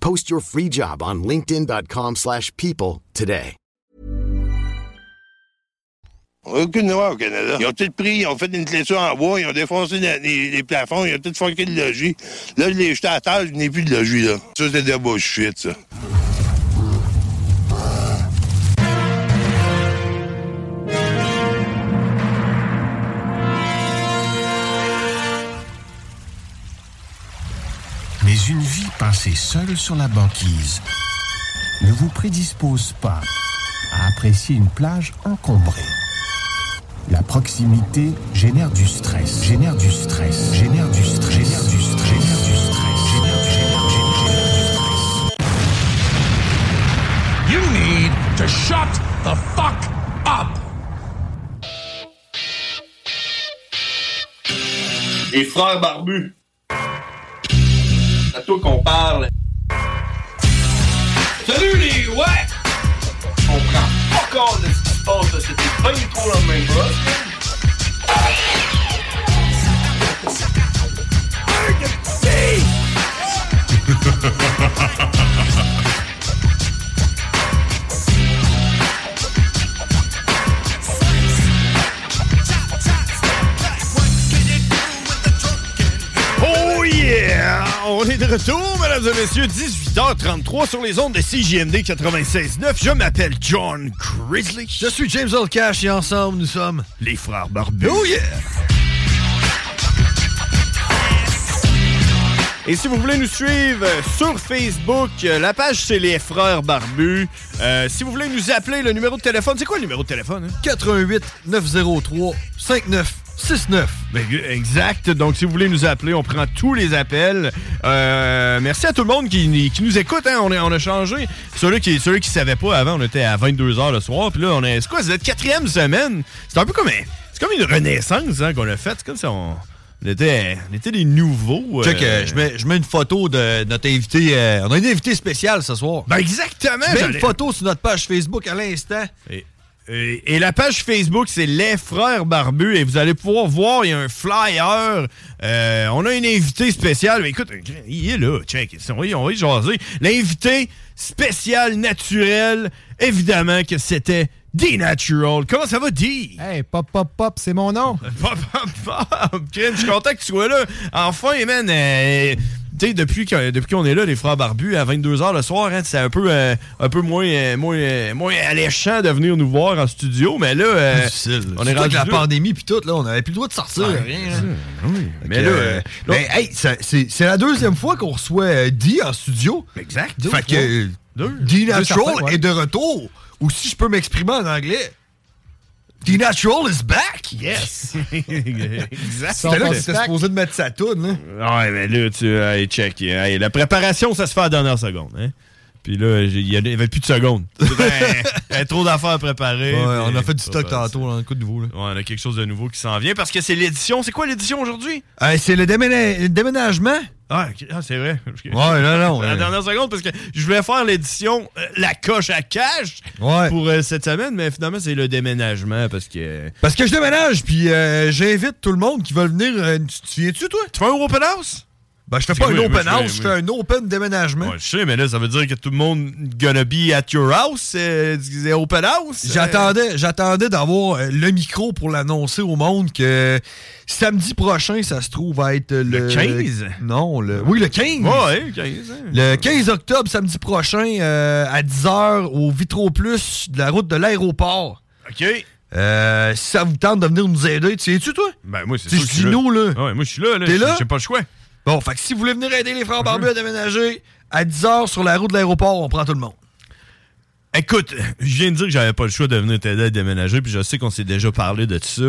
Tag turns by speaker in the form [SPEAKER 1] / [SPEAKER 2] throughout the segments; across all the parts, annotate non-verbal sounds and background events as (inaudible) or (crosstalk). [SPEAKER 1] Post your free job on linkedin.com/people slash people today.
[SPEAKER 2] Aucune loi au Canada. Ils ont tout pris, ils ont fait une clôture en bois, ils ont défoncé la- les, les plafonds, ils ont tout fucké le logis. Là, je l'ai jeté à terre, je n'ai plus de logis, là. Ça, c'est de la bullshit, ça.
[SPEAKER 3] Mais une vie passée seule sur la banquise ne vous prédispose pas à apprécier une plage encombrée. La proximité génère du stress, génère du stress, génère du stress, génère du stress, génère du stress, génère du génère- génère- génère du stress.
[SPEAKER 4] You need to shut the fuck up.
[SPEAKER 5] Les frères barbus. C'est à toi qu'on parle. Salut les ouais! On prend pas compte de ce qui se passe, là. C'était pas du tout la même chose.
[SPEAKER 6] Oh yeah! On est de retour, mesdames et messieurs, 18h33 sur les ondes de CJMD 96.9. Je m'appelle John Crisley. Je suis James Olcash et ensemble, nous sommes les frères Barbus. Oh yeah! Et si vous voulez nous suivre euh, sur Facebook, euh, la page c'est les frères barbus. Euh, si vous voulez nous appeler, le numéro de téléphone, c'est quoi le numéro de téléphone? hein? 88 903 5969. Ben, euh, exact. Donc si vous voulez nous appeler, on prend tous les appels. Euh, merci à tout le monde qui, qui nous écoute. hein. On, a, on a changé. Ceux-là qui ceux qui savaient pas avant, on était à 22h le soir. Puis là, on est. C'est quoi? C'est notre quatrième semaine. C'est un peu comme un- C'est comme une renaissance hein, qu'on a faite. C'est comme si on. on était, on était des nouveaux.
[SPEAKER 7] Check,
[SPEAKER 6] euh,
[SPEAKER 7] euh, je, mets, je mets une photo de notre invité. euh, on a une invitée spéciale ce soir.
[SPEAKER 6] Ben exactement.
[SPEAKER 7] Je mets
[SPEAKER 6] j'allais-
[SPEAKER 7] une photo sur notre page Facebook à l'instant.
[SPEAKER 6] Et, et- et la page Facebook, c'est Les Frères Barbus. Et vous allez pouvoir voir, il y a un flyer. Euh, on a une invité spéciale. Mais écoute, il est là. Check. On va, on va y jaser. L'invité spécial naturel, évidemment que c'était D-Natural. Comment ça va, D?
[SPEAKER 8] Hey, pop, pop, pop, c'est mon nom.
[SPEAKER 6] Pop, pop, pop. Crime, je suis content que tu sois là. Enfin, man, euh, tu sais, depuis que- depuis qu'on est là, les frères barbus, à 22h le soir, hein, c'est un peu, euh, un peu moins, euh, moins, euh, moins alléchant de venir nous voir en studio, mais là, euh, on est
[SPEAKER 7] Surtout
[SPEAKER 6] rendu
[SPEAKER 7] avec la
[SPEAKER 6] là.
[SPEAKER 7] pandémie puis tout, là, on n'avait plus le droit de sortir.
[SPEAKER 6] Ouais,
[SPEAKER 7] rien,
[SPEAKER 6] c'est
[SPEAKER 7] là.
[SPEAKER 6] ça. Oui, mais
[SPEAKER 7] Que,
[SPEAKER 6] là,
[SPEAKER 7] euh,
[SPEAKER 6] euh,
[SPEAKER 7] ben, hey, ça- c'est c'est la deuxième fois qu'on reçoit euh, Dee en studio.
[SPEAKER 6] Exact.
[SPEAKER 7] fait que euh,
[SPEAKER 6] Deux.
[SPEAKER 7] Dee
[SPEAKER 8] Deux
[SPEAKER 7] Natural
[SPEAKER 8] certains, ouais.
[SPEAKER 7] est de retour. Ou si je peux m'exprimer en anglais, Dee Natural is back.
[SPEAKER 6] Yes! exact.
[SPEAKER 8] Son
[SPEAKER 7] C'était là que
[SPEAKER 8] fun
[SPEAKER 7] t'étais
[SPEAKER 8] fact.
[SPEAKER 7] supposé de mettre sa toune. hein? là.
[SPEAKER 6] Ouais, mais là, tu. euh, Hey, check. Hey, la préparation, ça se fait à la dernière seconde. Hein? Puis là, j'ai- il y avait plus de
[SPEAKER 7] (laughs)
[SPEAKER 6] secondes. Ben, ben, trop d'affaires à préparer.
[SPEAKER 7] Ouais, on a
[SPEAKER 6] mais-
[SPEAKER 7] fait du stock tantôt, là, un coup de nouveau. là.
[SPEAKER 6] Ouais, on a quelque chose de nouveau qui s'en vient parce que c'est l'édition. C'est quoi l'édition aujourd'hui?
[SPEAKER 7] Euh, c'est le, déména- le déménagement?
[SPEAKER 6] Ah, ok. Ah, c'est vrai.
[SPEAKER 7] Ouais, non, non.
[SPEAKER 6] À la
[SPEAKER 7] euh,
[SPEAKER 6] dernière seconde, parce que je voulais faire l'édition euh, La coche à cash
[SPEAKER 7] ouais.
[SPEAKER 6] pour euh, cette semaine, mais finalement, c'est le déménagement parce que.
[SPEAKER 7] Parce que je déménage, puis euh, j'invite tout le monde qui veut venir. euh, tu tu viens-tu, toi?
[SPEAKER 6] Tu fais un open house?
[SPEAKER 7] Ben, je fais
[SPEAKER 6] C'est
[SPEAKER 7] pas un
[SPEAKER 6] quoi,
[SPEAKER 7] open
[SPEAKER 6] moi,
[SPEAKER 7] house, je fais un open déménagement.
[SPEAKER 6] Ouais, je sais, mais là, ça veut dire que tout le monde gonna be at your house, euh, c'est open house. euh.
[SPEAKER 7] J'attendais, j'attendais d'avoir euh, le micro pour l'annoncer au monde que samedi prochain, ça se trouve va être le,
[SPEAKER 6] 15?
[SPEAKER 7] Non, le oui le 15.
[SPEAKER 6] Ouais, le 15, hein.
[SPEAKER 7] Le 15 octobre, samedi prochain, euh, à 10h au Vitro Plus de la route de l'aéroport.
[SPEAKER 6] OK.
[SPEAKER 7] Euh, si ça vous tente de venir nous aider, tu sais-tu, toi?
[SPEAKER 6] Ben, moi, c'est
[SPEAKER 7] Tu
[SPEAKER 6] sûr
[SPEAKER 7] sais,
[SPEAKER 6] que
[SPEAKER 7] je dis nous, là.
[SPEAKER 6] Ouais, moi, je suis là, là.
[SPEAKER 7] T'es
[SPEAKER 6] Je-
[SPEAKER 7] là?
[SPEAKER 6] J'ai pas le choix.
[SPEAKER 7] Bon, fait que si vous voulez venir aider les frères Barbu à déménager, à 10h sur la route de l'aéroport, on prend tout le monde.
[SPEAKER 6] Écoute, je viens de dire que j'avais pas le choix de venir t'aider à déménager, puis je sais qu'on s'est déjà parlé de ça.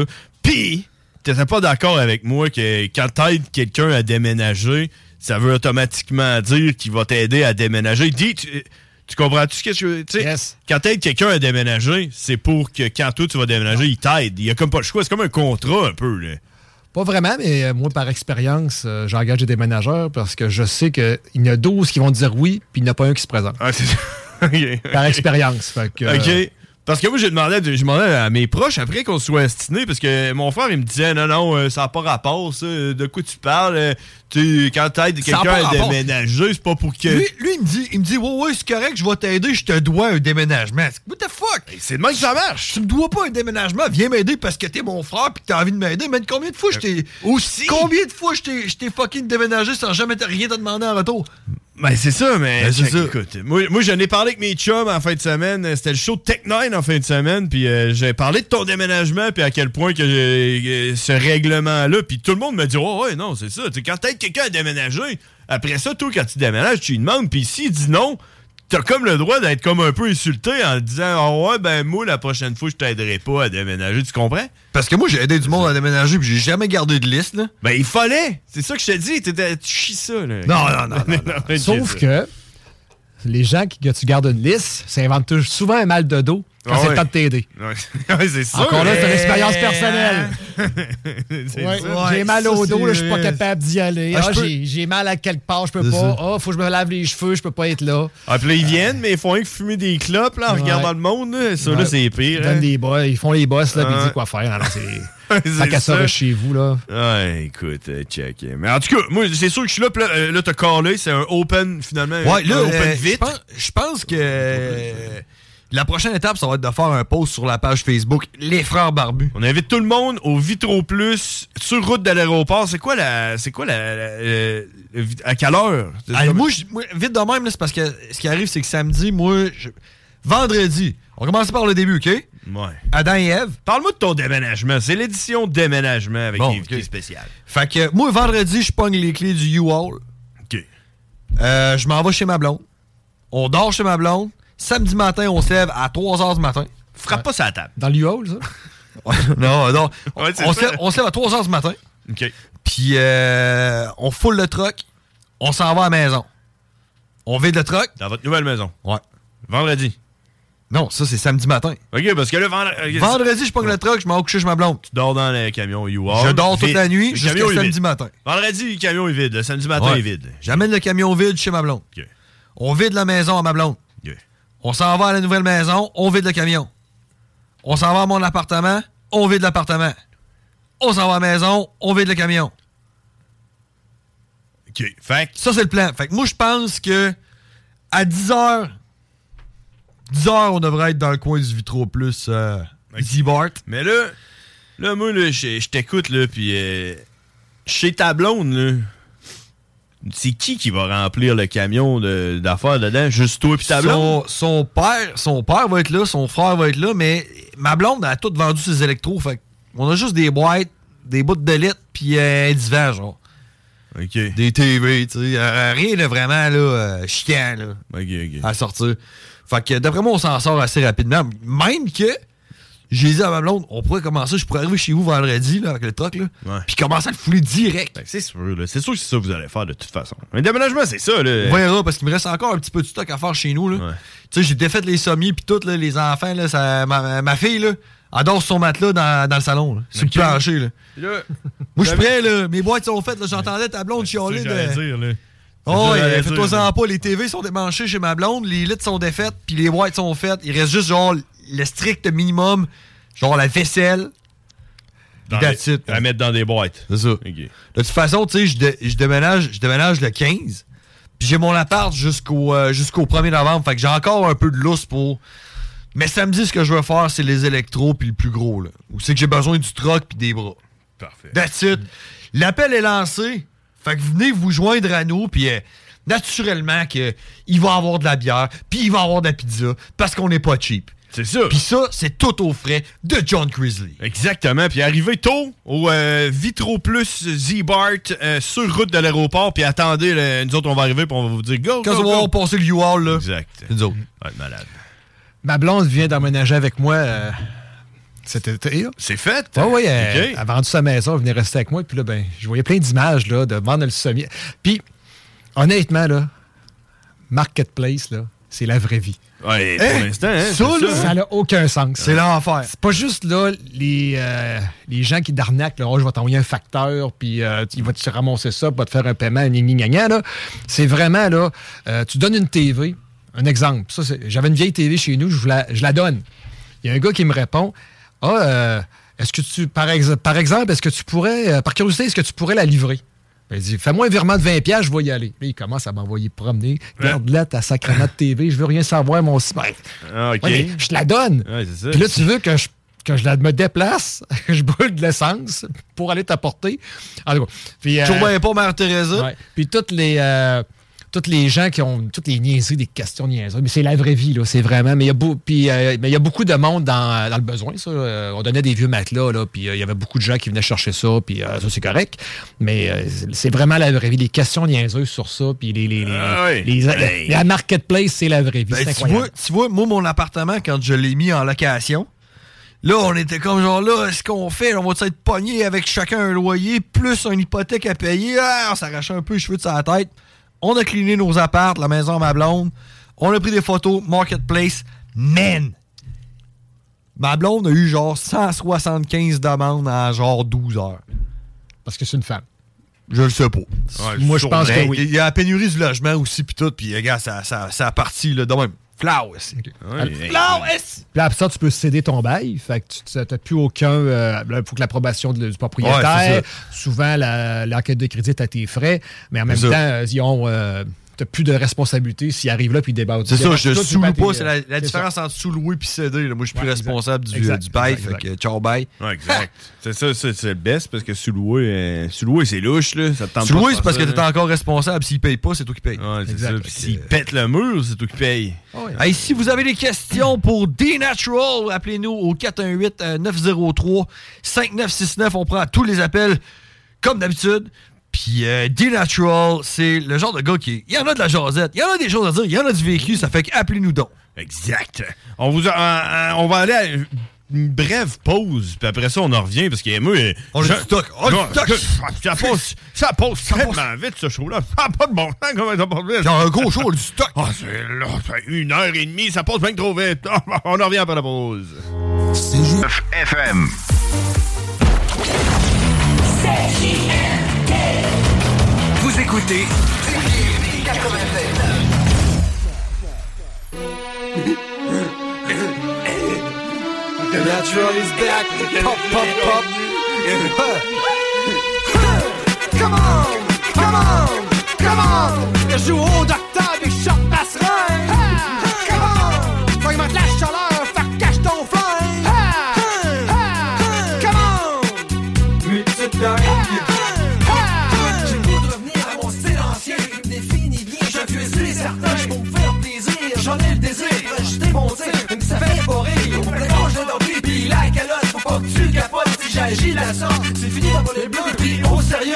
[SPEAKER 6] Puis, t'étais pas d'accord avec moi que quand t'aides quelqu'un à déménager, ça veut automatiquement dire qu'il va t'aider à déménager. Dis, tu, tu comprends-tu ce que je veux dire? Quand t'aides quelqu'un à déménager, c'est pour que quand toi tu vas déménager, il t'aide. Il y a comme pas le choix. C'est comme un contrat un peu, là.
[SPEAKER 9] Pas vraiment, mais euh, moi, par expérience, euh, j'engage des déménageurs parce que je sais qu'il y en a 12 qui vont dire oui, puis il n'y en a pas un qui se présente. Par expérience. fait que, euh,
[SPEAKER 6] OK. Parce que moi, j'ai demandé, à- j'ai demandé à mes proches après qu'on se soit astinés, parce que mon frère, il me disait, non, non, euh, ça n'a pas rapport, ça. euh, De quoi tu parles? euh, Tu, quand t'aides
[SPEAKER 7] Ça
[SPEAKER 6] quelqu'un
[SPEAKER 7] a pas
[SPEAKER 6] à
[SPEAKER 7] rapport.
[SPEAKER 6] déménager, c'est pas pour que...
[SPEAKER 7] Lui, lui, il me dit, il me dit, ouais, ouais, c'est correct, je vais t'aider, je te dois un déménagement. C'est- What the fuck?
[SPEAKER 6] c'est de même que ça marche.
[SPEAKER 7] Tu me dois pas un déménagement, viens m'aider parce que t'es mon frère puis que t'as envie de m'aider. Mais combien de fois je t'ai.
[SPEAKER 6] Euh, Aussi.
[SPEAKER 7] Combien de fois je t'ai- je t'ai fucking déménagé sans jamais te- rien te demander en retour?
[SPEAKER 6] Ben, c'est ça, mais.
[SPEAKER 7] Ben, c'est
[SPEAKER 6] check,
[SPEAKER 7] ça.
[SPEAKER 6] Écoute, moi, moi, j'en ai parlé avec mes chums en fin de semaine. euh, C'était le show Tech Nine en fin de semaine. Puis euh, j'ai parlé de ton déménagement. Puis à quel point que j'ai- euh, ce règlement-là. Puis tout le monde me dit Oh, ouais, non, c'est ça. Tu sais, quand t'aides quelqu'un à déménager, après ça, toi, quand tu déménages, tu lui demandes. Puis s'il dit non, t'as comme le droit d'être comme un peu insulté en disant Oh, ouais, ben, moi, la prochaine fois, je t'aiderai pas à déménager. Tu comprends?
[SPEAKER 7] Parce que moi, j'ai aidé du monde à déménager puis j'ai jamais gardé de liste, là.
[SPEAKER 6] Ben, il fallait. C'est ça que je te dis. T'étais- Tu chies ça, là. (laughs)
[SPEAKER 7] Non, non, non, non,
[SPEAKER 6] non.
[SPEAKER 9] Sauf que les gens qui, que tu gardes une liste s'inventent tou- souvent un mal de dos quand
[SPEAKER 6] Ah
[SPEAKER 9] c'est
[SPEAKER 6] ouais.
[SPEAKER 9] le temps de t'aider.
[SPEAKER 6] Ouais, (laughs) ouais, c'est ça.
[SPEAKER 9] Encore là, c'est une
[SPEAKER 7] Eh,
[SPEAKER 9] expérience personnelle.
[SPEAKER 6] (laughs) C'est
[SPEAKER 9] Ouais,
[SPEAKER 6] ça.
[SPEAKER 9] j'ai mal au
[SPEAKER 7] ça,
[SPEAKER 9] dos, là, je suis pas
[SPEAKER 7] c'est-
[SPEAKER 9] capable d'y aller.
[SPEAKER 7] Ah, je
[SPEAKER 9] Ah,
[SPEAKER 7] peux-
[SPEAKER 9] j'ai- J'ai mal à quelque part, je peux
[SPEAKER 7] C'est
[SPEAKER 9] pas.
[SPEAKER 7] ça.
[SPEAKER 9] Ah, faut que je me lave les cheveux, je peux pas être là.
[SPEAKER 6] Ah, puis là, ils viennent, mais ils font rien que fumer des clopes, là, en
[SPEAKER 9] Ouais.
[SPEAKER 6] regardant le monde, là. Ça, là,
[SPEAKER 9] Ouais.
[SPEAKER 6] c'est
[SPEAKER 9] Ils
[SPEAKER 6] pire.
[SPEAKER 9] donnent
[SPEAKER 6] hein.
[SPEAKER 9] des bras, ils font les boss, là, puis ils
[SPEAKER 6] Ouais.
[SPEAKER 9] disent quoi faire.
[SPEAKER 6] (laughs)
[SPEAKER 9] Alors, c'est.
[SPEAKER 6] C'est
[SPEAKER 9] Tant qu'à ça,
[SPEAKER 6] ça.
[SPEAKER 9] reste chez vous, là.
[SPEAKER 6] Ouais, écoute, euh, check. Mais en tout cas, moi, c'est sûr que je suis là, puis là, euh, là, t'as callé, c'est un open, finalement. un-
[SPEAKER 7] Ouais, là,
[SPEAKER 6] un
[SPEAKER 7] euh,
[SPEAKER 6] open
[SPEAKER 7] je
[SPEAKER 6] vite.
[SPEAKER 7] pense- je pense que euh, la prochaine étape, ça va être de faire un post sur la page Facebook Les Frères Barbus.
[SPEAKER 6] On invite tout le monde au Vitro Plus, sur route de l'aéroport. C'est quoi la. C'est quoi la. la- euh, le vit- à quelle heure? C'est
[SPEAKER 7] Hey,
[SPEAKER 6] comme-
[SPEAKER 7] Ah, moi, je- moi, vite de même, là, c'est parce que ce qui arrive, c'est que samedi, moi, je- vendredi, on commence par le début, OK?
[SPEAKER 6] Ouais.
[SPEAKER 7] Adam et Ève.
[SPEAKER 6] Parle-moi de ton déménagement. C'est l'édition déménagement avec
[SPEAKER 7] Bon,
[SPEAKER 6] des invités
[SPEAKER 7] ok.
[SPEAKER 6] spéciales.
[SPEAKER 7] Fait que moi, vendredi, je pogne les clés du U-Haul.
[SPEAKER 6] OK.
[SPEAKER 7] Euh, je m'en vais chez ma blonde. On dort chez ma blonde. Samedi matin, on se lève à 3h du matin.
[SPEAKER 6] Frappe pas sa table.
[SPEAKER 9] Dans l'UO,
[SPEAKER 7] (laughs)
[SPEAKER 9] ça.
[SPEAKER 7] non, non.
[SPEAKER 6] Ouais, c'est
[SPEAKER 7] on,
[SPEAKER 6] ça.
[SPEAKER 7] se lève, on se lève à 3h du matin.
[SPEAKER 6] OK.
[SPEAKER 7] Puis euh, on foule le truck. On s'en va à la maison. On vide le truck.
[SPEAKER 6] Dans votre nouvelle maison.
[SPEAKER 7] Ouais.
[SPEAKER 6] Vendredi.
[SPEAKER 7] Non, ça, c'est samedi matin.
[SPEAKER 6] OK, parce que là, vendredi.
[SPEAKER 7] Vendredi, je pogne le truck, je m'en vais coucher chez ma blonde.
[SPEAKER 6] Tu dors dans le camion you are.
[SPEAKER 7] Je dors toute
[SPEAKER 6] Vide.
[SPEAKER 7] la nuit
[SPEAKER 6] Le
[SPEAKER 7] jusqu'à
[SPEAKER 6] camion est
[SPEAKER 7] samedi
[SPEAKER 6] vide.
[SPEAKER 7] matin.
[SPEAKER 6] Vendredi, le camion est vide. Le samedi matin,
[SPEAKER 7] Ouais.
[SPEAKER 6] il est vide.
[SPEAKER 7] J'amène le camion vide chez ma blonde.
[SPEAKER 6] OK.
[SPEAKER 7] On vide la maison à ma blonde.
[SPEAKER 6] OK.
[SPEAKER 7] On s'en va à la nouvelle maison, on vide le camion. On s'en va à mon appartement, on vide l'appartement. On s'en va à la maison, on vide le camion.
[SPEAKER 6] OK. Fait que-
[SPEAKER 7] Ça, c'est le plan. Fait que moi, je pense que à 10 h 10 h on devrait être dans le coin du Vitro Plus euh, Zibart.
[SPEAKER 6] Mais là, là, moi, là, je, je t'écoute, là, puis euh, chez ta blonde, là, c'est qui qui va remplir le camion de- d'affaires dedans? Juste toi puis ta blonde?
[SPEAKER 7] Son, son père, son père va être là, son frère va être là, mais ma blonde a tout vendu ses électros. Fait que on a juste des boîtes, des bouts de litre, puis euh, un divan, genre.
[SPEAKER 6] OK.
[SPEAKER 7] Des TV, tu sais. euh, rien de vraiment, là, euh, chiant, là.
[SPEAKER 6] OK, OK.
[SPEAKER 7] à sortir. Fait que d'après moi, on s'en sort assez rapidement. Même que, j'ai dit à ma blonde, on pourrait commencer, je pourrais arriver chez vous vendredi là, avec le truck, là,
[SPEAKER 6] Ouais.
[SPEAKER 7] puis commencer à le fouler direct.
[SPEAKER 6] Fait que c'est sûr, là. C'est sûr que c'est ça que vous allez faire de toute façon. Mais déménagement, c'est ça, là.
[SPEAKER 7] On verra, parce qu'il me reste encore un petit peu de stock à faire chez nous. là.
[SPEAKER 6] Ouais.
[SPEAKER 7] Tu sais, j'ai défait les sommiers, puis tout, là, les enfants, là, ça- ma, ma fille, là, adore son matelas dans, dans le salon, là, sur
[SPEAKER 6] Ok.
[SPEAKER 7] le plancher. là.
[SPEAKER 6] Là,
[SPEAKER 7] Moi, je suis prêt, là, mes boîtes sont faites, là, j'entendais ta blonde
[SPEAKER 6] c'est ça
[SPEAKER 7] chialer
[SPEAKER 6] que j'allais
[SPEAKER 7] de...
[SPEAKER 6] dire, là. C'est
[SPEAKER 7] Oh,
[SPEAKER 6] ça que j'allais
[SPEAKER 7] ouais,
[SPEAKER 6] dire,
[SPEAKER 7] fais-toi
[SPEAKER 6] là.
[SPEAKER 7] en pas, les TV sont démanchés chez ma blonde, les lits sont défaites, puis les boîtes sont faites. Il reste juste, genre, le strict minimum, genre la vaisselle,
[SPEAKER 6] Dans
[SPEAKER 7] That's
[SPEAKER 6] les-
[SPEAKER 7] it.
[SPEAKER 6] À mettre dans des boîtes.
[SPEAKER 7] C'est ça. De toute façon, tu sais, je, dé- je déménage, je déménage le 15. Puis j'ai mon appart jusqu'au euh, jusqu'au 1er novembre. Fait que j'ai encore un peu de lousse pour. Mais samedi, ce que je veux faire, c'est les électros puis le plus gros. Là. Ou c'est que j'ai besoin du troc puis des bras.
[SPEAKER 6] Parfait.
[SPEAKER 7] That's it. L'appel est lancé. Fait que venez vous joindre à nous, puis euh, naturellement que il va avoir de la bière, puis il va avoir de la pizza, parce qu'on n'est pas cheap.
[SPEAKER 6] C'est sûr.
[SPEAKER 7] Puis ça, c'est tout au frais de John Grizzly.
[SPEAKER 6] Exactement. Puis arrivez tôt au euh, Vitro Plus Z-Bart euh, sur route de l'aéroport. Puis attendez, là, nous autres, on va arriver puis on va vous dire go. go,
[SPEAKER 7] Quand on va
[SPEAKER 6] go.
[SPEAKER 7] avoir passé le U-Haul, là.
[SPEAKER 6] Exact.
[SPEAKER 7] Nous autres.
[SPEAKER 6] Ouais, malade.
[SPEAKER 9] Ma blonde vient d'emménager avec moi euh, cet été.
[SPEAKER 6] C'est fait?
[SPEAKER 9] Oui, oui.
[SPEAKER 6] Ah Ok.
[SPEAKER 9] Elle, elle a vendu sa maison, elle venait rester avec moi. Puis là, ben, je voyais plein d'images là, de vendre le sommier. Puis, honnêtement, là, Marketplace, là, c'est la vraie vie.
[SPEAKER 6] Ouais,
[SPEAKER 9] Hein?
[SPEAKER 6] pour l'instant, hein,
[SPEAKER 9] ça,
[SPEAKER 6] c'est
[SPEAKER 9] là, ça n'a aucun sens. C'est l'enfer. C'est pas juste là les, euh, les gens qui d'arnaquent, là, oh, je vais t'envoyer un facteur, puis euh, il va te ramasser ça, puis va te faire un paiement, gna, gna, gna, gna, là. C'est vraiment là, euh, tu donnes une TV, un exemple. Ça, c'est- j'avais une vieille TV chez nous, je vous la, je la donne. Il y a un gars qui me répond Ah, euh, est-ce que tu, par, ex- par exemple, est-ce que tu pourrais, euh, par curiosité, est-ce que tu pourrais la livrer? Ben, il dit, fais-moi un virement de 20 pièces, je vais y aller. Là, il commence à m'envoyer promener. Garde-la ta sacrament de TV, je veux rien savoir, mon cyber.
[SPEAKER 6] Ah, OK.
[SPEAKER 9] Ouais, mais je te la donne.
[SPEAKER 6] Ouais, c'est ça.
[SPEAKER 9] Puis là, tu veux que je, que je la, me déplace, (laughs) que je brûle de l'essence pour aller t'apporter. En tout cas. Puis, euh,
[SPEAKER 7] Je revois pas Mère Teresa.
[SPEAKER 9] ouais. Puis toutes les. euh, toutes les gens qui ont toutes les niaiseries, des questions niaiseries, mais c'est la vraie vie, là, c'est vraiment. Mais il y, a beau- puis, euh, mais il y a beaucoup de monde dans, dans le besoin, ça. Euh, on donnait des vieux matelas, là, puis euh, il y avait beaucoup de gens qui venaient chercher ça, puis euh, ça, c'est correct. Mais euh, c'est- c'est vraiment la vraie vie, les questions niaiseuses sur ça, puis les. les, les,
[SPEAKER 7] Ah oui.
[SPEAKER 9] les-
[SPEAKER 7] Hey.
[SPEAKER 9] la marketplace, c'est la vraie vie.
[SPEAKER 7] Ben,
[SPEAKER 9] c'est
[SPEAKER 7] tu,
[SPEAKER 9] incroyable.
[SPEAKER 7] vois, tu vois, moi, mon appartement, quand je l'ai mis en location, là, on était comme genre, là, est-ce qu'on fait? On va être pogné avec chacun un loyer, plus une hypothèque à payer? Ah, on s'arrachait un peu les cheveux de sa tête. On a cliné nos appartes, la maison à ma blonde. On a pris des photos, marketplace, man! Ma blonde a eu genre 175 demandes en genre 12 heures.
[SPEAKER 9] Parce que c'est une femme.
[SPEAKER 7] Je le sais pas.
[SPEAKER 9] Moi, je pense que oui.
[SPEAKER 7] Il y a la pénurie du logement aussi, puis tout, puis regarde, ça, ça, ça a parti, là, de même. Flow, aussi. Flow, aussi.
[SPEAKER 9] Puis après ça, tu peux céder ton bail. Fait que tu n'as plus aucun. euh, là, faut que l'approbation de- du propriétaire.
[SPEAKER 7] Ouais,
[SPEAKER 9] Souvent, la- l'enquête de crédit est à tes frais. Mais en même
[SPEAKER 7] C'est
[SPEAKER 9] temps,
[SPEAKER 7] ça.
[SPEAKER 9] euh, ils ont. euh, T'as plus de responsabilité s'ils arrivent là puis ils débattent.
[SPEAKER 7] C'est
[SPEAKER 9] ils
[SPEAKER 7] ça,
[SPEAKER 9] débattent
[SPEAKER 7] je
[SPEAKER 9] tout,
[SPEAKER 7] sous pas.
[SPEAKER 9] puis tes- euh,
[SPEAKER 7] C'est la, la
[SPEAKER 9] c'est
[SPEAKER 7] différence entre sous-louer et céder. là. Moi, je suis plus responsable du,
[SPEAKER 9] exact,
[SPEAKER 7] du bail.
[SPEAKER 9] exact,
[SPEAKER 7] Fait que, ciao, bail.
[SPEAKER 6] Ouais, exact. (laughs) c'est ça, c'est c'est le best parce que sous-loué, euh, sous-loué, c'est louche, là. Ça te tente
[SPEAKER 7] Sous-louer,
[SPEAKER 6] pas de
[SPEAKER 7] c'est parce que
[SPEAKER 6] faire
[SPEAKER 7] t'es
[SPEAKER 6] ça, là.
[SPEAKER 7] encore responsable. S'il paye pas, c'est toi qui paye. (laughs)
[SPEAKER 6] Ouais, c'est
[SPEAKER 7] Exact.
[SPEAKER 6] ça.
[SPEAKER 7] Ah Fait
[SPEAKER 6] Puis
[SPEAKER 7] que-
[SPEAKER 6] s'il pète le mur, c'est toi qui paye.
[SPEAKER 7] Hey, si vous avez des questions pour D-Natural, appelez-nous au euh, 418-903-5969. On prend tous les appels comme d'habitude. Puis euh, D-Natural, c'est le genre de gars qui. Il y en a de la jasette, il y en a des choses à dire, il y en a du vécu, ça fait qu'appelez-nous donc.
[SPEAKER 6] Exact. On vous a- euh, euh, on va aller à une brève pause, puis après ça, on en revient parce que moi. euh,
[SPEAKER 7] On a
[SPEAKER 6] je-
[SPEAKER 7] du stock. On a du
[SPEAKER 6] Non,
[SPEAKER 7] stock.
[SPEAKER 6] que- Ça passe, ça passe tellement vite, ce show-là. Ça n'a pas de bon temps, comment ça passe vite.
[SPEAKER 7] Dans un gros show, on a du stock.
[SPEAKER 6] Ah, c'est là, c'est une heure et demie, ça passe bien que trop vite. Ah, on en revient après la pause.
[SPEAKER 3] FM. Vous écoutez
[SPEAKER 7] The natural is back. Pop, pop, pop.
[SPEAKER 3] Come on, come on, come on. Je joue au docteur avec short passerin. Come on, augmente la chaleur, fait que cache ton flingue. Come on, mais tu te J'ai beau devenir à mon style ancien, mais finis bien, je cuisine certain. Je vais me faire plaisir, j'en ai le désir. J'étais bon tir, mais ça fait pas rire. On me mange de l'envie, pis la calotte, faut pas que tu capotes. Si j'agis la sorte, c'est fini dans les bleus, pis au sérieux.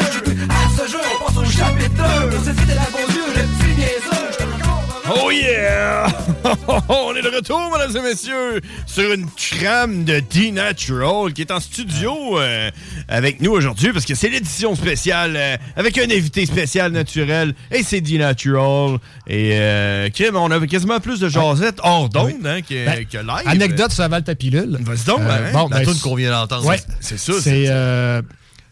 [SPEAKER 3] À ce jeu, on passe au chapitre 2. C'est fait de la vos yeux, le petit niaiseux.
[SPEAKER 6] Oh yeah! (laughs) On est de retour, mesdames et messieurs, sur une crème de D-Natural qui est en studio euh, avec nous aujourd'hui parce que c'est l'édition spéciale euh, avec un invité spécial naturel et c'est D-Natural. Et euh, crime, on avait quasiment plus de jasette hors d'onde hein, que,
[SPEAKER 9] Ben,
[SPEAKER 6] que live.
[SPEAKER 9] Anecdote, ça avale ta pilule.
[SPEAKER 6] Vas-y donc, hein, la toune qu'on vient d'entendre.
[SPEAKER 9] Ouais.
[SPEAKER 6] C'est ça, c'est
[SPEAKER 9] C'est euh,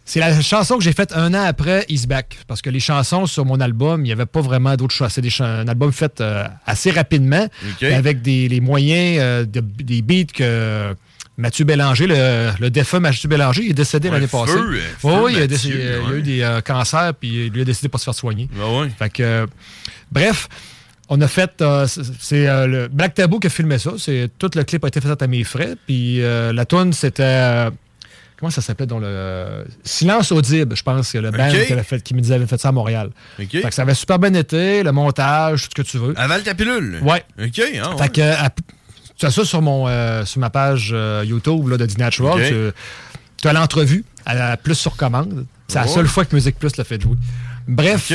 [SPEAKER 9] c'est la chanson que j'ai faite un an après Is Back. Parce que les chansons sur mon album, il n'y avait pas vraiment d'autres chansons. C'est des chan- un album fait euh, assez rapidement,
[SPEAKER 6] Ok.
[SPEAKER 9] avec des, les moyens, euh, de- des beats que, Mathieu Bélanger, le, le défunt Mathieu Bélanger, il est décédé
[SPEAKER 6] Ouais,
[SPEAKER 9] l'année
[SPEAKER 6] feu,
[SPEAKER 9] passée.
[SPEAKER 6] euh, feu
[SPEAKER 9] Oui, oui, il, a
[SPEAKER 6] Mathieu,
[SPEAKER 9] décédé- il a
[SPEAKER 6] ouais.
[SPEAKER 9] eu des euh, cancers, puis il lui a décidé de pas se faire soigner.
[SPEAKER 6] Ben
[SPEAKER 9] Fait que, euh, bref, on a fait. euh, c'est- c'est euh, le Black Tabou qui a filmé ça. C'est, tout le clip a été fait à mes frais. Puis euh, la toune, c'était. euh, comment ça s'appelait dans le. euh, Silence audible, je pense, que le band
[SPEAKER 6] Ok.
[SPEAKER 9] qui, l'a fait, qui me disait avait fait ça à Montréal.
[SPEAKER 6] Ok. Ah.
[SPEAKER 9] Fait que ça avait super bien été, le montage, tout ce que tu veux.
[SPEAKER 6] Avale ta pilule.
[SPEAKER 9] Ouais.
[SPEAKER 6] OK. ah, ouais.
[SPEAKER 9] Fait que, à- tu as ça sur, mon, euh, sur ma page euh, YouTube là, de The Natural.
[SPEAKER 6] Ok.
[SPEAKER 9] Tu, tu as l'entrevue à la plus sur commande. C'est la
[SPEAKER 6] Oh.
[SPEAKER 9] seule fois que Musique Plus l'a fait jouer. Bref.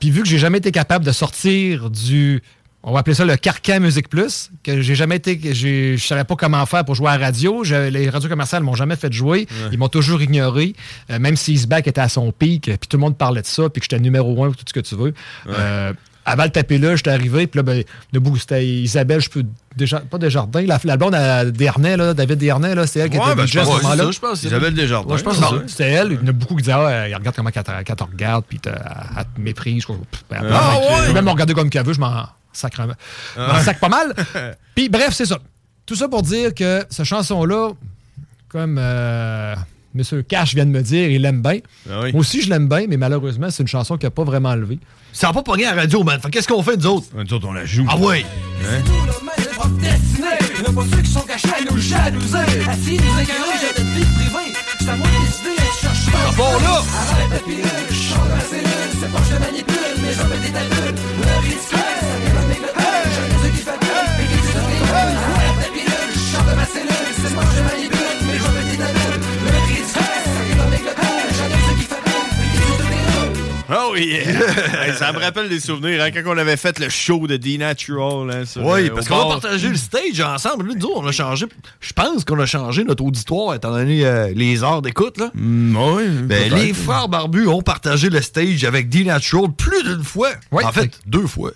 [SPEAKER 9] Puis vu que j'ai jamais été capable de sortir du. On va appeler ça le carcan Musique Plus, que j'ai jamais été. que j'ai- Je savais pas comment faire pour jouer à la radio. Je- les radios commerciales m'ont jamais fait jouer.
[SPEAKER 6] Ouais.
[SPEAKER 9] Ils m'ont toujours ignoré. euh, même si Isback était à son pic, euh, puis tout le monde parlait de ça, puis que j'étais numéro un, tout ce que tu veux. Euh, avant le tapé là, j'étais arrivé, puis là, ben, debout, c'était Isabelle, je peux. Déjà, pas Desjardins, la, la blonde à Dernay, là, David Dernay, là, c'est elle qui
[SPEAKER 6] Ouais,
[SPEAKER 9] était
[SPEAKER 6] ben,
[SPEAKER 9] DJ à
[SPEAKER 6] je pense
[SPEAKER 9] ce
[SPEAKER 6] que c'est
[SPEAKER 9] moment-là.
[SPEAKER 6] ça, je pense que c'est Isabelle elle. Desjardins,
[SPEAKER 9] Ouais, je pense
[SPEAKER 6] c'est
[SPEAKER 9] que c'est
[SPEAKER 6] ça.
[SPEAKER 9] ça. C'était elle. Il y en a beaucoup qui disaient, ah, elle regarde comment qu'elle te qu'elle te regarde, puis te- elle te méprise. quoi. Pff, ben,
[SPEAKER 6] Ah,
[SPEAKER 9] elle- elle peut
[SPEAKER 6] ouais?
[SPEAKER 9] même me regarder comme qu'elle veut, je m'en sacre, un- je m'en
[SPEAKER 6] Ah.
[SPEAKER 9] sacre
[SPEAKER 6] (laughs)
[SPEAKER 9] pas mal. Puis bref, c'est ça. Tout ça pour dire que cette chanson-là, comme euh, M. Cash vient de me dire, il l'aime bien.
[SPEAKER 6] Ah oui.
[SPEAKER 9] Moi aussi, je l'aime bien, mais malheureusement, c'est une chanson qui n'a pas vraiment levé. Ça n'a pas pogné à la radio, man. qu'est-ce qu'on fait, nous autres?
[SPEAKER 6] Nous autres, on la joue. Hein?
[SPEAKER 9] Ah ouais!
[SPEAKER 3] Destiné, a pas ceux qui sont cachés à nous jalouser. Assis, nous égarer, j'ai notre vie privée. C'est à moi de décider, je cherche pas.
[SPEAKER 6] bon, là!
[SPEAKER 3] Arrête la pilule, je suis dans ma cellule. C'est pas que je te manipule, mais je fais des tabules. Le ridicule, ça vient avec le pull. Je ne sais qui fabule, et qui se déroule. Arrête la pilule, je sors de ma cellule. C'est pas que je te manipule, mais je fais des tabules. Le ridicule, ça vient avec le pull. Je ne sais qui fabule, et qui se déroule.
[SPEAKER 6] Oh yeah! Hey, ça me rappelle des souvenirs, hein, quand on avait fait le show de D-Natural. Hein, sur,
[SPEAKER 7] Oui,
[SPEAKER 6] euh,
[SPEAKER 7] parce
[SPEAKER 6] au
[SPEAKER 7] qu'on va
[SPEAKER 6] bar.
[SPEAKER 7] partager le stage ensemble. Là, nous autres, on a changé. Je pense qu'on a changé notre auditoire, étant donné euh, les heures d'écoute. là. Ben,
[SPEAKER 6] Mm, peut-être.
[SPEAKER 7] les frères barbus ont partagé le stage avec D-Natural plus d'une fois. en fait,
[SPEAKER 6] (laughs)
[SPEAKER 7] deux fois.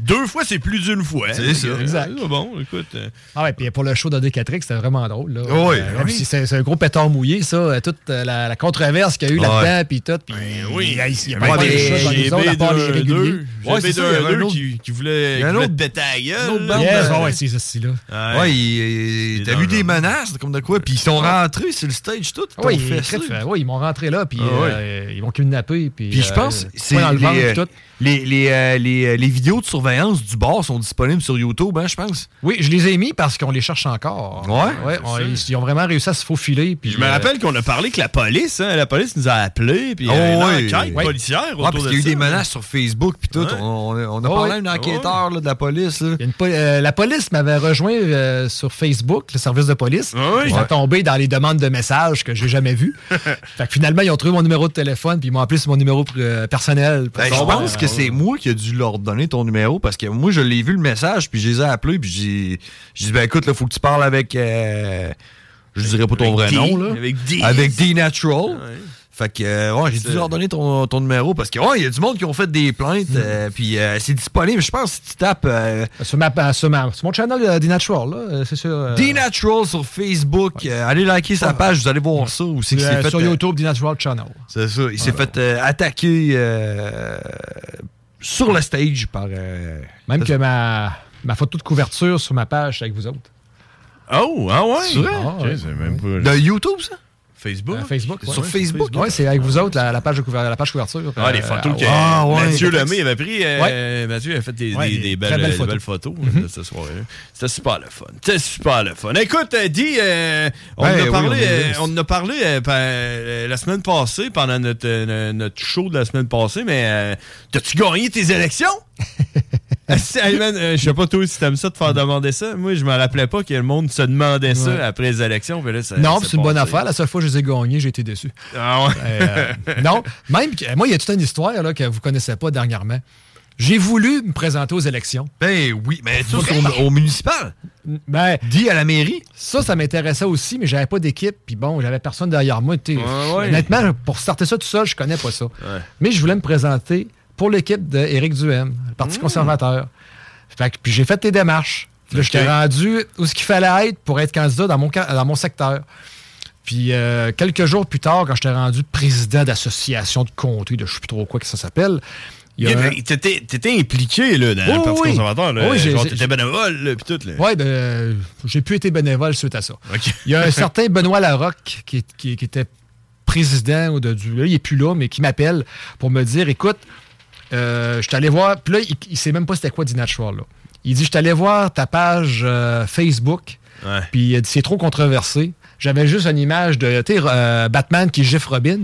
[SPEAKER 6] Deux fois, c'est plus d'une fois.
[SPEAKER 7] C'est ça.
[SPEAKER 9] Exact.
[SPEAKER 6] Ah, bon, écoute. euh,
[SPEAKER 9] Ah ouais, puis pour le show de Decatrix, c'était vraiment drôle. Là.
[SPEAKER 6] Ah
[SPEAKER 9] Euh,
[SPEAKER 6] Oui,
[SPEAKER 9] même
[SPEAKER 6] oui.
[SPEAKER 9] si c'est c'est un gros pétard mouillé, ça, euh, toute euh, la, la controverse qu'il y a eu
[SPEAKER 6] Ah Ouais.
[SPEAKER 9] là-dedans, puis tout.
[SPEAKER 7] Ben
[SPEAKER 9] puis
[SPEAKER 6] ben Oui,
[SPEAKER 9] il y a, il y a
[SPEAKER 6] Ouais,
[SPEAKER 9] pas mal de
[SPEAKER 6] mais
[SPEAKER 9] choses dans
[SPEAKER 6] j'ai
[SPEAKER 9] les autres, à part les
[SPEAKER 6] B2,
[SPEAKER 9] réguliers.
[SPEAKER 6] deux. J'ai B2, deux qui- qui voulait- qui voulait te péter la gueule. Yes, ouais,
[SPEAKER 9] c'est ceci là.
[SPEAKER 7] Ouais, il- il- t'as vu des menaces comme de quoi, puis ils sont rentrés sur le stage tout.
[SPEAKER 9] hein. Oui,
[SPEAKER 7] ils t'ont
[SPEAKER 9] ils,
[SPEAKER 7] fait ça.
[SPEAKER 9] crèvent, ouais, ils m'ont rentré là, puis
[SPEAKER 7] Ah ouais.
[SPEAKER 9] euh, ils m'ont kidnappé. Puis,
[SPEAKER 7] Puis je
[SPEAKER 9] euh,
[SPEAKER 7] pense,
[SPEAKER 9] euh,
[SPEAKER 7] c'est
[SPEAKER 9] poing dans le
[SPEAKER 7] les,
[SPEAKER 9] ventre,
[SPEAKER 7] euh,
[SPEAKER 9] puis tout.
[SPEAKER 7] les, les, euh, les, euh, les vidéos de surveillance du bar sont disponibles sur YouTube, hein, je pense.
[SPEAKER 9] Oui, je les ai mis parce qu'on les cherche encore.
[SPEAKER 7] Ouais.
[SPEAKER 9] Ah, Ouais, on- ils, ils ont vraiment réussi à se faufiler. Puis,
[SPEAKER 6] Je me
[SPEAKER 9] euh,
[SPEAKER 6] rappelle qu'on a parlé que la police, hein, la police nous a appelés, puis il y
[SPEAKER 7] Oh,
[SPEAKER 6] a une
[SPEAKER 7] ouais.
[SPEAKER 6] enquête
[SPEAKER 7] Ouais.
[SPEAKER 6] policière
[SPEAKER 7] Ouais,
[SPEAKER 6] autour
[SPEAKER 7] parce
[SPEAKER 6] de
[SPEAKER 7] qu'il y a eu
[SPEAKER 6] ça,
[SPEAKER 7] des
[SPEAKER 6] là.
[SPEAKER 7] menaces sur Facebook, puis tout.
[SPEAKER 6] Ouais.
[SPEAKER 7] On, on a- on a
[SPEAKER 9] Ah
[SPEAKER 7] parlé
[SPEAKER 9] ouais.
[SPEAKER 7] à un enquêteur là, de la police. là.
[SPEAKER 9] Il y a une po- euh, la police m'avait rejoint euh, sur Facebook, le service de police.
[SPEAKER 7] Ah oui.
[SPEAKER 9] J'étais
[SPEAKER 7] Ouais.
[SPEAKER 9] tombé dans les demandes de messages que j'ai
[SPEAKER 7] (laughs)
[SPEAKER 9] jamais vues. fait que finalement, ils ont trouvé mon numéro de téléphone puis ils m'ont appelé sur mon numéro euh, personnel. pour
[SPEAKER 7] Ben, je
[SPEAKER 9] savoir,
[SPEAKER 7] pense
[SPEAKER 9] euh,
[SPEAKER 7] que c'est moi qui ai dû leur donner ton numéro parce que moi, je l'ai vu le message, puis je les ai appelés, puis j'ai j'ai dit, ben écoute, il faut que tu parles avec. euh, je dirais pas ton vrai
[SPEAKER 6] D.
[SPEAKER 7] nom, là.
[SPEAKER 6] Avec D.
[SPEAKER 7] Avec D-Natural. Fait que, euh, ouais, j'ai dû leur donner ton, ton numéro parce que, ouais, il y a du monde qui ont fait des plaintes, euh, puis euh, c'est disponible. Je pense que si tu tapes. euh,
[SPEAKER 9] Sur, ma, euh, sur ma- sur mon channel euh, des Natural, là, euh, c'est sûr. euh,
[SPEAKER 7] D-Natural sur Facebook. Euh, allez liker sa page, vous allez voir ça. Où c'est qu'il
[SPEAKER 9] euh,
[SPEAKER 7] s'est fait,
[SPEAKER 9] sur
[SPEAKER 7] euh,
[SPEAKER 9] YouTube, des Natural Channel.
[SPEAKER 7] c'est ça. Il s'est fait euh, attaquer euh, sur le stage par. euh,
[SPEAKER 9] Même que ma, ma photo de couverture sur ma page c'est avec vous autres.
[SPEAKER 6] Oh, ah ouais?
[SPEAKER 9] C'est vrai?
[SPEAKER 6] Ah, ok, c'est même pas-
[SPEAKER 7] De YouTube, ça?
[SPEAKER 6] Facebook?
[SPEAKER 9] Euh, Facebook. ouais,
[SPEAKER 6] Sur
[SPEAKER 9] ouais,
[SPEAKER 6] Facebook?
[SPEAKER 9] Oui, c'est avec vous autres, la, la page, de couver- la page couverture.
[SPEAKER 6] Ah, les
[SPEAKER 9] euh,
[SPEAKER 6] photos que
[SPEAKER 9] ah, ouais.
[SPEAKER 6] Mathieu Lemay avait pris. euh,
[SPEAKER 9] Ouais.
[SPEAKER 6] Mathieu a fait des,
[SPEAKER 9] Ouais,
[SPEAKER 6] des-
[SPEAKER 9] des
[SPEAKER 6] des belles,
[SPEAKER 9] très Mm-hmm. belles
[SPEAKER 6] des
[SPEAKER 9] photos.
[SPEAKER 6] belles photos euh, de ce soir-là. C'était super le fun. C'était super le fun. Écoute, euh, Guy, euh, on,
[SPEAKER 7] Ouais,
[SPEAKER 6] en a
[SPEAKER 7] Ben oui,
[SPEAKER 6] parlé,
[SPEAKER 7] on est-
[SPEAKER 6] euh, on en a parlé euh, pa- euh, la semaine passée, pendant notre, euh, notre show de la semaine passée, mais euh, t'as-tu gagné tes élections?
[SPEAKER 9] (laughs)
[SPEAKER 6] Si, hey, man, euh, Je sais pas toi si t'aimes ça de faire demander ça. Moi, je me rappelais pas que le monde se demandait ça
[SPEAKER 9] Ouais.
[SPEAKER 6] après les élections. puis là, ça-
[SPEAKER 9] Non,
[SPEAKER 6] ça
[SPEAKER 9] c'est une bonne
[SPEAKER 6] passait.
[SPEAKER 9] affaire. La seule fois que je les ai gagnés, j'ai été déçu.
[SPEAKER 6] Ah ouais. (laughs)
[SPEAKER 9] Euh, non, même que, moi, il y a toute une histoire là, que vous connaissez pas dernièrement. J'ai voulu me présenter aux élections.
[SPEAKER 7] Ben oui, mais tout au, au municipal.
[SPEAKER 9] Ben,
[SPEAKER 7] Dit à la mairie.
[SPEAKER 9] Ça, ça m'intéressait aussi, mais j'avais pas d'équipe. Puis bon, j'avais personne derrière moi. tu sais.
[SPEAKER 6] Ouais, ouais.
[SPEAKER 9] Honnêtement, pour starter ça tout seul, je connais pas ça. Mais je voulais me présenter pour l'équipe d'Éric Duhem, le Parti conservateur. Fait que- puis j'ai fait les démarches. Puis là, j'étais rendu où ce qu'il fallait être pour être candidat dans mon, ca- dans mon secteur. Puis euh, quelques jours plus tard, quand j'étais rendu président d'association de comté, de je sais plus trop quoi que ça s'appelle, Il y a un-
[SPEAKER 6] T'étais- T'étais impliqué là, dans le
[SPEAKER 9] Oui,
[SPEAKER 6] Parti
[SPEAKER 9] oui.
[SPEAKER 6] conservateur. Là,
[SPEAKER 9] Oui, j'ai-
[SPEAKER 6] genre,
[SPEAKER 9] j'ai-
[SPEAKER 6] t'étais bénévole, là, puis tout. Là.
[SPEAKER 9] Oui, ben, euh, j'ai plus été bénévole suite à ça.
[SPEAKER 6] OK.
[SPEAKER 9] Il y a un certain Benoît Larocque qui, qui- qui était président ou de, du. là, il n'est plus là, mais qui m'appelle pour me dire écoute, euh, je suis allé voir. Puis là, il ne sait même pas c'était quoi Dinachwar. Là. Il dit je suis allé voir ta page euh, Facebook.
[SPEAKER 6] Ouais.
[SPEAKER 9] Puis il dit, c'est trop controversé. J'avais juste une image de tu sais, euh, Batman qui gifle Robin.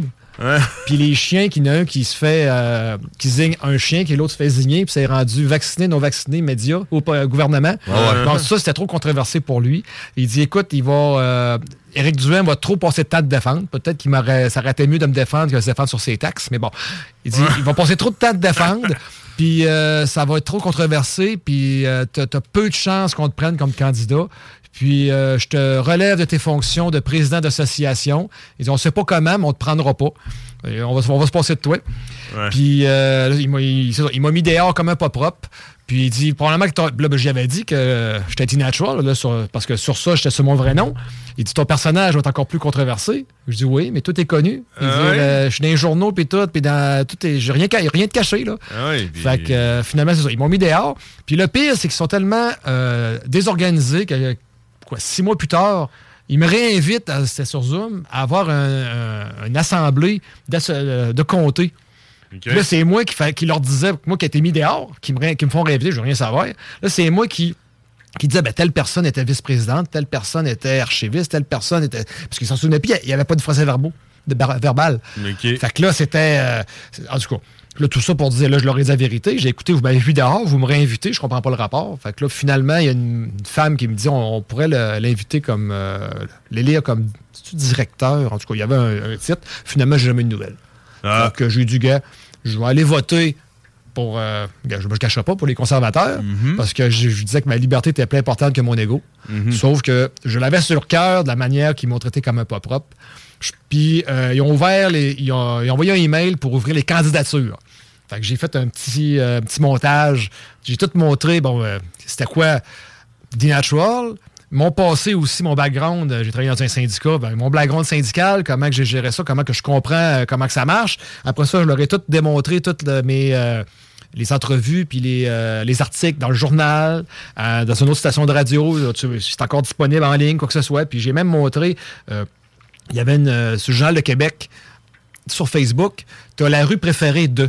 [SPEAKER 9] Puis les chiens, qu'il y en a un qui se fait. euh, qui zigne un chien, qui l'autre se fait zigner, puis c'est rendu vacciné, non vacciné, média, ou pas, euh, gouvernement.
[SPEAKER 6] Ouais, ouais.
[SPEAKER 9] Donc ça, c'était trop controversé pour lui. Il dit écoute, il va. euh, Éric Duhem va trop passer de temps de défendre. Peut-être qu'il m'aurait. Ça aurait été mieux de me défendre que de se défendre sur ses taxes, mais bon. Il dit il va passer trop de temps de défendre. Puis euh, ça va être trop controversé, puis euh, t'as t'as peu de chances qu'on te prenne comme candidat. Puis euh, je te relève de tes fonctions de président d'association. Ils disent on sait pas comment, mais on te prendra pas. Et on, va, se- on va se passer de toi. Puis euh, là, il m'a- il- c'est ça, il m'a mis dehors comme un pas propre. Puis il dit probablement que ton- là, ben, j'y avais dit que euh, j'étais natural là, sur- parce que sur ça j'étais sur mon vrai nom. Il dit ton personnage va être encore plus controversé. Je dis oui, mais tout est connu.
[SPEAKER 6] Ah
[SPEAKER 9] Il dit,
[SPEAKER 6] ouais?
[SPEAKER 9] euh, je suis dans les journaux puis tout, puis dans tout est j'ai rien ca- rien de caché là.
[SPEAKER 6] Ah oui, puis-
[SPEAKER 9] Fait que euh, finalement, c'est ça. Ils m'ont mis dehors. Puis le pire, c'est qu'ils sont tellement euh, désorganisés que, euh, quoi, six mois plus tard, ils me réinvitent, à- c'était sur Zoom, à avoir un- un- une assemblée d'asso- euh, de comté. Puis Là, c'est moi qui, fa- qui leur disais, moi qui ai été mis dehors, qui me, ré- qui me font réinviter, je veux rien savoir. Là, c'est moi qui qui disait ben, telle personne était vice-présidente, telle personne était archiviste, telle personne était. Parce qu'ils s'en souvenaient, puis il n'y avait pas de français verbaux, de bar- verbal. Fait que là, c'était. euh, c'est- en tout cas, là, tout ça pour dire, là, je leur ai dit la vérité. J'ai écouté, vous m'avez vu dehors, vous me réinvitez, je comprends pas le rapport. Fait que là, finalement, il y a une, une femme qui me dit, on, on pourrait le- l'inviter comme. euh, l'élire comme c'est-tu directeur. En tout cas, il y avait un, un titre. Finalement, j'ai jamais eu de nouvelles. Fait que j'ai du gars, je vais aller voter pour. euh, je ne cacherai pas pour les conservateurs, parce que je, je disais que ma liberté était plus importante que mon ego. Sauf que je l'avais sur le cœur de la manière qu'ils m'ont traité comme un pas propre. Je- Puis euh, ils ont ouvert les. Ils ont, ils ont envoyé un email pour ouvrir les candidatures. Fait que j'ai fait un petit, euh, petit montage. J'ai tout montré, bon, euh, c'était quoi The Natural. Mon passé aussi, mon background, euh, j'ai travaillé dans un syndicat, ben, mon background syndical, comment que j'ai géré ça, comment que je comprends, euh, comment que ça marche. Après ça, je leur ai tout démontré, toutes le- mes, euh, les entrevues, puis les, euh, les articles dans le journal, euh, dans une autre station de radio, là, tu- c'est encore disponible en ligne, quoi que ce soit. Puis j'ai même montré, euh, il y avait une, euh, sur le Journal de Québec, sur Facebook, tu as la rue préférée de.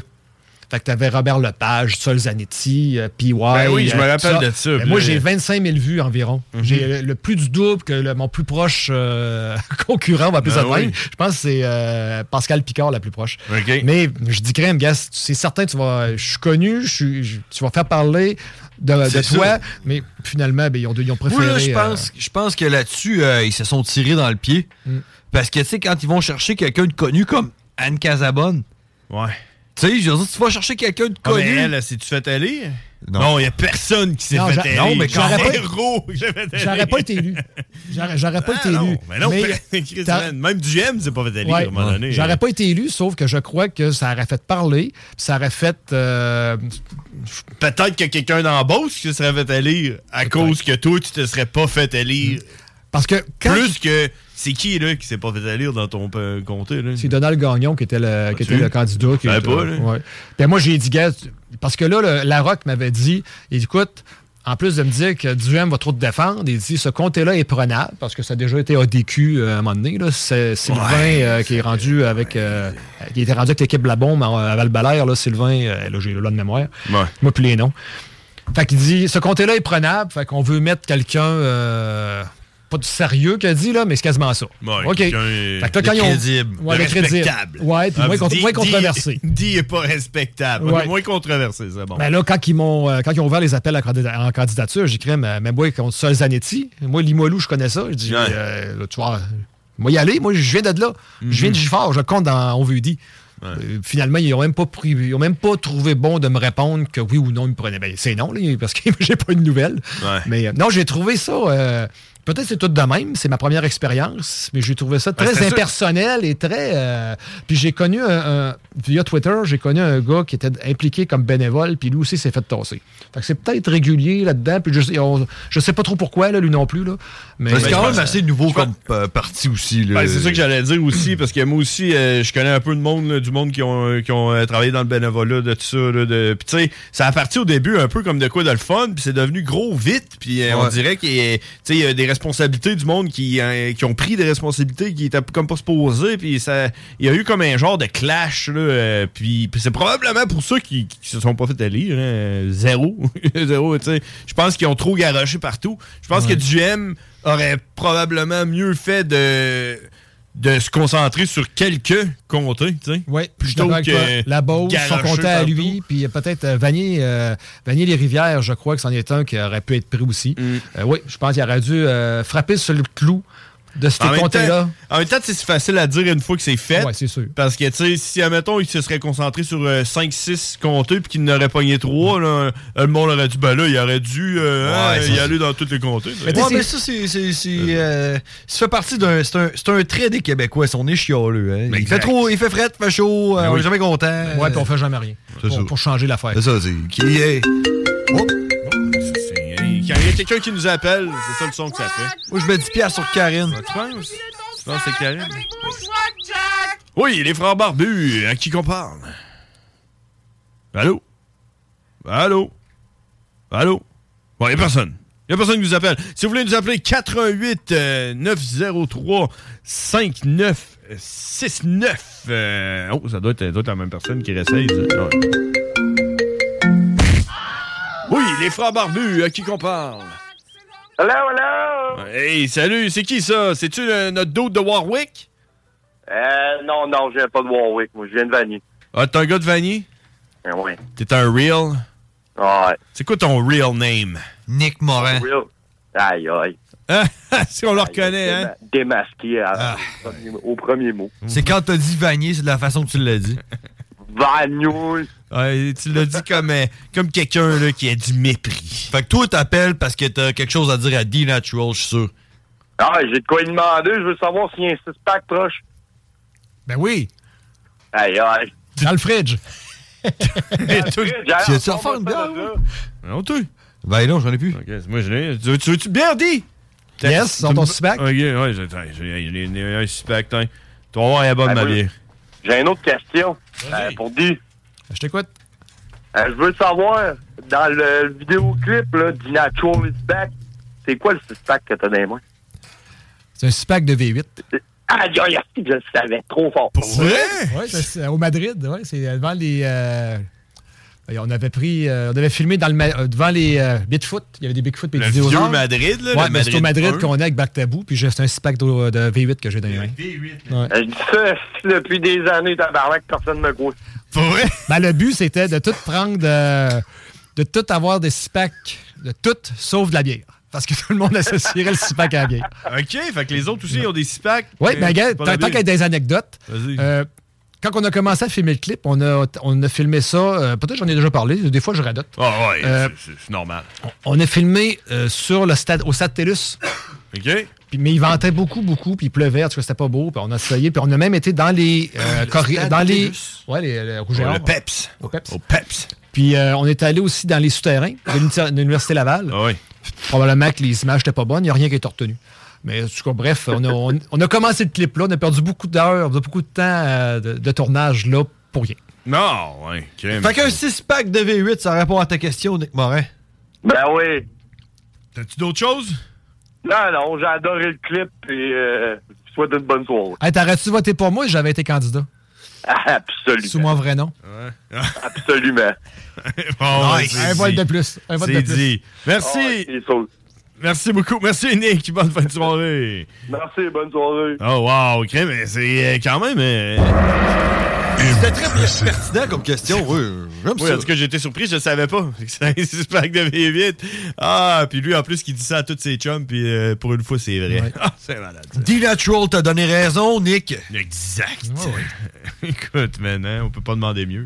[SPEAKER 9] Fait que t'avais Robert Lepage, Sol Zanetti, euh, P.Y.
[SPEAKER 6] Ben oui, je me
[SPEAKER 9] euh,
[SPEAKER 6] rappelle
[SPEAKER 9] tout ça.
[SPEAKER 6] de ça,
[SPEAKER 9] Ben
[SPEAKER 6] puis
[SPEAKER 9] moi,
[SPEAKER 6] là-
[SPEAKER 9] j'ai 25 000 vues environ.
[SPEAKER 6] Mhm.
[SPEAKER 9] J'ai le, le plus du double que le- mon plus proche euh, (laughs) concurrent, on va appeler ça
[SPEAKER 6] Ben
[SPEAKER 9] de même.
[SPEAKER 6] oui.
[SPEAKER 9] Je pense que c'est euh, Pascal Picard la plus proche.
[SPEAKER 6] OK.
[SPEAKER 9] Mais je dis crème, gars, c'est- c'est certain, tu vas, je suis connu, je suis- je- tu vas faire parler de, de
[SPEAKER 7] C'est
[SPEAKER 9] toi,
[SPEAKER 7] ça.
[SPEAKER 9] mais finalement, ben, ils, ont, ils ont préféré...
[SPEAKER 7] Moi, là, je
[SPEAKER 9] euh,
[SPEAKER 7] pense, je pense que là-dessus, euh, ils se sont tirés dans le pied.
[SPEAKER 6] Mm.
[SPEAKER 7] Parce que, tu sais, quand ils vont chercher quelqu'un de connu comme Anne Casabonne.
[SPEAKER 6] Ouais.
[SPEAKER 7] Tu sais, je veux dire, si tu vas chercher quelqu'un de
[SPEAKER 6] Ah, mais
[SPEAKER 7] connu.
[SPEAKER 6] elle, s'est-tu fait aller?
[SPEAKER 7] Non.
[SPEAKER 6] Non, il n'y a personne qui s'est
[SPEAKER 7] Non,
[SPEAKER 6] fait
[SPEAKER 7] j'a-
[SPEAKER 6] aller.
[SPEAKER 7] non, mais quand-
[SPEAKER 6] J'aurais
[SPEAKER 7] J'aurais
[SPEAKER 6] Zéro qui s'est fait aller.
[SPEAKER 9] J'aurais pas été
[SPEAKER 6] (laughs)
[SPEAKER 9] élu. J'aurais j'aurais pas été élu.
[SPEAKER 6] Mais Ah non, (laughs)
[SPEAKER 9] Mais-
[SPEAKER 6] Chris,
[SPEAKER 9] t'as-
[SPEAKER 6] man, même du M, c'est pas fait aller
[SPEAKER 9] Ouais.
[SPEAKER 6] à un moment donné. hein.
[SPEAKER 9] J'aurais pas été élu, sauf que je crois que ça aurait fait parler, puis ça aurait fait. euh,
[SPEAKER 6] Peut-être que quelqu'un d'embauche qui se serait fait élire à cause que toi, tu te serais pas fait élire.
[SPEAKER 9] Parce que quand-
[SPEAKER 6] Plus que. C'est qui, là, qui s'est pas fait élire dans ton euh, comté, là?
[SPEAKER 9] c'est Donald Gagnon qui était le, qui était
[SPEAKER 6] tu-
[SPEAKER 9] le candidat. Qui
[SPEAKER 6] savais
[SPEAKER 9] était-
[SPEAKER 6] Ben, pas, là.
[SPEAKER 9] ouais. Puis moi, j'ai dit, gars, tu- parce que là, le- la Rock m'avait dit, il dit, écoute, en plus de me dire que Duhem va trop te défendre, il dit, ce comté-là est prenable, parce que ça a déjà été ADQ euh, à un moment donné. Là. C'est Sylvain euh, qui est rendu avec. euh, qui était rendu avec l'équipe de la bombe à, à val là, Sylvain, euh, là, j'ai le lot de mémoire. Moi, plus les noms. Fait qu'il dit, ce comté-là est prenable, fait qu'on veut mettre quelqu'un, euh, pas du sérieux qu'il a dit, là, mais c'est quasiment ça. OK. Fait
[SPEAKER 6] quelqu'un,
[SPEAKER 9] que
[SPEAKER 6] euh,
[SPEAKER 9] là, quand
[SPEAKER 6] de
[SPEAKER 9] ils ont-
[SPEAKER 6] crédible,
[SPEAKER 9] Ouais,
[SPEAKER 6] de
[SPEAKER 9] de crédible.
[SPEAKER 6] respectable.
[SPEAKER 9] Ouais, puis
[SPEAKER 6] Ah,
[SPEAKER 9] moins,
[SPEAKER 6] vous
[SPEAKER 9] cont-
[SPEAKER 6] dites-
[SPEAKER 9] moins
[SPEAKER 6] dites- (laughs)
[SPEAKER 9] controversé.
[SPEAKER 6] Dit est pas respectable.
[SPEAKER 9] Ouais.
[SPEAKER 6] Moins controversé, c'est bon.
[SPEAKER 9] Ben là, quand ils m'ont euh, quand ils ont ouvert les appels à candida- en candidature, j'ai créé mais, mais moi contre Sol Zanetti, moi Limoilou, je connais ça. Je dis euh, là, tu vois, moi y aller, moi je viens de là. Je viens de Gifford, je compte dans On veut dit. Euh, finalement, ils n'ont même pas pris, ils ont même pas trouvé bon de me répondre que (laughs) oui ou non ils me prenaient. Ben, c'est non, là, parce que j'ai pas eu de nouvelles.
[SPEAKER 6] Ouais.
[SPEAKER 9] Mais euh, non, j'ai trouvé ça euh, Peut-être c'est tout de même, c'est ma première expérience, mais j'ai trouvé ça
[SPEAKER 6] Ben,
[SPEAKER 9] très
[SPEAKER 6] c'était sûr.
[SPEAKER 9] impersonnel et très. euh, puis j'ai connu un, un- via Twitter, j'ai connu un gars qui était impliqué comme bénévole, puis lui aussi s'est fait tasser. Fait que c'est peut-être régulier là-dedans, puis je, sais- on- je sais pas trop pourquoi là, lui non plus là. Mais
[SPEAKER 7] c'est quand même assez nouveau comme euh, parti aussi. là.
[SPEAKER 6] Ben, c'est ça que j'allais dire aussi, parce que moi aussi, euh, je connais un peu de monde, là, du monde qui ont, euh, qui ont euh, travaillé dans le bénévolat, de tout ça. là, de... Puis tu sais, ça a parti au début un peu comme de quoi de le fun, puis c'est devenu gros vite, puis euh, on
[SPEAKER 7] Ouais.
[SPEAKER 6] dirait qu'il y a- tu sais, il y a des responsabilités du monde qui, euh, qui ont pris des responsabilités qui étaient comme pas supposées, puis ça, il y a eu comme un genre de clash, là, euh, puis puis c'est probablement pour ceux qui, qui se sont pas fait élire, hein, zéro, (laughs) zéro, tu sais. Je pense qu'ils ont trop garoché partout. Je pense que Duhem aurait probablement mieux fait de de se concentrer sur quelques comtés, tu sais.
[SPEAKER 9] Ouais,
[SPEAKER 6] plutôt
[SPEAKER 9] D'accord avec toi.
[SPEAKER 6] que
[SPEAKER 9] la Beauce, son
[SPEAKER 6] garocher
[SPEAKER 9] comptait à
[SPEAKER 6] partout.
[SPEAKER 9] lui, puis il y a peut-être euh, Vanier, euh, Vanier les Rivières, je crois que c'en est un qui aurait pu être pris aussi.
[SPEAKER 6] Mm.
[SPEAKER 9] Euh, oui, je pense qu'il aurait dû euh, frapper sur le clou de ces
[SPEAKER 6] En même
[SPEAKER 9] comtés-là.
[SPEAKER 6] temps- En même temps, tu sais, c'est facile à dire une fois que c'est fait. Parce que, tu sais, si, admettons, il se serait concentré sur 5-6 comtés puis qu'il n'aurait pogné 3, là, euh, le monde aurait dit, ben là, il aurait dû euh, hein,
[SPEAKER 7] c'est
[SPEAKER 6] y
[SPEAKER 7] ça.
[SPEAKER 6] aller dans tous les comtés.
[SPEAKER 7] Mais, ouais,
[SPEAKER 9] ben,
[SPEAKER 7] mais ça, c'est. c'est- c'est, euh, ça fait partie d'un. C'est un, c'est un trait des Québécois, ça, on est chialeux. Hein? Il fait
[SPEAKER 9] exact.
[SPEAKER 7] trop. Il fait fret, fait chaud, euh,
[SPEAKER 9] Ben
[SPEAKER 7] on
[SPEAKER 9] oui.
[SPEAKER 7] est jamais content.
[SPEAKER 9] Ouais, puis on fait jamais rien.
[SPEAKER 7] C'est ça.
[SPEAKER 9] Pour, pour changer l'affaire.
[SPEAKER 7] C'est ça, c'est. Qui est.
[SPEAKER 6] Oh,
[SPEAKER 7] Oh.
[SPEAKER 6] Quand il y a quelqu'un qui nous appelle, c'est ça le son que ça fait.
[SPEAKER 7] Moi, je mets 10 piastres sur Karine.
[SPEAKER 6] Tu penses? Tu penses que c'est Karine? Oui, les frères barbus, à qui qu'on parle? Allô? Allô? Allô? Bon, il a personne. Il a personne qui nous appelle. Si vous voulez nous appeler, 88 euh, 903 5969. Euh, oh, ça doit, être, ça doit être la même personne qui réessaye. ça. Ouais. Oui, les frères barbus, à qui qu'on parle?
[SPEAKER 10] Hello, hello!
[SPEAKER 6] Hey, salut, c'est qui ça? C'est-tu euh, notre doute de Warwick?
[SPEAKER 10] Euh, non, non, je viens pas de Warwick, moi, je viens de Vanier.
[SPEAKER 6] Ah, t'es un gars de Vanier?
[SPEAKER 10] Ben oui.
[SPEAKER 6] T'es un real?
[SPEAKER 10] Ouais.
[SPEAKER 6] C'est quoi ton real name? Hein?
[SPEAKER 7] Nick Morin.
[SPEAKER 10] Real. Aïe, aïe.
[SPEAKER 6] (laughs) si on
[SPEAKER 10] Ah,
[SPEAKER 6] le reconnaît, hein?
[SPEAKER 10] Déma- Démasqué à-
[SPEAKER 9] Ah.
[SPEAKER 10] au, premier, au premier mot.
[SPEAKER 7] C'est quand t'as dit Vanier, c'est de la façon que tu l'as dit.
[SPEAKER 10] Vanier.
[SPEAKER 6] Ouais, tu l'as dit comme, euh, comme quelqu'un là, qui a du mépris.
[SPEAKER 7] Fait que toi, t'appelles parce que t'as quelque chose à dire à D-Natural, je suis
[SPEAKER 10] (laughs)
[SPEAKER 7] sûr.
[SPEAKER 10] Ah, j'ai de quoi lui demander, je veux savoir s'il y a un six-pack proche.
[SPEAKER 9] Ben oui.
[SPEAKER 10] Aïe, aïe.
[SPEAKER 9] Dans le fridge.
[SPEAKER 7] Tu as-tu refaire une bière? moi?
[SPEAKER 6] Non, toi?
[SPEAKER 7] Ben non, j'en ai plus.
[SPEAKER 6] moi, je l'ai. Tu veux-tu veux -tu bien, dit?
[SPEAKER 9] Yes, dans ton six-pack?
[SPEAKER 6] Ok, ouais, j'ai attends, j'ai- j'ai- j'ai un six-pack, tiens. Tu vas voir, elle est bonne,
[SPEAKER 10] Ah,
[SPEAKER 6] ma
[SPEAKER 10] oui.
[SPEAKER 6] bière.
[SPEAKER 10] J'ai une autre question euh, pour Dee.
[SPEAKER 9] Je t'écoute.
[SPEAKER 10] Euh, je veux savoir, dans le vidéoclip là, du Natural is Back, c'est quoi le six-pack que t'as dans les mains?
[SPEAKER 9] C'est un six-pack de V8.
[SPEAKER 10] Aïe, aïe, aïe, je le savais trop fort.
[SPEAKER 9] Ouais, ça, c'est au Madrid, ouais, c'est devant les. euh, on avait pris, euh, on avait filmé dans le ma- euh, devant les euh, Bigfoot. Il y avait des Bigfoot et
[SPEAKER 6] Le
[SPEAKER 9] des dinosaures.
[SPEAKER 6] vieux Madrid, là,
[SPEAKER 9] Ouais,
[SPEAKER 6] le
[SPEAKER 9] mais c'est au
[SPEAKER 6] Madrid
[SPEAKER 9] Madrid
[SPEAKER 6] 1.
[SPEAKER 9] qu'on est avec Bactabou, puis j'ai- c'est un six-pack de, de V8 que j'ai donné. Ouais.
[SPEAKER 10] Je dis ça depuis des années, tabarnak, personne ne me croit. (laughs)
[SPEAKER 6] vrai?
[SPEAKER 9] Ben, le but, c'était de tout prendre, de, de tout avoir des six-packs, de tout, sauf de la bière. Parce que tout le monde associerait le six-pack à
[SPEAKER 6] (laughs)
[SPEAKER 9] la bière.
[SPEAKER 6] Ok, fait que les autres aussi ont des six-packs.
[SPEAKER 9] Oui, ben,
[SPEAKER 6] mais
[SPEAKER 9] mais gars,
[SPEAKER 6] c'est pas la
[SPEAKER 9] tant tant qu'il y a
[SPEAKER 6] bière.
[SPEAKER 9] des anecdotes,
[SPEAKER 6] Vas-y.
[SPEAKER 9] euh, quand on a commencé à filmer le clip, on a, on a filmé ça, euh, peut-être j'en ai déjà parlé, des fois je radote.
[SPEAKER 6] Ah, ouais,
[SPEAKER 9] Euh,
[SPEAKER 6] c'est- c'est- c'est normal.
[SPEAKER 9] On a filmé euh, sur le stade, au stade Télus.
[SPEAKER 6] OK.
[SPEAKER 9] Puis, mais il ventait beaucoup, beaucoup, puis il pleuvait, parce que c'était pas beau, puis on a essayé, puis on a même été dans les... euh, corri-
[SPEAKER 6] stade
[SPEAKER 9] dans les
[SPEAKER 6] Télus.
[SPEAKER 9] ouais, les, les Rouges et
[SPEAKER 6] Ouais,
[SPEAKER 9] Or.
[SPEAKER 6] le Peps.
[SPEAKER 9] Au Peps.
[SPEAKER 6] Au Peps.
[SPEAKER 9] Puis euh, on est allé aussi dans les souterrains de l'uni- de l'Université Laval.
[SPEAKER 6] Ah
[SPEAKER 9] Probablement que les images n'étaient pas bonnes, il n'y a rien qui est retenu. Mais en tout cas, bref, on a, on- on a commencé le clip-là, on a perdu beaucoup d'heures, on a beaucoup de temps euh, de, de tournage là pour rien.
[SPEAKER 6] Non, ouais. ok, mais-
[SPEAKER 7] Fait qu'un 6-pack de V8, ça répond à ta question, Nick Morin.
[SPEAKER 10] Ben oui.
[SPEAKER 6] T'as-tu d'autres choses?
[SPEAKER 10] Non, non, j'ai adoré le clip et euh, je souhaite une bonne soirée.
[SPEAKER 9] Hey, T'aurais-tu voté pour moi si j'avais été candidat?
[SPEAKER 10] Absolument.
[SPEAKER 9] Sous mon vrai nom.
[SPEAKER 10] Absolument.
[SPEAKER 6] Bon, Oh,
[SPEAKER 9] Nice.
[SPEAKER 6] c'est
[SPEAKER 9] Un vote
[SPEAKER 6] dit.
[SPEAKER 9] de plus. Un vote
[SPEAKER 6] C'est
[SPEAKER 9] de plus.
[SPEAKER 6] dit.
[SPEAKER 10] Ah,
[SPEAKER 6] Merci.
[SPEAKER 10] c'est sûr.
[SPEAKER 6] Merci beaucoup. Merci, Nick. Bonne fin de soirée.
[SPEAKER 10] Merci, bonne soirée.
[SPEAKER 6] Oh, wow. OK, mais c'est euh, quand même... euh,
[SPEAKER 7] C'était très pertinent comme question, oui. J'aime
[SPEAKER 6] Oui,
[SPEAKER 7] ça.
[SPEAKER 6] en tout cas, j'étais surpris, je le savais pas. (laughs) C'est un six pack de V8. Ah, puis lui, en plus, qui dit ça à tous ses chums, puis euh, pour une fois, c'est vrai. (laughs) Ah, c'est malade.
[SPEAKER 7] D-Natural t'a donné raison, Nick.
[SPEAKER 6] Exact. (laughs) Écoute, maintenant, on peut pas demander mieux.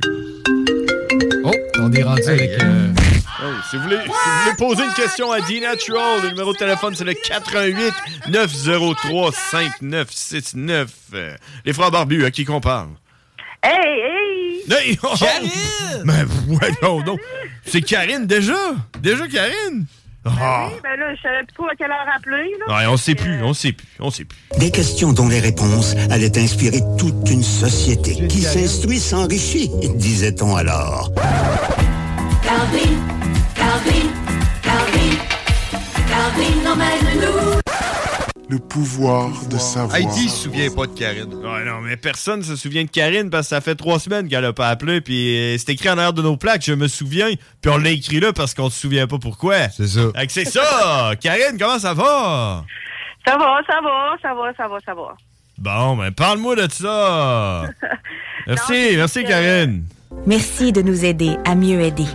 [SPEAKER 9] Oh, on est rendu avec. euh,
[SPEAKER 6] Oh, si, vous voulez, si vous voulez poser une question à D-Natural, le numéro de téléphone, c'est le 88-903-5969. Euh, Les frères barbus, à qui qu'on parle?
[SPEAKER 11] Hey, hey!
[SPEAKER 6] Hey, oh, oh! Mais voyons donc! C'est Karine, déjà? Déjà Karine? Ah.
[SPEAKER 11] Ben là, je savais plus trop à quelle heure appeler, là. euh,
[SPEAKER 6] Ouais, on sait plus, on sait plus, on sait plus.
[SPEAKER 12] Des questions dont les réponses allaient inspirer toute une société qui s'instruit s'enrichit, disait-on alors.
[SPEAKER 3] Calvin, Calvin, Calvin, Calvin emmène-nous.
[SPEAKER 6] Le pouvoir de savoir.
[SPEAKER 13] Heidi
[SPEAKER 6] se souvient pas de Karine. Ouais, non, mais personne se souvient de Karine parce que ça fait trois semaines qu'elle a pas appelé. Puis euh, c'est écrit en arrière de nos plaques, je me souviens. Puis on l'a écrit là parce qu'on se souvient pas pourquoi. C'est ça. c'est (laughs) ça! Karine, comment ça va?
[SPEAKER 11] Ça va, Ah, ça va, ça va, ça va, ça va.
[SPEAKER 6] Bon, ben parle-moi de ça! (laughs) merci, merci Karine.
[SPEAKER 14] Merci de nous aider à mieux aider.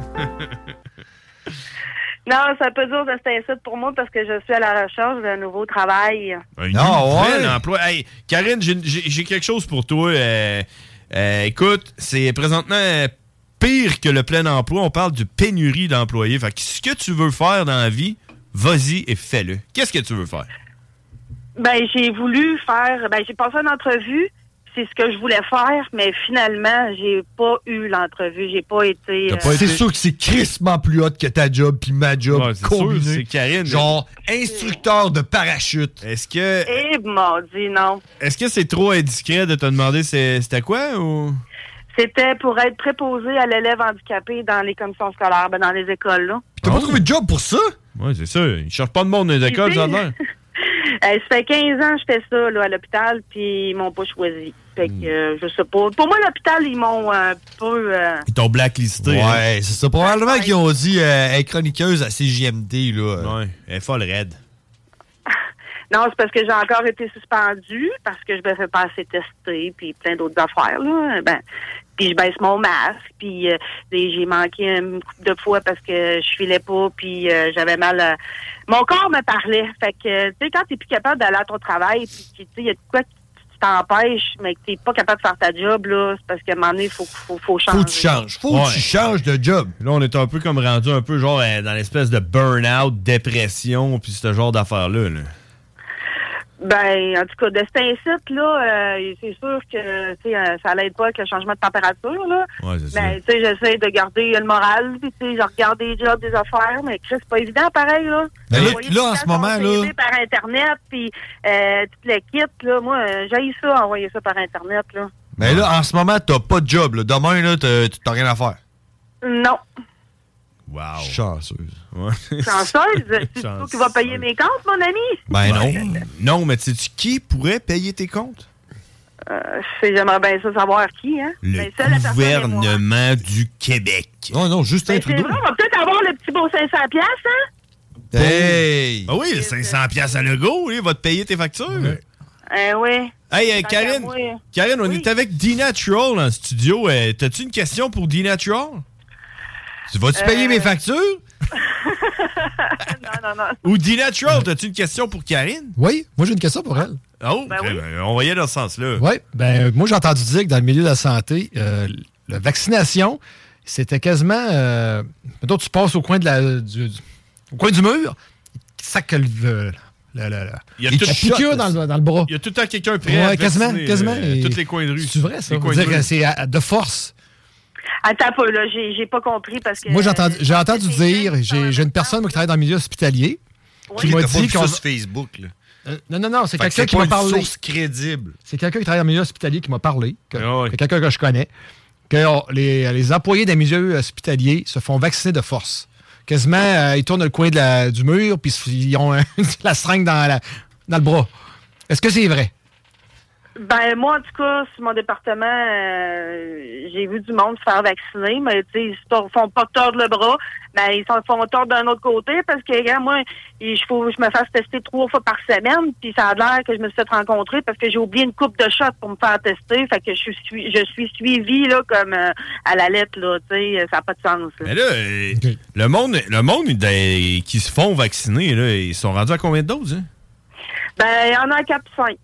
[SPEAKER 11] Non, c'est un peu dur de se taire ça pour moi parce que je suis à la recherche d'un nouveau travail.
[SPEAKER 6] Un nouvel emploi. Hey, Karine, j'ai- j'ai j'ai quelque chose pour toi. Euh, euh, écoute, c'est présentement euh, pire que le plein emploi. On parle de pénurie d'employés. Fait que ce que tu veux faire dans la vie, vas-y et fais-le. Qu'est-ce que tu veux faire?
[SPEAKER 11] Ben, j'ai voulu faire, ben, j'ai passé une entrevue, c'est ce que je voulais faire, mais finalement, j'ai pas eu l'entrevue, j'ai pas été. euh,
[SPEAKER 7] C'est sûr que c'est crissement plus hot que ta job puis ma job
[SPEAKER 6] c'est
[SPEAKER 7] combinée.
[SPEAKER 6] sûr, c'est Karine.
[SPEAKER 7] Genre instructeur de parachute.
[SPEAKER 6] Est-ce que
[SPEAKER 11] Eh, mon dit non.
[SPEAKER 6] est-ce que c'est trop indiscret de te demander c'est- c'était quoi ou.
[SPEAKER 11] C'était pour être préposé à l'élève handicapé dans les commissions scolaires, ben, dans les écoles, là.
[SPEAKER 6] T'as pas trouvé de job pour
[SPEAKER 11] (laughs)
[SPEAKER 6] ça? Oui, c'est sûr. Ils cherchent pas de monde dans les écoles,
[SPEAKER 11] Puis,
[SPEAKER 6] ça a l'air.
[SPEAKER 11] Euh, ça fait 15 ans que je fais ça là, à l'hôpital, puis ils m'ont pas choisi. Fait
[SPEAKER 6] Hmm.
[SPEAKER 11] que euh, je sais pas. Pour moi, l'hôpital, ils m'ont un peu. euh,
[SPEAKER 6] Ils t'ont blacklisté.
[SPEAKER 7] Ouais, c'est ça. Probablement qu'ils ont dit euh, elle est chroniqueuse à CJMD. Là.
[SPEAKER 6] Ouais, elle est folle raide.
[SPEAKER 11] Non, c'est parce que j'ai encore été suspendue, parce que je me fais pas assez tester, puis plein d'autres affaires. Là. Ben, puis je baisse mon masque, puis euh, des- j'ai manqué une couple de fois parce que je filais pas, puis euh, j'avais mal. à- Mon corps me parlait. Fait que, tu sais, quand t'es plus capable d'aller à ton travail, puis que, tu sais, il y a de quoi qui qui t'empêche, mais que t'es pas capable de faire ta job, là, c'est parce qu'à un moment donné, il faut, faut, faut changer.
[SPEAKER 7] Ah,
[SPEAKER 6] tu changes
[SPEAKER 7] de job.
[SPEAKER 6] Là, on est un peu comme rendu un peu genre euh, dans l'espèce de burn-out, dépression, puis ce genre d'affaires-là. là.
[SPEAKER 11] Ben, en tout cas, de cet incite, là, euh, c'est sûr que tu sais, euh, ça l'aide pas avec le changement de température, là.
[SPEAKER 6] Ouais,
[SPEAKER 3] c'est
[SPEAKER 11] Mais Ben, tu sais, j'essaie de garder euh, le moral, puis tu sais, je regarde des jobs, des affaires, mais Chris, c'est pas évident, pareil, là.
[SPEAKER 7] Mais là,
[SPEAKER 11] Vous voyez
[SPEAKER 7] là,
[SPEAKER 11] tout
[SPEAKER 7] en
[SPEAKER 11] le
[SPEAKER 7] ce
[SPEAKER 11] temps
[SPEAKER 7] moment,
[SPEAKER 11] ton CV
[SPEAKER 7] là-
[SPEAKER 11] par Internet, puis euh, toute la kit, là, moi, euh, j'haïs ça, envoyer ça par Internet, là.
[SPEAKER 7] Mais là, en ce moment, t'as pas de job. Là. Demain, là, t'as t'as rien à faire.
[SPEAKER 11] Non.
[SPEAKER 6] Wow.
[SPEAKER 7] Chanceuse.
[SPEAKER 11] Chanceuse, c'est toi qui vas payer mes comptes, mon ami.
[SPEAKER 6] Ben non. Non, mais sais-tu qui pourrait payer tes comptes?
[SPEAKER 11] Euh, c'est- J'aimerais bien ça savoir qui, hein.
[SPEAKER 6] Le
[SPEAKER 11] Mais ça, la personne est moi.
[SPEAKER 6] gouvernement Ben, du Québec.
[SPEAKER 7] Non, non, juste
[SPEAKER 11] Ben, C'est vrai, on va peut-être avoir le petit beau 500 piastres, hein?
[SPEAKER 6] Hey! Ah oui, 500 pièces à Lego, lui, il va te payer tes factures.
[SPEAKER 11] Eh oui.
[SPEAKER 6] Hey, euh,
[SPEAKER 11] Tant qu'à
[SPEAKER 6] Karine,
[SPEAKER 11] moi, euh,
[SPEAKER 6] Karine, on est avec D-Natural en studio. Euh, T'as-tu une question pour D-Natural? Tu vas-tu
[SPEAKER 11] Euh,
[SPEAKER 6] payer mes factures?
[SPEAKER 11] Non, non, non.
[SPEAKER 6] Ou D-Natural, t'as-tu une question pour Karine?
[SPEAKER 9] Oui, moi j'ai une question pour elle.
[SPEAKER 6] Oh, eh ben, on va y aller dans ce sens-là.
[SPEAKER 9] Oui, ben euh, moi j'ai entendu dire que dans le milieu de la santé, euh, la vaccination, c'était quasiment. Euh, mettons, tu passes au coin de la, du, du- au coin du mur, ça que le. le- le- le-
[SPEAKER 6] Il y a
[SPEAKER 9] les
[SPEAKER 6] tout-
[SPEAKER 9] petites piqûres dans le, dans le bras.
[SPEAKER 6] Il y a tout le temps quelqu'un prêt à
[SPEAKER 9] Ouais, quasiment,
[SPEAKER 6] vacciner,
[SPEAKER 9] quasiment.
[SPEAKER 6] euh,
[SPEAKER 9] Et-
[SPEAKER 6] tous les coins de rue.
[SPEAKER 9] C'est vrai, ça.
[SPEAKER 6] Les
[SPEAKER 9] On
[SPEAKER 6] coins
[SPEAKER 9] dirait
[SPEAKER 6] de
[SPEAKER 9] que
[SPEAKER 6] rue.
[SPEAKER 9] c'est à- de force.
[SPEAKER 11] Attends un peu, là, j'ai j'ai pas compris parce que.
[SPEAKER 9] Moi, j'ai entendu, j'ai entendu dire, j'ai j'ai une personne moi, qui travaille dans le milieu hospitalier qui m'a
[SPEAKER 13] T'as pas
[SPEAKER 9] dit
[SPEAKER 13] vu ça
[SPEAKER 9] qu'on.
[SPEAKER 13] sur Facebook. Là.
[SPEAKER 9] Euh, non, non, non, c'est
[SPEAKER 13] Fait que
[SPEAKER 9] quelqu'un
[SPEAKER 13] c'est
[SPEAKER 9] qui
[SPEAKER 13] pas
[SPEAKER 9] m'a
[SPEAKER 13] une
[SPEAKER 9] parlé.
[SPEAKER 13] source crédible.
[SPEAKER 9] C'est quelqu'un qui travaille dans le milieu hospitalier qui m'a parlé, que- que quelqu'un que je connais, que on- les, les employés des milieux hospitaliers se font vacciner de force. Quasiment, euh, ils tournent le coin de la- du mur, puis ils se- ils ont un- (laughs) la seringue dans, la- dans le bras. Est-ce que c'est vrai?
[SPEAKER 11] Ben, moi, en tout cas, sur mon département, euh, j'ai vu du monde se faire vacciner, mais tu sais, ils se tor- font pas tordre le bras, mais ils s'en font tordre d'un autre côté parce que, regarde, moi, il faut que je me fasse tester trois fois par semaine, puis ça a l'air que je me suis fait rencontrer parce que j'ai oublié une coupe de shot pour me faire tester, fait que je suis, je suis suivie, là, comme euh, à la lettre, là, tu sais, ça n'a pas de sens. là.
[SPEAKER 6] Mais là, euh, le monde, le monde des- qui se font vacciner, là, ils sont rendus à combien de doses? Hein?
[SPEAKER 11] Ben, il y en a 4 5.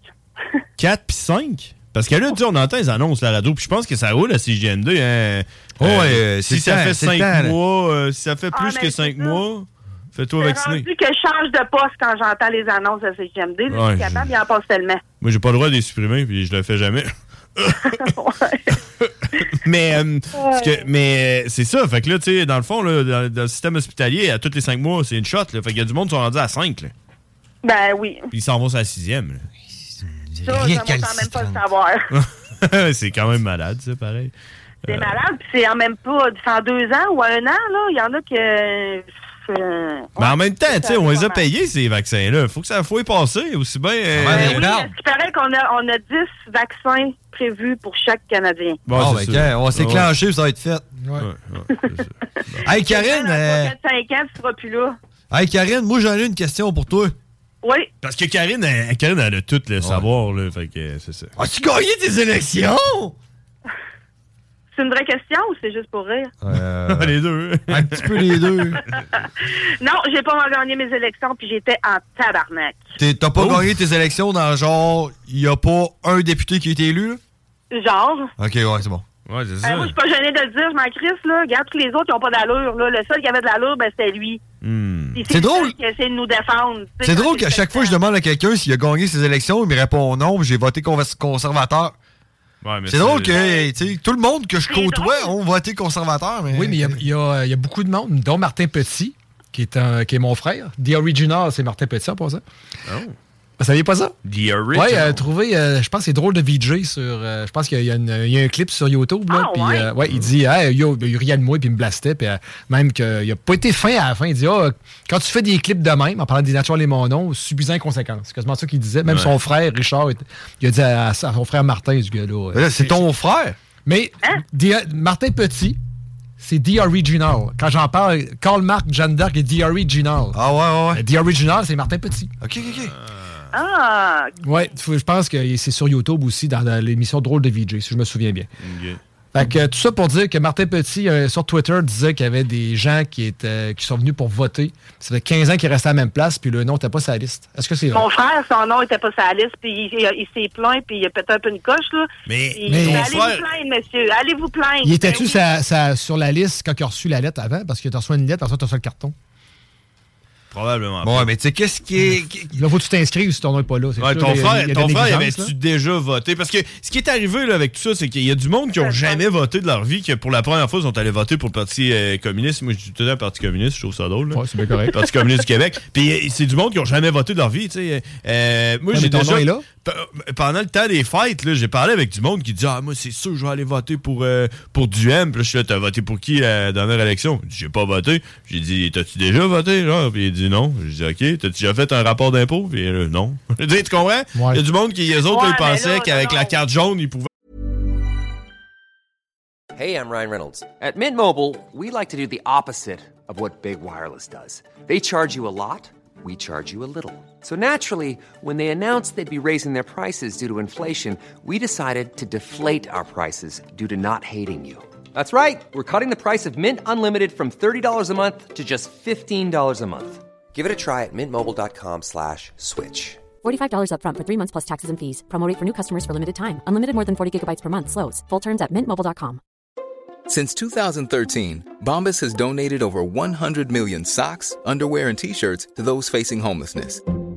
[SPEAKER 6] 4 puis 5? Parce que là, tu sais, on entend les annonces à la radio, puis je pense que ça roule à CGN2. Hein.
[SPEAKER 7] Oh, ouais, c'est
[SPEAKER 6] si
[SPEAKER 7] le
[SPEAKER 6] ça
[SPEAKER 7] temps,
[SPEAKER 6] fait
[SPEAKER 7] c'est le
[SPEAKER 6] 5
[SPEAKER 7] temps, là.
[SPEAKER 6] mois, euh, si ça fait
[SPEAKER 11] Ah,
[SPEAKER 6] plus
[SPEAKER 11] ben,
[SPEAKER 6] que
[SPEAKER 11] c'est
[SPEAKER 6] 5
[SPEAKER 11] ça.
[SPEAKER 6] mois, fais-toi vacciner.
[SPEAKER 11] rendu que je change de poste quand j'entends les annonces de CGMD. je
[SPEAKER 6] Ouais,
[SPEAKER 11] suis capable, il en passe tellement. (laughs)
[SPEAKER 6] Moi, j'ai pas le droit de les supprimer, puis je le fais jamais. (laughs) mais euh, ce que- mais euh, c'est ça. Fait que là, tu sais, dans le fond, là, dans, dans le système hospitalier, à tous les cinq mois, c'est une shot. Là, fait qu'il y a du monde qui sont rendus à 5.
[SPEAKER 11] Ben oui.
[SPEAKER 6] Puis ils s'en vont sur la sixième. là.
[SPEAKER 11] Ça, ça, moi, je sens même pas
[SPEAKER 7] (laughs)
[SPEAKER 11] le savoir.
[SPEAKER 6] (laughs) c'est quand même malade, ça, pareil.
[SPEAKER 11] C'est malade, puis c'est en même pas, c'est en deux ans ou en un an, là, il y en a que... euh,
[SPEAKER 7] Bah,
[SPEAKER 6] Mais en même temps, tu sais,
[SPEAKER 11] ça,
[SPEAKER 6] on les
[SPEAKER 11] c'est
[SPEAKER 6] a
[SPEAKER 11] pas
[SPEAKER 6] payés, ces vaccins-là. Faut que ça faut y passer aussi bien. euh,
[SPEAKER 11] Ben oui, parce qu'il paraît qu'on a, on a 10 vaccins prévus pour chaque Canadien.
[SPEAKER 7] Bon,
[SPEAKER 6] Ah,
[SPEAKER 7] ben,
[SPEAKER 6] c'est
[SPEAKER 7] ok,
[SPEAKER 6] sûr.
[SPEAKER 7] on va
[SPEAKER 6] Ah,
[SPEAKER 7] s'éclencher, puis ça va être fait. hey, Karine, euh,
[SPEAKER 11] 4-5 ans, tu seras plus là.
[SPEAKER 7] hey, Karine, moi, j'en ai une question pour toi.
[SPEAKER 11] Oui.
[SPEAKER 6] Parce que Karine, elle, Karine, elle a tout le savoir, là. Fait que euh, c'est ça.
[SPEAKER 7] As-tu gagné tes élections?
[SPEAKER 11] C'est une vraie question ou c'est juste pour rire?
[SPEAKER 7] Ah.
[SPEAKER 6] les (laughs) deux.
[SPEAKER 7] Un petit peu les deux.
[SPEAKER 11] Non, j'ai pas gagné mes élections, puis j'étais en tabarnak.
[SPEAKER 7] T'es- T'as pas gagné tes élections dans genre, il y a pas un député qui a été élu, là?
[SPEAKER 11] Genre...
[SPEAKER 7] Ok, ouais, c'est bon.
[SPEAKER 6] Ouais, c'est
[SPEAKER 7] Ah.
[SPEAKER 11] Ben, moi, je suis pas gênée de le dire, je m'en crisse, là. Regarde tous les autres, ils ont pas d'allure, là. Le seul qui avait de l'allure, ben, c'était lui. Puis
[SPEAKER 7] Hmm. C'est
[SPEAKER 11] le
[SPEAKER 7] drôle.
[SPEAKER 11] seul Qui essaie de nous défendre. tu sais,
[SPEAKER 7] C'est
[SPEAKER 11] quand
[SPEAKER 7] drôle
[SPEAKER 11] c'est
[SPEAKER 7] qu'à chaque fois, je demande à quelqu'un s'il a gagné ses élections, il me répond non, puis j'ai voté convers- conservateur.
[SPEAKER 6] mais
[SPEAKER 7] c'est
[SPEAKER 9] c'est-
[SPEAKER 7] drôle que tu sais, tout le monde que je côtoie ont voté conservateur. Mais...
[SPEAKER 9] Oui, mais il y a- il y, a- il y a beaucoup de monde, dont Martin Petit, qui est, un- qui est mon frère. The Original, c'est Martin Petit en passant.
[SPEAKER 7] Oh.
[SPEAKER 9] Vous saviez pas ça?
[SPEAKER 6] The
[SPEAKER 9] Oui,
[SPEAKER 6] original.
[SPEAKER 9] ouais,
[SPEAKER 7] hein?
[SPEAKER 9] euh, trouvé, euh, je pense que c'est drôle de VJ sur. euh, je pense qu'il y, a une- il y a un clip sur YouTube. Là, puis, euh, ouais, il dit Hey, yo, il riait de moi, puis il me blastait. Puis, euh, même qu'il a pas été fin à la fin. Il dit Ah, quand tu fais des clips de même, en parlant des Natural et mon nom, subisant conséquences. C'est quasiment ça qu'il disait. Même
[SPEAKER 7] Ouais.
[SPEAKER 9] son frère, Richard, était- il a dit à, à son frère Martin, ce gars-là.
[SPEAKER 7] Mais là, c'est ton frère.
[SPEAKER 9] Mais The- Martin Petit, c'est The Original. Quand j'en parle, Karl Marc Jeanne d'Arc est The Original. Euh,
[SPEAKER 7] Ah ouais, ouais,
[SPEAKER 9] The Original, c'est Martin Petit.
[SPEAKER 6] Euh,
[SPEAKER 7] Ok, ok, ok.
[SPEAKER 11] Ah,
[SPEAKER 9] Oui, je pense que c'est sur YouTube aussi, dans la- l'émission Drôle de VJ, si je me souviens bien. Fait que, euh, tout ça pour dire que Martin Petit, euh, sur Twitter, disait qu'il y avait des gens qui, étaient, euh, qui sont venus pour voter. Ça fait 15 ans qu'ils restaient à la même place, puis le nom n'était pas sa liste. Est-ce que c'est vrai?
[SPEAKER 11] mon frère, son nom était pas sur la liste, puis il, il- il s'est plaint, puis il a pété un peu une coche, là.
[SPEAKER 6] Mais,
[SPEAKER 11] Puis,
[SPEAKER 9] mais
[SPEAKER 11] ben,
[SPEAKER 9] mon
[SPEAKER 11] allez
[SPEAKER 9] frère-
[SPEAKER 11] vous plaindre, monsieur. Allez vous plaindre.
[SPEAKER 9] Il était-tu
[SPEAKER 11] Ben oui.
[SPEAKER 9] sa- sa- sur la liste quand il a reçu la lettre avant? Parce qu'il a reçu une lettre, après ça, tu as reçu le carton.
[SPEAKER 6] Probablement.
[SPEAKER 7] Ah Bon, mais tu sais, qu'est-ce qui est.
[SPEAKER 9] Là, faut que tu t'inscrives si ton nom n'est pas là. c'est
[SPEAKER 6] Ouais,
[SPEAKER 9] sûr,
[SPEAKER 6] ton
[SPEAKER 9] il y a-
[SPEAKER 6] frère,
[SPEAKER 9] il y a
[SPEAKER 6] ton
[SPEAKER 9] des
[SPEAKER 6] frère,
[SPEAKER 9] exigences, là.
[SPEAKER 6] avait-tu déjà voté? Parce que ce qui est arrivé là, avec tout ça, c'est qu'il y a du monde qui ont jamais voté de leur vie, que pour la première fois, ils sont allés voter pour le Parti euh, communiste. Moi, je dis tout le temps Parti communiste, je trouve ça drôle. là.
[SPEAKER 9] Ouais, c'est bien correct.
[SPEAKER 6] Parti communiste du Québec. Puis euh, c'est du monde qui ont jamais voté de leur vie, tu sais. Euh, moi,
[SPEAKER 9] Ouais,
[SPEAKER 6] j'ai
[SPEAKER 9] mais ton
[SPEAKER 6] déjà...
[SPEAKER 9] nom est là?
[SPEAKER 6] Pe- Pendant le temps des fêtes, là, j'ai parlé avec du monde qui dit Ah, moi, c'est sûr, je vais aller voter pour, euh, pour Duhem. Puis là, je suis là, t'as voté pour qui la dernière élection Il dit, J'ai pas voté. J'ai dit T'as-tu déjà voté genre? Puis il dit Non. J'ai dit Ok, t'as-tu déjà fait un rapport d'impôt Puis euh, non. (laughs) Je dis, Tu comprends Il y a du monde qui, les autres,
[SPEAKER 13] Ouais,
[SPEAKER 6] ils
[SPEAKER 13] mais
[SPEAKER 6] pensaient
[SPEAKER 13] là,
[SPEAKER 6] qu'avec
[SPEAKER 13] non,
[SPEAKER 6] la
[SPEAKER 13] non.
[SPEAKER 6] carte jaune, ils pouvaient.
[SPEAKER 13] Hey, I'm Ryan Reynolds. At Mint Mobile, we like to do the opposite of what Big Wireless does. They charge you a lot, we charge you a little. So naturally, when they announced they'd be raising their prices due to inflation, we decided to deflate our prices due to not hating you. That's right. We're cutting the price of Mint Unlimited from $30 a month to just $15 a month. Give it a try at mintmobile.com slash switch.
[SPEAKER 15] $45 upfront for three months plus taxes and fees. Promo rate for new customers for limited time. Unlimited more than 40 gigabytes per month. Slows. Full terms at mintmobile.com.
[SPEAKER 16] Since 2013, Bombas has donated over 100 million socks, underwear, and t shirts to those facing homelessness.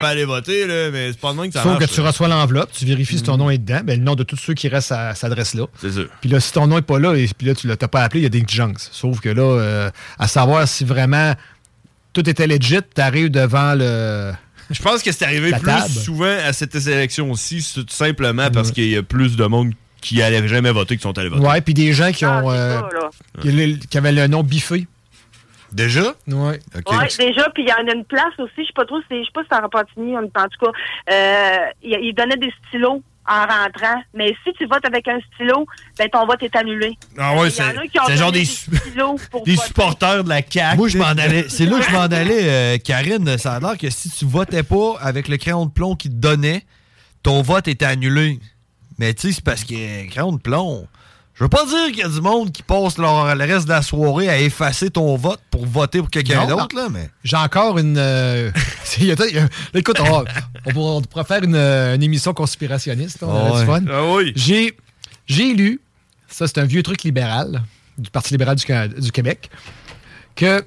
[SPEAKER 6] aller voter, là, mais c'est pas le même que ça
[SPEAKER 9] Sauf
[SPEAKER 6] marche. Mm.
[SPEAKER 9] que tu
[SPEAKER 6] là.
[SPEAKER 9] reçois l'enveloppe, tu vérifies si ton nom est dedans, ben, le nom de tous ceux qui restent à cette adresse-là.
[SPEAKER 6] C'est sûr.
[SPEAKER 9] Puis là, si ton nom n'est pas là, et puis là, tu l'as t'as pas appelé, il y a des exigences. Sauf que là, euh, à savoir si vraiment tout était legit, t'arrives devant le.
[SPEAKER 6] Je pense que c'est arrivé
[SPEAKER 9] La
[SPEAKER 6] plus
[SPEAKER 9] table.
[SPEAKER 6] souvent à cette élection-ci, c'est tout
[SPEAKER 7] Mm.
[SPEAKER 6] simplement parce qu'il y a plus de monde qui allait jamais voter qui sont allés voter.
[SPEAKER 9] Ouais, puis des gens qui
[SPEAKER 11] Ah,
[SPEAKER 9] ont. euh, qui, qui avaient le nom biffé.
[SPEAKER 6] Déjà?
[SPEAKER 9] Ouais.
[SPEAKER 11] Ouais, déjà, puis il y en a une place aussi, je sais pas trop, c'est- je sais pas si c'est en Repentigny, en- en tout cas, euh, il- il donnait des stylos en rentrant. Mais si tu votes avec un stylo, ben ton vote est annulé.
[SPEAKER 6] Ah ouais,
[SPEAKER 11] Il y en
[SPEAKER 6] c'est
[SPEAKER 11] a qui ont
[SPEAKER 6] c'est genre
[SPEAKER 11] donné
[SPEAKER 6] des,
[SPEAKER 11] stylos pour
[SPEAKER 6] (laughs) des
[SPEAKER 11] voter.
[SPEAKER 6] supporters de la CAQ.
[SPEAKER 7] Moi, je m'en allais. C'est là que
[SPEAKER 6] (laughs)
[SPEAKER 7] je m'en allais, euh, Karine. Ça a l'air que si tu votais pas avec le crayon de plomb qu'il te donnait, ton vote était annulé. Mais tu sais, c'est parce que euh, crayon de plomb. Je veux pas dire qu'il y a du monde qui passe leur- le reste de la soirée à effacer ton vote pour voter pour quelqu'un
[SPEAKER 9] Non,
[SPEAKER 7] d'autre,
[SPEAKER 9] non.
[SPEAKER 7] là, mais.
[SPEAKER 9] J'ai encore une. euh, (laughs) il y a- il y a- là, écoute, on, on pourra- on pourra faire une, euh, une émission conspirationniste. là, On
[SPEAKER 7] Ah
[SPEAKER 9] aurait du
[SPEAKER 7] ouais.
[SPEAKER 9] fun. J'ai, j'ai lu, ça c'est un vieux truc libéral, du Parti libéral du, Can- du Québec, que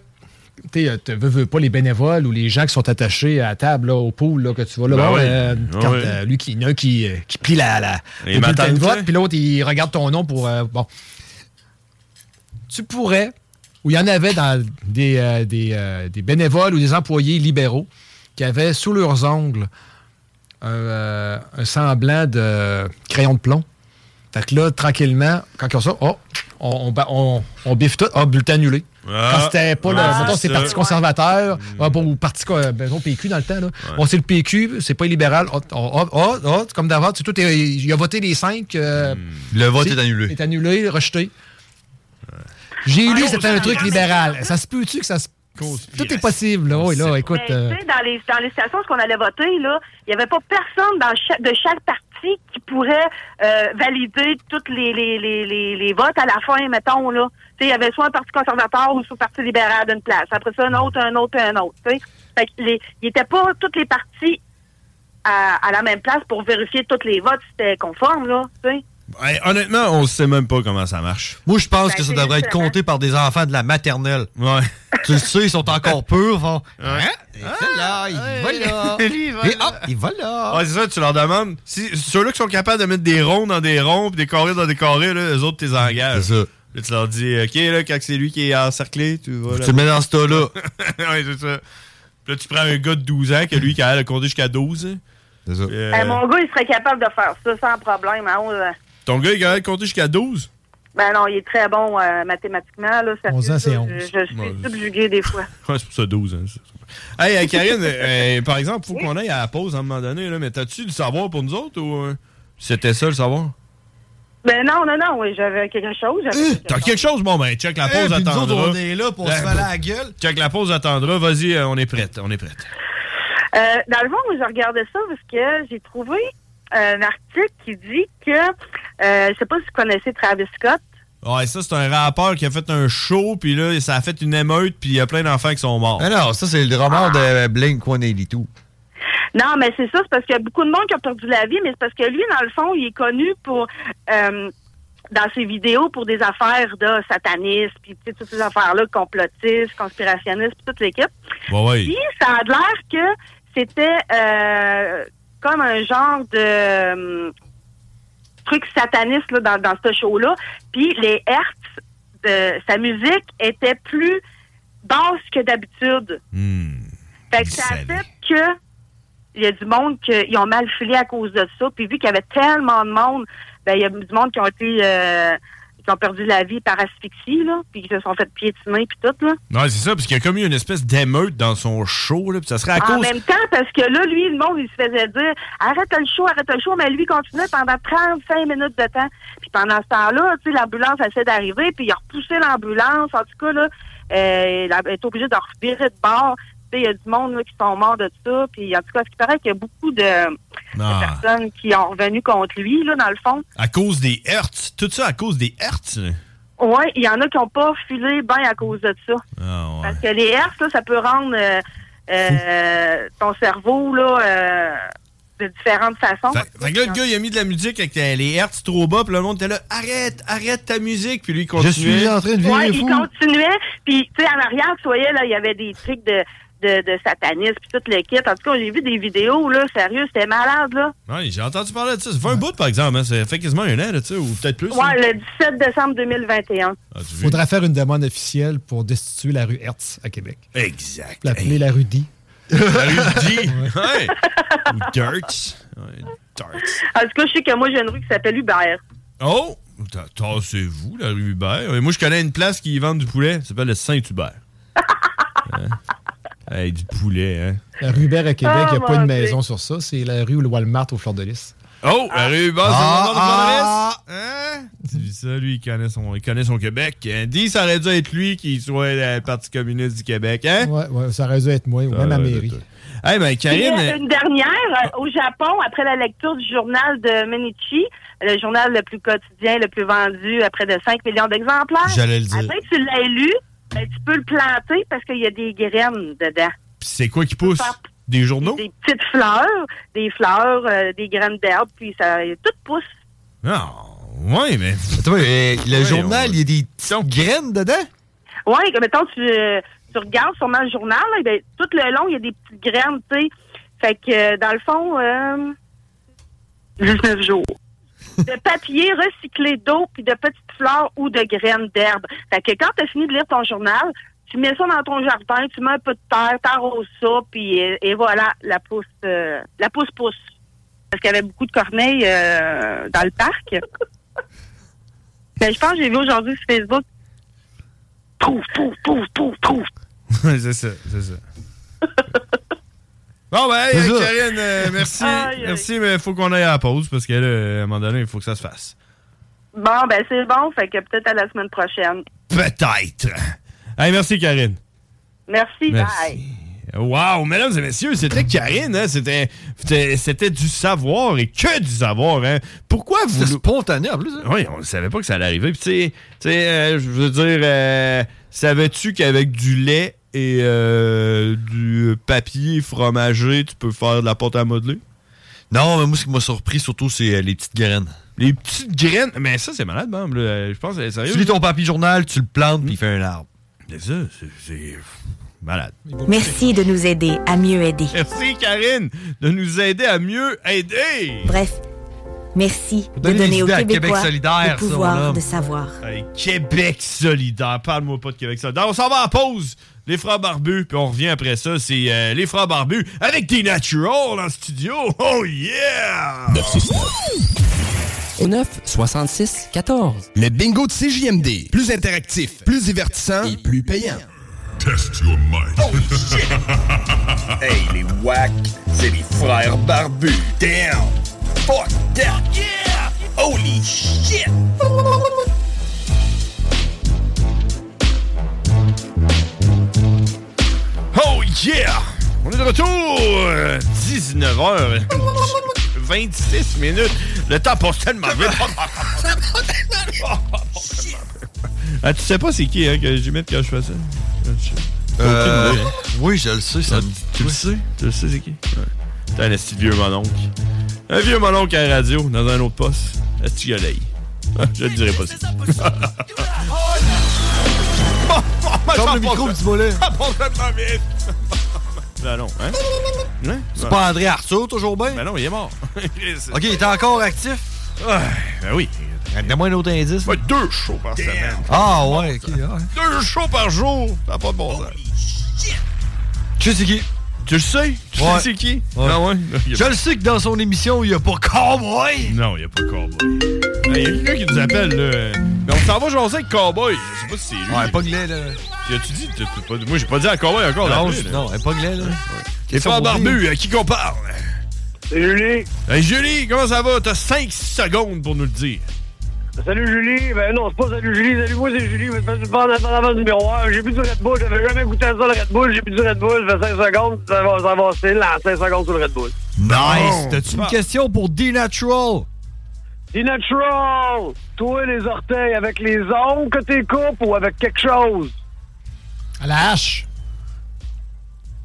[SPEAKER 9] tu sais, euh, te veux, veux pas les bénévoles ou les gens qui sont attachés à la table là, au pool là, que tu vois là,
[SPEAKER 6] Ben
[SPEAKER 9] bon,
[SPEAKER 6] oui.
[SPEAKER 9] euh,
[SPEAKER 6] Ah
[SPEAKER 9] quand
[SPEAKER 6] oui.
[SPEAKER 9] euh, lui qui, il y en a un qui, euh, qui plie la, la,
[SPEAKER 6] Les
[SPEAKER 9] le bulletin
[SPEAKER 6] matanes,
[SPEAKER 9] de vote,
[SPEAKER 6] là.
[SPEAKER 9] puis l'autre il regarde ton nom pour euh, bon tu pourrais, ou il y en avait dans des, euh, des, euh, des bénévoles ou des employés libéraux qui avaient sous leurs ongles un, euh, un semblant de crayon de plomb. Fait que là, tranquillement, quand ils ont ça, oh, on, on, ba- on- on biffe tout, oh, bulletin annulé.
[SPEAKER 6] Ah,
[SPEAKER 9] quand c'était pas
[SPEAKER 6] ouais,
[SPEAKER 9] le. mettons,
[SPEAKER 6] c'est
[SPEAKER 9] c'est
[SPEAKER 6] ça.
[SPEAKER 9] Parti conservateur, ah, bon, ou Parti co- euh, mettons, PQ dans le temps, là. Bon, c'est le PQ, c'est pas libéral. Oh, oh, oh, oh, c'est comme d'avant, tu sais, tout est- il a voté les cinq. euh,
[SPEAKER 6] Hmm.
[SPEAKER 7] Le vote
[SPEAKER 9] c'est-
[SPEAKER 7] est annulé.
[SPEAKER 9] Est annulé, rejeté. J'ai lu, c'était un truc libéral. Ça se peut-tu que ça se. Tout est possible, là. Oui, là, écoute.
[SPEAKER 11] Mais,
[SPEAKER 9] euh,
[SPEAKER 11] tu sais, dans les, dans les stations, ce qu'on allait voter, là, il n'y avait pas personne dans chaque, de chaque parti qui pourrait euh, valider tous les, les, les, les, les votes à la fin, mettons, là. Tu sais, il y avait soit un parti conservateur ou soit un parti libéral d'une place. Après ça, un autre, un autre, un autre, tu sais. Fait que les- il n'était pas tous les partis à, à la même place pour vérifier tous les votes si c'était conforme, là, tu sais.
[SPEAKER 6] Hey, honnêtement, on sait même pas comment ça marche.
[SPEAKER 7] Moi, je pense
[SPEAKER 11] Ben,
[SPEAKER 7] que ça
[SPEAKER 11] c'est
[SPEAKER 7] devrait être
[SPEAKER 11] justement.
[SPEAKER 7] compté par des enfants de la maternelle.
[SPEAKER 6] (laughs)
[SPEAKER 7] Tu le sais, ils sont encore purs. Font, Hein? là, il va
[SPEAKER 6] (laughs)
[SPEAKER 7] là. Et hop, il va là.
[SPEAKER 6] Ah, c'est ça, tu leur demandes. Si, ceux-là qui sont capables de mettre des ronds dans des ronds puis des carrés dans des carrés, là, eux autres, t'es engages.
[SPEAKER 7] C'est ça.
[SPEAKER 6] Là, tu leur dis, OK, là, quand c'est lui qui est encerclé, tu vas.
[SPEAKER 7] Tu le mets dans ce tas-là.
[SPEAKER 6] (laughs) ouais, c'est ça. Puis là, tu prends un gars de 12 ans que lui, qui a le compter jusqu'à euh, 12.
[SPEAKER 7] C'est ça.
[SPEAKER 11] Ben, mon gars, il serait capable de faire ça sans problème à 11 ans.
[SPEAKER 6] Ton gars, il est capable de compter jusqu'à 12?
[SPEAKER 11] Ben non, il est très bon euh, mathématiquement, là. sérieux,
[SPEAKER 6] 11 ans, c'est
[SPEAKER 11] là,
[SPEAKER 6] 11.
[SPEAKER 11] Je, je suis
[SPEAKER 6] Ouais.
[SPEAKER 11] subjuguée des fois.
[SPEAKER 6] Ouais, c'est pour ça 12 ans. ça. Hey, euh, Karine, (laughs) euh, par exemple, faut qu'on aille à la pause à un moment donné, là, mais t'as-tu du savoir pour nous autres ou euh, c'était ça le savoir?
[SPEAKER 11] Ben non, non, non, oui, j'avais quelque chose. j'avais-
[SPEAKER 6] T'as quelque chose? Bon, ben, check la
[SPEAKER 11] Eh,
[SPEAKER 6] pause,
[SPEAKER 11] puis nous
[SPEAKER 6] attendra.
[SPEAKER 11] autres, on
[SPEAKER 7] est là pour
[SPEAKER 11] se
[SPEAKER 7] faire la gueule.
[SPEAKER 6] Check la pause, attendra. Vas-y, euh, on est prête, on est prête.
[SPEAKER 11] Euh, dans le fond, moi, je regardais ça parce que j'ai trouvé un article qui dit que, euh, je sais pas si vous connaissez Travis Scott.
[SPEAKER 6] Ouais, ça, c'est un rappeur qui a fait un show, puis là, ça a fait une émeute, puis il y a plein d'enfants qui sont
[SPEAKER 11] Ah
[SPEAKER 6] morts.
[SPEAKER 7] Alors, ça, c'est le roman de Blink 182.
[SPEAKER 11] Non, mais c'est ça, c'est parce qu'il y a beaucoup de monde qui a perdu la vie, mais c'est parce que lui, dans le fond, il est connu pour, euh, dans ses vidéos, pour des affaires de satanistes, puis tu sais, toutes ces affaires-là, complotistes, conspirationnistes, puis toute l'équipe.
[SPEAKER 6] Ouais, ouais.
[SPEAKER 11] Puis, ça a l'air que c'était euh, comme un genre de hum, truc sataniste là, dans, dans ce show-là. Puis, les hertz de sa musique étaient plus basses que d'habitude.
[SPEAKER 6] Hmm.
[SPEAKER 11] Fait que ça a fait que il y a du monde qui ont mal filé à cause de ça. Puis vu qu'il y avait tellement de monde, ben il y a du monde qui ont été euh, qui ont perdu la vie par asphyxie, là, puis qui se sont fait piétiner puis tout, là.
[SPEAKER 6] Non, c'est ça, parce qu'il y a comme eu une espèce d'émeute dans son show, là, puis ça serait à
[SPEAKER 11] en
[SPEAKER 6] cause.
[SPEAKER 11] même temps, parce que là, lui, le monde, il se faisait dire arrête le show, arrête le show, mais lui continuait pendant 35 minutes de temps. Puis pendant ce temps-là, tu sais, l'ambulance essaie d'arriver, puis il a repoussé l'ambulance. En tout cas, là, euh, il a il est obligé de revirer de bord. Tu sais, il y a du monde là, qui sont morts de ça. Puis en tout cas, ce qui paraît qu'il y a beaucoup de, de
[SPEAKER 6] Ah.
[SPEAKER 11] personnes qui ont revenu contre lui, là, dans le fond.
[SPEAKER 6] À cause des hertz. Tout ça à cause des hertz. là.
[SPEAKER 11] Ouais, il y en a qui n'ont pas filé bien à cause de ça.
[SPEAKER 6] Ah, ouais.
[SPEAKER 11] Parce que les hertz, là, ça peut rendre euh, euh, ton cerveau là, euh, de différentes façons.
[SPEAKER 9] Ah,
[SPEAKER 6] Fait- Fait que là, le gars, il a mis de la musique avec euh, les hertz trop bas, puis le monde était là, arrête, arrête ta musique, puis lui, il continuait.
[SPEAKER 11] Ouais, il continuait. Puis, tu sais, en arrière, tu voyais, là, il y avait des trucs de, de, de satanisme, puis tout le kit. En tout cas, j'ai vu des vidéos, là, sérieux, c'était malade, là.
[SPEAKER 6] Ouais, j'ai entendu parler de ça. Ça fait un bout, par exemple. hein. Ça fait quasiment un an, là, tu sais, ou peut-être plus. hein. Ah,
[SPEAKER 11] Ouais, le 17 décembre 2021.
[SPEAKER 9] faudra faire une demande officielle pour destituer la rue Hertz à Québec.
[SPEAKER 6] Exact.
[SPEAKER 9] L'appeler la rue D.
[SPEAKER 6] La rue D. Ouais. Ou Dirt. Ouais, Dirt.
[SPEAKER 11] En tout cas, je sais que moi, j'ai une rue qui s'appelle Hubert.
[SPEAKER 6] Oh! T'as- Tassez-vous, la rue Hubert. Et moi, je connais une place qui vend du poulet. Ça s'appelle le Saint-Hubert. Hein? Hey, du poulet, hein?
[SPEAKER 9] La rue Hubert à Québec, il
[SPEAKER 6] Ah,
[SPEAKER 9] n'y a pas
[SPEAKER 6] mon
[SPEAKER 9] une
[SPEAKER 6] Dieu.
[SPEAKER 9] maison sur ça. C'est la rue ou le Walmart au Fleur de Lys.
[SPEAKER 6] Oh, la rue Hubert, c'est
[SPEAKER 7] Ah,
[SPEAKER 6] mon nom de
[SPEAKER 7] ah.
[SPEAKER 6] Florès. Hein? Tu dis ça, lui, il connaît son, il connaît son Québec. Hein? Dis, ça aurait dû être lui qui soit le Parti communiste du Québec. Hein?
[SPEAKER 9] Ouais, ouais, ça aurait dû être moi, ou même à
[SPEAKER 6] aurait dû
[SPEAKER 9] mairie.
[SPEAKER 6] Eh ben, Karine.
[SPEAKER 11] Et, euh, une dernière, euh, au Japon, après la lecture du journal de Menichi, le journal le plus quotidien, le plus vendu à près de 5 millions d'exemplaires.
[SPEAKER 6] J'allais le dire.
[SPEAKER 11] Après que tu l'as lu, ben, tu peux le planter parce qu'il y a des graines dedans.
[SPEAKER 6] euh, Pis c'est quoi qui pousse? Des journaux?
[SPEAKER 11] Des petites fleurs, des fleurs, euh, des graines d'herbe, puis ça, tout pousse.
[SPEAKER 6] Non. Oui, Ah, mais.
[SPEAKER 7] Attends, euh, le journal, il y a des petites graines dedans?
[SPEAKER 11] Oui, comme mettons, tu, euh, tu regardes sûrement le journal, là, ben, tout le long, il y a des petites graines, tu sais. Fait que, euh, dans le fond, euh, 19 jours. (laughs) de papier recyclé d'eau, puis de petites fleurs ou de graines d'herbe. Fait que quand tu as fini de lire ton journal, tu mets ça dans ton jardin, tu mets un peu de terre, t'arroses ça, puis euh, et, voilà, la pousse, euh, la pousse pousse. Parce qu'il y avait beaucoup de corneilles euh, dans le parc. Mais je pense que j'ai vu aujourd'hui sur Facebook Trouve, trouve, trouve, trouve, trouve.
[SPEAKER 6] c'est ça, c'est ça. (laughs) Bon, ben, hey,
[SPEAKER 3] C'est ça.
[SPEAKER 6] Karine, euh, merci.
[SPEAKER 11] Aïe, aïe.
[SPEAKER 6] merci, mais il faut qu'on aille à la pause parce que là, à un moment donné, il faut que ça se fasse.
[SPEAKER 11] Bon, ben c'est bon, fait que peut-être à la semaine prochaine.
[SPEAKER 6] Peut-être. Hey, merci, Karine.
[SPEAKER 11] Merci,
[SPEAKER 6] Merci.
[SPEAKER 11] bye.
[SPEAKER 6] Wow, mesdames et messieurs, c'était Karine, hein? c'était, c'était, c'était du savoir et que du savoir. Hein? Pourquoi vous... C'était spontané en plus.
[SPEAKER 7] hein.
[SPEAKER 6] Oui, on ne savait pas que ça allait arriver. Puis tu sais, tu sais, euh, je veux dire, euh, savais-tu qu'avec du lait et euh, du papier fromager, tu peux faire de la pâte à modeler? Non, mais moi, ce qui m'a surpris surtout, c'est euh, les petites graines. Les petites graines? Mais ça, c'est malade, même. là. Euh, Je pense que c'est sérieux.
[SPEAKER 7] Tu lis ton papier journal, tu le plantes,
[SPEAKER 6] Mm.
[SPEAKER 7] puis il fait un arbre.
[SPEAKER 6] C'est ça, c'est- c'est malade.
[SPEAKER 14] Merci de nous aider à mieux aider.
[SPEAKER 6] Merci, Karine, de nous aider à mieux aider.
[SPEAKER 14] Bref, merci de
[SPEAKER 6] Donnez des
[SPEAKER 14] donner aux
[SPEAKER 6] idées à Québec
[SPEAKER 14] Québécois
[SPEAKER 6] solidaire,
[SPEAKER 14] le
[SPEAKER 6] ça, mon
[SPEAKER 14] pouvoir
[SPEAKER 6] homme.
[SPEAKER 14] de savoir.
[SPEAKER 6] Hey, Québec solidaire. Parle-moi pas de Québec solidaire. On s'en va en pause. Les frères barbus, puis on revient après ça. C'est euh, les frères barbus avec des Natural en studio. Oh yeah!
[SPEAKER 17] Au 9 66 14. Le bingo de CJMD. Plus interactif, plus divertissant et plus payant.
[SPEAKER 4] Test your might.
[SPEAKER 17] hey, les wack, c'est les frères barbus. Damn! Fuck that! Yeah! Holy shit!
[SPEAKER 6] Oh yeah! On est de retour! 19h. 26 minutes. Le temps passe tellement vite. Ah, tu sais pas c'est qui hein, que je mets quand je fais ça?
[SPEAKER 7] Euh,
[SPEAKER 6] oui, je le sais, ça me dit. ah, Tu le sais? Tu le sais c'est qui? Ouais. T'es un esti de vieux mononcle. Un vieux mononcle à la radio, dans un autre poste. Esti goleille. (laughs) Je le dirai pas c'est qui.
[SPEAKER 7] Ferme le micro, petit volet.
[SPEAKER 6] (laughs) Ben non, hein? Hein?
[SPEAKER 7] C'est pas André Arthur, toujours bien?
[SPEAKER 6] Ben non, (laughs) il est mort.
[SPEAKER 7] OK, il est encore actif?
[SPEAKER 6] ben oui.
[SPEAKER 7] Donne-moi un autre indice.
[SPEAKER 6] deux shows par semaine.
[SPEAKER 7] Ah ouais, OK. ah ouais.
[SPEAKER 6] Deux shows par jour! Ça n'a pas de bon sens. Tu sais c'est qui? Tu le sais? Tu
[SPEAKER 7] Ouais.
[SPEAKER 6] sais c'est qui?
[SPEAKER 7] Ouais.
[SPEAKER 6] Ah ouais? Il y a
[SPEAKER 7] Je
[SPEAKER 6] pas-
[SPEAKER 7] le sais que dans son émission, il n'y a pas Cowboy!
[SPEAKER 6] Non, il n'y a pas Cowboy. Il y a quelqu'un qui nous appelle, là. Mais on s'en va jaser avec Cowboy. Je sais pas si c'est lui.
[SPEAKER 7] Ouais, Poglet, là.
[SPEAKER 6] Puis As-tu dit? t'as- t'as pas- Moi, j'ai pas dit à Cowboy encore.
[SPEAKER 7] Non,
[SPEAKER 6] d'appeler,
[SPEAKER 7] je-
[SPEAKER 6] là.
[SPEAKER 7] non, un Poglet, là.
[SPEAKER 6] Les frères barbus, à euh, qui qu'on parle? Julie. Hey, Julie, comment ça va? T'as 5 secondes pour nous le dire.
[SPEAKER 18] Salut Julie, ben non, c'est pas salut Julie, salut moi c'est Julie, mais je parle en avant du miroir, j'ai plus du Red Bull, j'avais jamais goûté à ça le Red Bull, j'ai plus du Red Bull, ça fait 5 secondes, ça va ça va c'est là, 5 secondes sur le Red Bull.
[SPEAKER 7] Nice! T'as-tu
[SPEAKER 6] Ah.
[SPEAKER 7] une question pour D-Natural?
[SPEAKER 18] The Natural, toi les orteils, avec les ongles que t'es coupes ou avec quelque chose?
[SPEAKER 9] À la hache.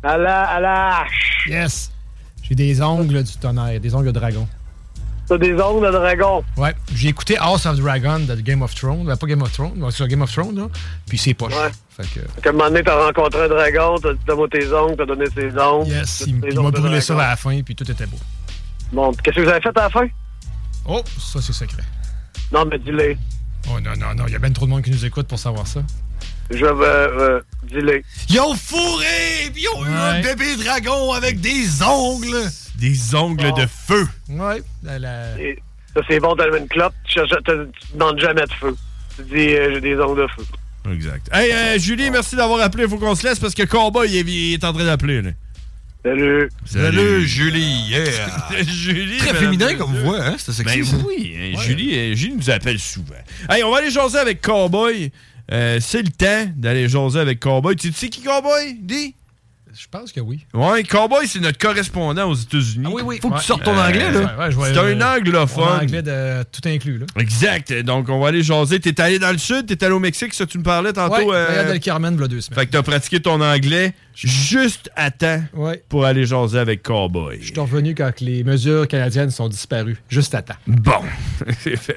[SPEAKER 18] À la, à la hache.
[SPEAKER 9] Yes. J'ai des ongles du tonnerre, des ongles de dragon.
[SPEAKER 18] T'as des ongles de dragon.
[SPEAKER 9] Ouais. J'ai écouté House of Dragon de Game of Thrones. Ben, pas Game of Thrones, mais sur Game of Thrones, là. Puis c'est poche.
[SPEAKER 18] Ouais.
[SPEAKER 9] Fait que.
[SPEAKER 18] Fait qu'à un moment donné, t'as rencontré un dragon, t'as dit donne-moi tes ongles, t'as donné ses ongles.
[SPEAKER 9] Yes,
[SPEAKER 18] Tes
[SPEAKER 9] il, il m'a
[SPEAKER 18] Oh, ongles de
[SPEAKER 9] brûlé
[SPEAKER 18] dragon.
[SPEAKER 9] ça à la fin, puis tout était beau.
[SPEAKER 18] Bon, qu'est-ce que vous avez fait à la fin?
[SPEAKER 9] Oh, ça, c'est secret.
[SPEAKER 18] Non, mais dis-les.
[SPEAKER 9] Oh non, non, non, il y a bien trop de monde qui nous écoute pour savoir ça.
[SPEAKER 18] Je veux, euh, dis-les.
[SPEAKER 7] Ils ont fourré! Puis ils ont eu un bébé dragon avec des ongles!
[SPEAKER 6] Des ongles de feu.
[SPEAKER 9] Ouais.
[SPEAKER 18] Et Ça, c'est bon, t'allumes une clope, tu, cherches- tu tu demandes jamais de feu. Tu dis, euh, j'ai des ongles de feu.
[SPEAKER 6] Exact. Hey, euh, Julie, merci d'avoir appelé. Faut qu'on se laisse parce que Cowboy il est, il est en train d'appeler. là.
[SPEAKER 18] Salut.
[SPEAKER 7] Salut,
[SPEAKER 6] (laughs)
[SPEAKER 7] Julie. Yeah.
[SPEAKER 6] Julie.
[SPEAKER 7] Très
[SPEAKER 6] madame
[SPEAKER 7] féminin
[SPEAKER 6] de-
[SPEAKER 7] comme voix, hein? C'était sexy.
[SPEAKER 6] Ben
[SPEAKER 7] ça.
[SPEAKER 6] oui, hein, Julie, euh, Julie nous appelle souvent. Hey, on va aller jaser avec Cowboy. Euh, c'est le temps d'aller jaser avec Cowboy. Tu tu sais qui Cowboy, dit?
[SPEAKER 9] Je pense que oui.
[SPEAKER 6] Ouais, Cowboy, c'est notre correspondant aux
[SPEAKER 7] Ah
[SPEAKER 6] États-Unis. oui, oui.
[SPEAKER 9] Faut que tu sortes ton anglais, là. Ouais, ouais, je vois-
[SPEAKER 6] c'est un
[SPEAKER 9] euh,
[SPEAKER 6] anglophone.
[SPEAKER 9] mon anglais de tout inclus, là.
[SPEAKER 6] Exact. Donc, on va aller jaser. T'es allé dans le sud, t'es allé au Mexique, ça, tu me parlais tantôt.
[SPEAKER 9] Ouais,
[SPEAKER 6] euh,
[SPEAKER 9] Playa del Carmen, v'là deux semaines.
[SPEAKER 6] Fait que t'as pratiqué ton anglais juste à temps pour aller jaser avec Cowboy.
[SPEAKER 9] Je suis revenu quand les mesures canadiennes sont disparues, juste à temps.
[SPEAKER 6] Bon, (laughs) c'est fait.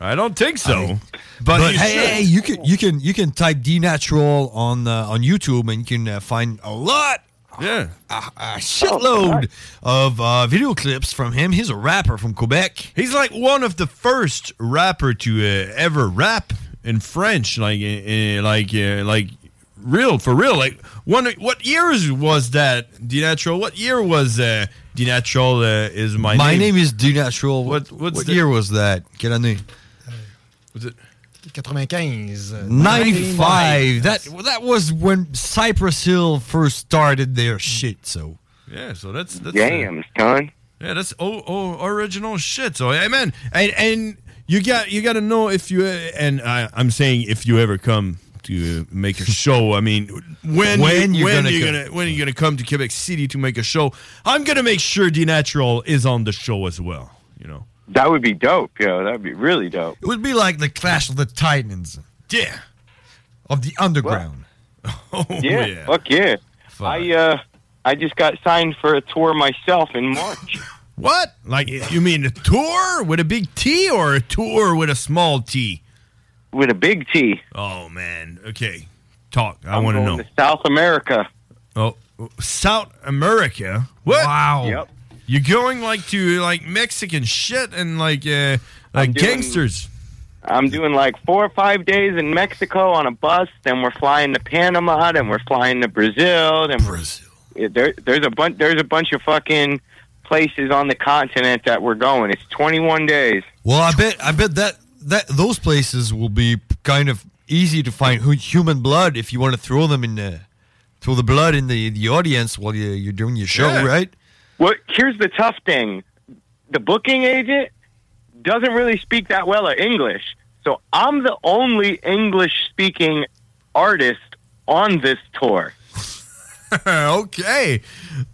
[SPEAKER 6] I don't think so.
[SPEAKER 7] but
[SPEAKER 6] but you
[SPEAKER 7] hey,
[SPEAKER 6] should.
[SPEAKER 7] hey, you can you can you can type D Natural on uh, on YouTube and you can uh, find a lot.
[SPEAKER 6] Yeah,
[SPEAKER 7] a, a shitload of uh, video clips from him. He's a rapper from Quebec.
[SPEAKER 6] He's like one of the first rapper to uh, ever rap in French, like uh, uh, like uh, like real for real. Like one, what years was that? D Natural. What year was uh, D Natural? Uh, is my
[SPEAKER 7] My
[SPEAKER 6] name.
[SPEAKER 7] name is D Natural. What
[SPEAKER 6] what's
[SPEAKER 7] what
[SPEAKER 6] the-
[SPEAKER 7] year was that? Quelle année?
[SPEAKER 6] Was it
[SPEAKER 9] 95. euh,
[SPEAKER 7] 95. That that was when Cypress Hill first started their shit. So
[SPEAKER 6] Yeah, so that's that's
[SPEAKER 7] Damn, son.
[SPEAKER 6] Yeah, that's oh, oh original shit. So hey, man, and and you got you got to know if you uh, and I, I'm saying if you ever come to make a show, I mean when
[SPEAKER 7] When
[SPEAKER 6] you,
[SPEAKER 7] you're
[SPEAKER 6] when
[SPEAKER 7] gonna
[SPEAKER 6] you
[SPEAKER 7] come.
[SPEAKER 6] gonna when you gonna come to Quebec City to make a show, I'm gonna make sure D Natural is on the show as well. You know,
[SPEAKER 19] That would be dope, yo. That would be really dope.
[SPEAKER 7] it would be like the Clash of the Titans.
[SPEAKER 6] Yeah,
[SPEAKER 7] of the underground.
[SPEAKER 19] yeah, Fuck yeah. I uh, I just got signed for a tour myself in March.
[SPEAKER 6] what? Like you mean a tour with a big T or a tour with a small T?
[SPEAKER 19] With a big T.
[SPEAKER 6] Oh man. Okay, talk. I
[SPEAKER 19] I'm
[SPEAKER 6] want to
[SPEAKER 19] going
[SPEAKER 6] know.
[SPEAKER 19] to South America.
[SPEAKER 6] Oh, South America. What? Wow.
[SPEAKER 19] Yep.
[SPEAKER 6] You're going like to like Mexican shit and like uh, like
[SPEAKER 19] doing-
[SPEAKER 6] gangsters.
[SPEAKER 19] I'm doing like four or five days in Mexico on a bus. Then we're flying to Panama. Then we're flying to Brazil. Then Brazil. There, there's a bunch. There's a bunch of fucking places on the continent that we're going. It's 21 days.
[SPEAKER 7] Well, I bet I bet that that those places will be p- kind of easy to find hu- human blood if you want to throw them in the throw the blood in the the audience while you you're doing your show,
[SPEAKER 19] Yeah.
[SPEAKER 7] right?
[SPEAKER 19] Well, here's the tough thing: the booking agent doesn't really speak that well of English, so I'm the only English-speaking artist on this tour.
[SPEAKER 6] (laughs) okay,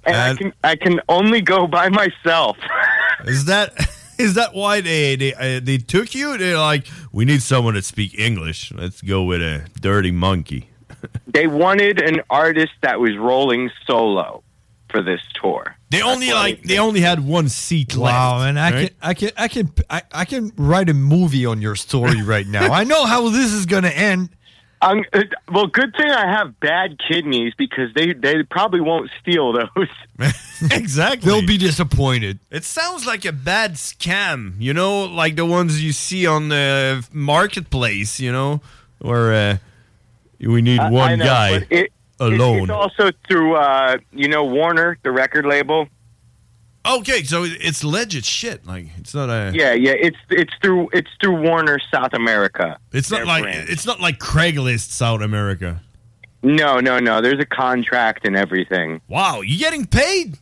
[SPEAKER 19] and I can I can only go by myself. (laughs)
[SPEAKER 6] Is that (laughs) is that why they they uh, they took you? They're like, we need someone to speak English. Let's go with a dirty monkey.
[SPEAKER 19] They wanted an artist that was rolling solo for this tour.
[SPEAKER 6] They only like they only had one seat
[SPEAKER 7] Wow,
[SPEAKER 6] left.
[SPEAKER 7] and Oh, I can I can I can I, I can write a movie on your story right now. I know how this is gonna end.
[SPEAKER 19] Um, uh, well, good thing I have bad kidneys because they, they probably won't steal those. (laughs)
[SPEAKER 6] (laughs) exactly. They'll
[SPEAKER 7] be disappointed.
[SPEAKER 6] It sounds like a bad scam, you know, like the ones you see on the marketplace, you know, where uh, we need
[SPEAKER 19] I-
[SPEAKER 6] one
[SPEAKER 19] I know,
[SPEAKER 6] guy
[SPEAKER 19] but it- it-
[SPEAKER 6] alone.
[SPEAKER 19] It's also through, uh, you know, Warner, the record label.
[SPEAKER 6] Okay, so it- it's legit shit. Like it's not a
[SPEAKER 19] Yeah, yeah. It's it's through it's through Warner South America.
[SPEAKER 6] It's not
[SPEAKER 19] Their
[SPEAKER 6] like
[SPEAKER 19] brand.
[SPEAKER 6] it's not like Craigslist South America.
[SPEAKER 19] No, no, no. There's a contract and everything.
[SPEAKER 6] Wow, you getting paid?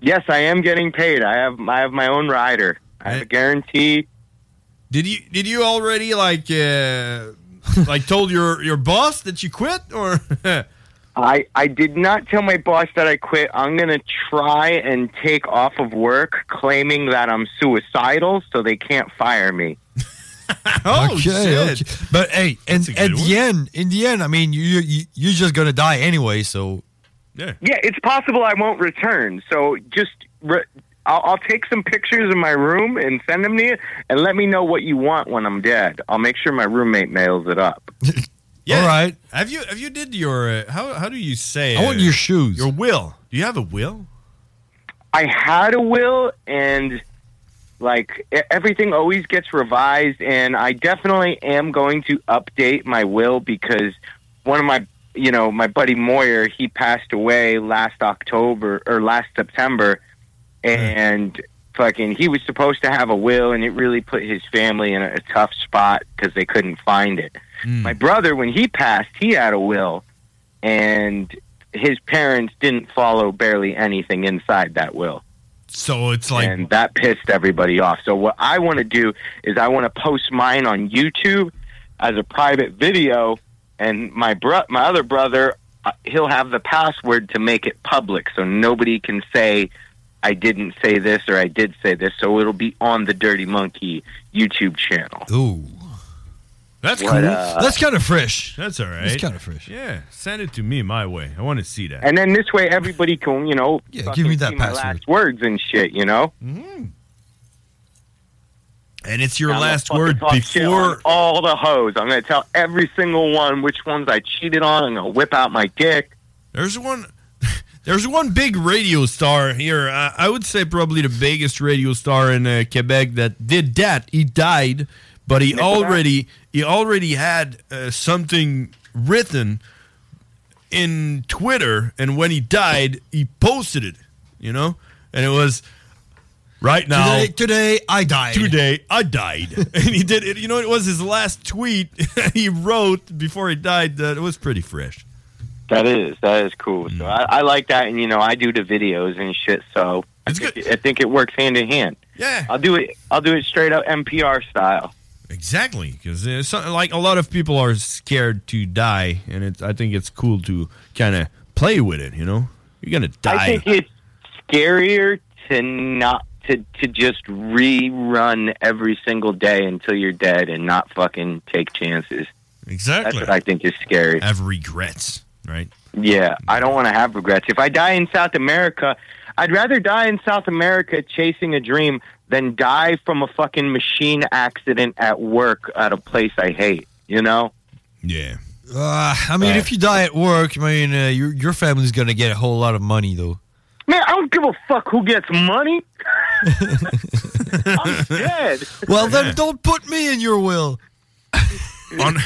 [SPEAKER 19] Yes, I am getting paid. I have I have my own rider. I have a guarantee.
[SPEAKER 6] Did you did you already like uh like told your your boss that you quit or (laughs)
[SPEAKER 19] I I did not tell my boss that I quit. I'm gonna try and take off of work, claiming that I'm suicidal, so they can't fire me.
[SPEAKER 7] Oh shit! But hey, and at the end, in the end, I mean, you you you're just gonna die anyway. So
[SPEAKER 6] Yeah.
[SPEAKER 19] it's possible I won't return. So just re- I'll, I'll take some pictures in my room and send them to you, and let me know what you want when I'm dead. I'll make sure my roommate mails it up.
[SPEAKER 6] All right. Have you have you did your uh, how how do you say
[SPEAKER 19] I want
[SPEAKER 6] uh,
[SPEAKER 19] your shoes.
[SPEAKER 6] Your will. Do you have a will?
[SPEAKER 19] I had a will, and like e- everything always gets revised, and I definitely am going to update my will because one of my you know my buddy Moyer he passed away last October or last September, and fucking he was supposed to have a will, and it really put his family in a, a tough spot because they couldn't find it. My brother, when he passed, he had a will, and his parents didn't follow barely anything inside that will.
[SPEAKER 6] So it's like
[SPEAKER 19] and that pissed everybody off. So what I want to do is I want to post mine on YouTube as a private video, and my bro- my other brother, uh, he'll have the password to make it public, so nobody can say I didn't say this or I did say this. So it'll be on the Dirty Monkey YouTube channel.
[SPEAKER 7] Ooh,
[SPEAKER 6] That's
[SPEAKER 19] What, uh,
[SPEAKER 7] That's kind of fresh.
[SPEAKER 6] That's all right.
[SPEAKER 7] That's kind of fresh.
[SPEAKER 6] Yeah, send it to me my way. I want to see that.
[SPEAKER 19] And then this way, everybody can, you know, yeah,
[SPEAKER 6] give me that
[SPEAKER 19] my
[SPEAKER 6] password.
[SPEAKER 19] last words and shit, you know.
[SPEAKER 6] And it's your
[SPEAKER 19] I'm gonna
[SPEAKER 6] last
[SPEAKER 19] fucking
[SPEAKER 6] word
[SPEAKER 19] talk shit
[SPEAKER 6] before
[SPEAKER 19] on all the hoes. I'm going to tell every single one which ones I cheated on. I'm going to whip out my dick.
[SPEAKER 6] There's one. (laughs) There's one big radio star here. Uh, I would say probably the biggest radio star in uh, Quebec that did that. He died, but he
[SPEAKER 7] Nicolas?
[SPEAKER 6] already he already had uh, something written in Twitter, and when he died, he posted it. You know, and it was right now.
[SPEAKER 7] Today- today I died.
[SPEAKER 6] Today I died, (laughs) and he did it. You know, it was his last tweet (laughs) he wrote before he died. That it was pretty fresh.
[SPEAKER 19] That is that is cool.
[SPEAKER 6] Mm.
[SPEAKER 19] So I, I like that, and you know I do the videos and shit. So I think, I think it works hand in hand.
[SPEAKER 6] Yeah,
[SPEAKER 19] I'll do it. I'll do it straight up NPR style.
[SPEAKER 6] Exactly, because uh, so- like a lot of people are scared to die, and it's, I think it's cool to kind of play with it. You know, you're gonna
[SPEAKER 19] I
[SPEAKER 6] die.
[SPEAKER 19] think it's scarier to not to to just rerun every single day until you're dead and not fucking take chances.
[SPEAKER 6] Exactly.
[SPEAKER 19] That's what I think is scary.
[SPEAKER 6] Have regrets, right?
[SPEAKER 19] Yeah, I don't want to have regrets. If I die in South America, I'd rather die in South America chasing a dream than die from a fucking machine accident at work at a place I hate, you know?
[SPEAKER 6] Yeah.
[SPEAKER 7] Uh, I mean,
[SPEAKER 19] Uh,
[SPEAKER 7] if you die at work, I mean, uh, your your family's gonna get a whole lot of money though.
[SPEAKER 19] Man, I don't give a fuck who gets money. I'm dead.
[SPEAKER 7] Well, (laughs) then don't put me in your will.
[SPEAKER 6] (laughs) on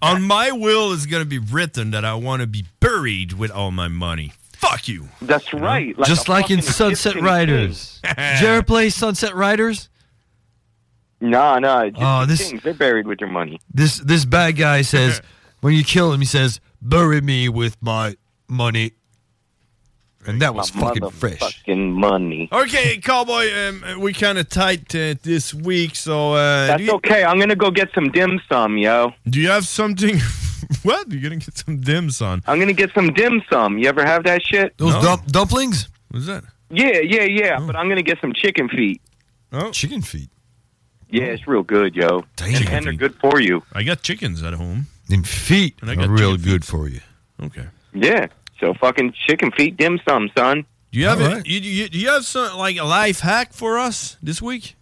[SPEAKER 6] on my will is gonna be written that I want to be buried with all my money. Fuck you. (laughs)
[SPEAKER 19] That's right.
[SPEAKER 7] Just like in Sunset Riders. Did you ever play Sunset Riders?
[SPEAKER 19] No, no. Just
[SPEAKER 7] Oh,
[SPEAKER 19] the
[SPEAKER 7] this-
[SPEAKER 19] kings, They're buried with your money.
[SPEAKER 7] This this bad guy says when you kill him, he says, "Bury me with my money," and that was fucking fresh.
[SPEAKER 19] Fucking money.
[SPEAKER 6] Okay, cowboy. Um, we kind of tight uh, this week, so uh, do
[SPEAKER 19] That's
[SPEAKER 6] you-
[SPEAKER 19] okay. I'm going to go get some dim sum, yo.
[SPEAKER 6] Do you have something? (laughs) what? You're gonna get some dim sum.
[SPEAKER 19] I'm going to get some dim sum. You ever have that shit?
[SPEAKER 7] Those dump- dumplings?
[SPEAKER 6] What's that?
[SPEAKER 19] Yeah, yeah, yeah. But I'm gonna get some chicken feet.
[SPEAKER 6] Oh,
[SPEAKER 7] chicken feet.
[SPEAKER 19] Yeah, it's real good, yo. And, and they're good for you.
[SPEAKER 6] I got chickens at home.
[SPEAKER 7] And feet
[SPEAKER 6] And I
[SPEAKER 7] are
[SPEAKER 6] got
[SPEAKER 7] real good for you.
[SPEAKER 6] Okay.
[SPEAKER 19] Yeah. So fucking chicken feet dim sum, son.
[SPEAKER 6] Do you have a, you, you, do you have some like a life hack for us this week?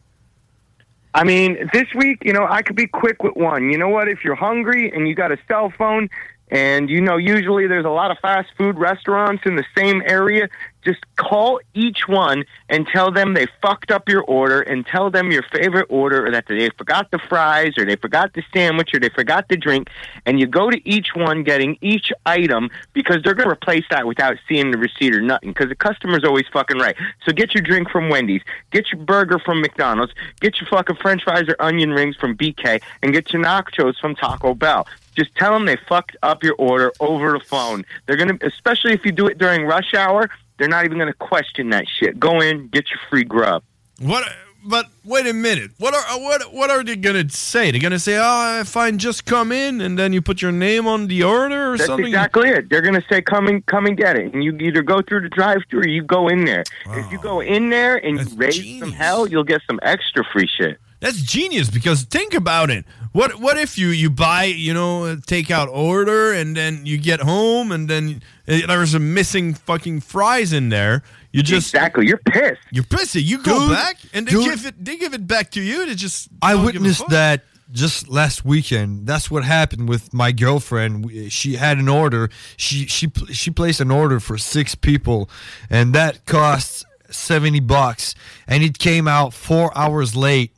[SPEAKER 19] I mean, this week, you know, I could be quick with one. You know what? If you're hungry and you got a cell phone, and you know, usually there's a lot of fast food restaurants in the same area. Just call each one and tell them they fucked up your order and tell them your favorite order or that they forgot the fries or they forgot the sandwich or they forgot the drink. And you go to each one getting each item because they're going to replace that without seeing the receipt or nothing because the customer's always fucking right. So get your drink from Wendy's, get your burger from McDonald's, get your fucking french fries or onion rings from BK, and get your nachos from Taco Bell. Just tell them they fucked up your order over the phone. They're gonna, especially if you do it during rush hour. They're not even gonna question that shit. Go in, get your free grub.
[SPEAKER 6] What? But wait a minute. What are uh, what what are they gonna say? They're gonna say, "Oh, fine, just come in," and then you put your name on the order or
[SPEAKER 19] That's
[SPEAKER 6] something.
[SPEAKER 19] exactly it. They're gonna say, "Come and come and get it," and you either go through the drive-through or you go in there. If you go in there and you raise some hell, you'll get some extra free shit.
[SPEAKER 6] That's genius because think about it. What what if you you buy you know a takeout order and then you get home and then uh, there's a missing fucking fries in there. You just
[SPEAKER 19] exactly. You're pissed.
[SPEAKER 6] You're pissed. You go
[SPEAKER 7] Dude,
[SPEAKER 6] back and they
[SPEAKER 7] dude.
[SPEAKER 6] give it they give it back to you. They just
[SPEAKER 7] I
[SPEAKER 6] don't give a
[SPEAKER 7] witnessed
[SPEAKER 6] fuck.
[SPEAKER 7] that just last weekend. That's what happened with my girlfriend. We- She had an order. She she pl- she placed an order for six people, and that cost seventy bucks. And it came out four hours late,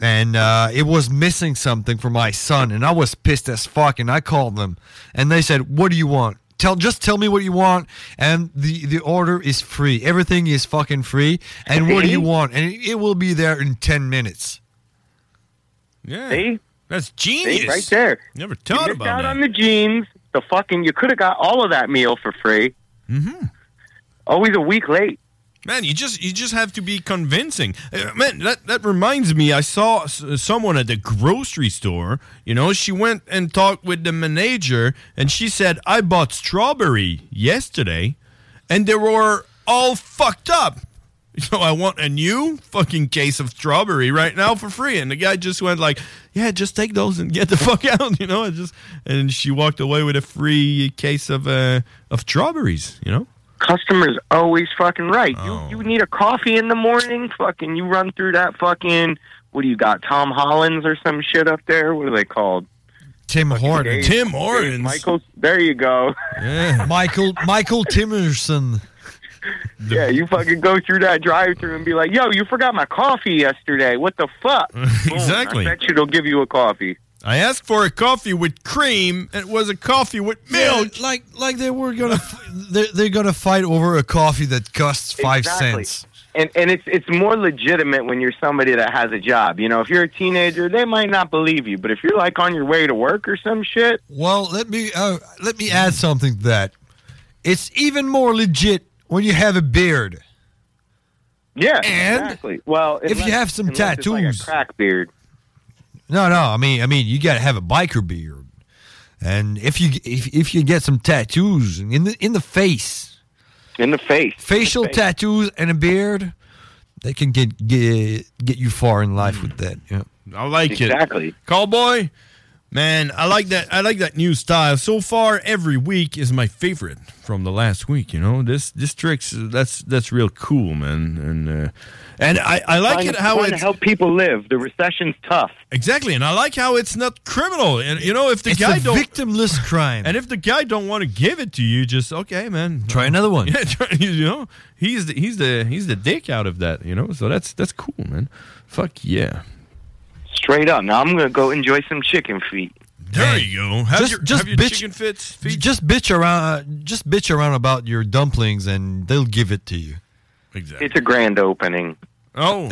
[SPEAKER 7] and uh, it was missing something for my son. And I was pissed as fuck. And I called them, and they said, "What do you want?" Tell just tell me what you want, and the the order is free. Everything is fucking free. And what do you want? And it, it will be there in ten minutes.
[SPEAKER 6] Yeah.
[SPEAKER 19] See?
[SPEAKER 6] That's
[SPEAKER 7] genius.
[SPEAKER 19] right there.
[SPEAKER 6] Never
[SPEAKER 7] thought
[SPEAKER 19] you missed
[SPEAKER 7] about
[SPEAKER 19] out
[SPEAKER 7] that.
[SPEAKER 19] on the jeans. The fucking you could have got all of that meal for free.
[SPEAKER 6] Mm-hmm.
[SPEAKER 19] Always a week late.
[SPEAKER 6] Man, you just you just have to be convincing. Uh, man, that that reminds me. I saw s- someone at the grocery store. You know, she went and talked with the manager, and she said, "I bought strawberry yesterday, and they were all fucked up. (laughs) So I want a new fucking case of strawberry right now for free." And the guy just went like, "Yeah, just take those and get the (laughs) fuck out." You know, and just and she walked away with a free case of uh, of strawberries. You know.
[SPEAKER 19] Customers always fucking right.
[SPEAKER 7] Oh.
[SPEAKER 19] You you need a coffee in the morning. Fucking you run through that fucking what do you got? Tom Hollands or some shit up there. What are they called?
[SPEAKER 7] Tim Hortons.
[SPEAKER 19] Dave- Tim Hortons. Dave Michaels. There you go. (laughs)
[SPEAKER 7] Yeah. Michael Michael Timerson.
[SPEAKER 19] Yeah, you fucking go through that drive-through and be like, "Yo, you forgot my coffee yesterday. What the
[SPEAKER 7] (laughs)
[SPEAKER 19] fuck?"
[SPEAKER 6] Exactly.
[SPEAKER 19] Boom, I bet you they'll give you a coffee.
[SPEAKER 6] I asked for a coffee with cream. It was a coffee with milk.
[SPEAKER 7] like like they were gonna f- they're, they're gonna fight over a coffee that costs five
[SPEAKER 19] Exactly.
[SPEAKER 7] cents.
[SPEAKER 19] And and it's it's more legitimate when you're somebody that has a job. You know, if you're a teenager, they might not believe you, but if you're like on your way to work or some shit,
[SPEAKER 7] Well, let me uh, let me add something to that. It's even more legit when you have a beard.
[SPEAKER 19] yeah,
[SPEAKER 7] And
[SPEAKER 19] exactly. Well,
[SPEAKER 7] if you
[SPEAKER 19] unless-
[SPEAKER 7] have some
[SPEAKER 19] unless it's like a
[SPEAKER 7] tattoos.
[SPEAKER 19] crack beard.
[SPEAKER 7] No, no, I mean I mean you gotta have a biker beard, and if you if, if you get some tattoos in the in the face,
[SPEAKER 19] in the face,
[SPEAKER 7] facial
[SPEAKER 19] In the face.
[SPEAKER 7] tattoos and a beard, they can get get get you far in
[SPEAKER 19] Mm.
[SPEAKER 7] life with that. Yeah.
[SPEAKER 6] I like it.
[SPEAKER 7] Exactly.
[SPEAKER 6] Cowboy. Man, I like that. I like that new style. So far, every week is my favorite from the last week. You know, this this tricks. That's that's real cool, man. And uh, and I, I like
[SPEAKER 19] Trying
[SPEAKER 6] it
[SPEAKER 19] to-
[SPEAKER 6] how
[SPEAKER 19] trying to
[SPEAKER 6] it's
[SPEAKER 19] help people live. The recession's tough.
[SPEAKER 6] Exactly, and I like how it's not criminal. And you know, if the
[SPEAKER 7] It's
[SPEAKER 6] guy
[SPEAKER 7] a
[SPEAKER 6] don't
[SPEAKER 7] victimless crime,
[SPEAKER 6] and if the guy don't want to give it to you, just okay, man.
[SPEAKER 7] Try another one.
[SPEAKER 6] Yeah, (laughs) try, you know, he's the, he's the he's the dick out of that. You know, so that's that's cool, man. Fuck yeah.
[SPEAKER 19] Straight up. Now I'm gonna go enjoy some chicken feet.
[SPEAKER 6] There you go. Have
[SPEAKER 7] Just-
[SPEAKER 6] your,
[SPEAKER 7] just
[SPEAKER 6] have your
[SPEAKER 7] bitch-
[SPEAKER 6] chicken fits.
[SPEAKER 7] Just bitch around, uh, just bitch around about your dumplings, and they'll give it to you.
[SPEAKER 6] Exactly.
[SPEAKER 19] It's a grand opening.
[SPEAKER 6] Oh.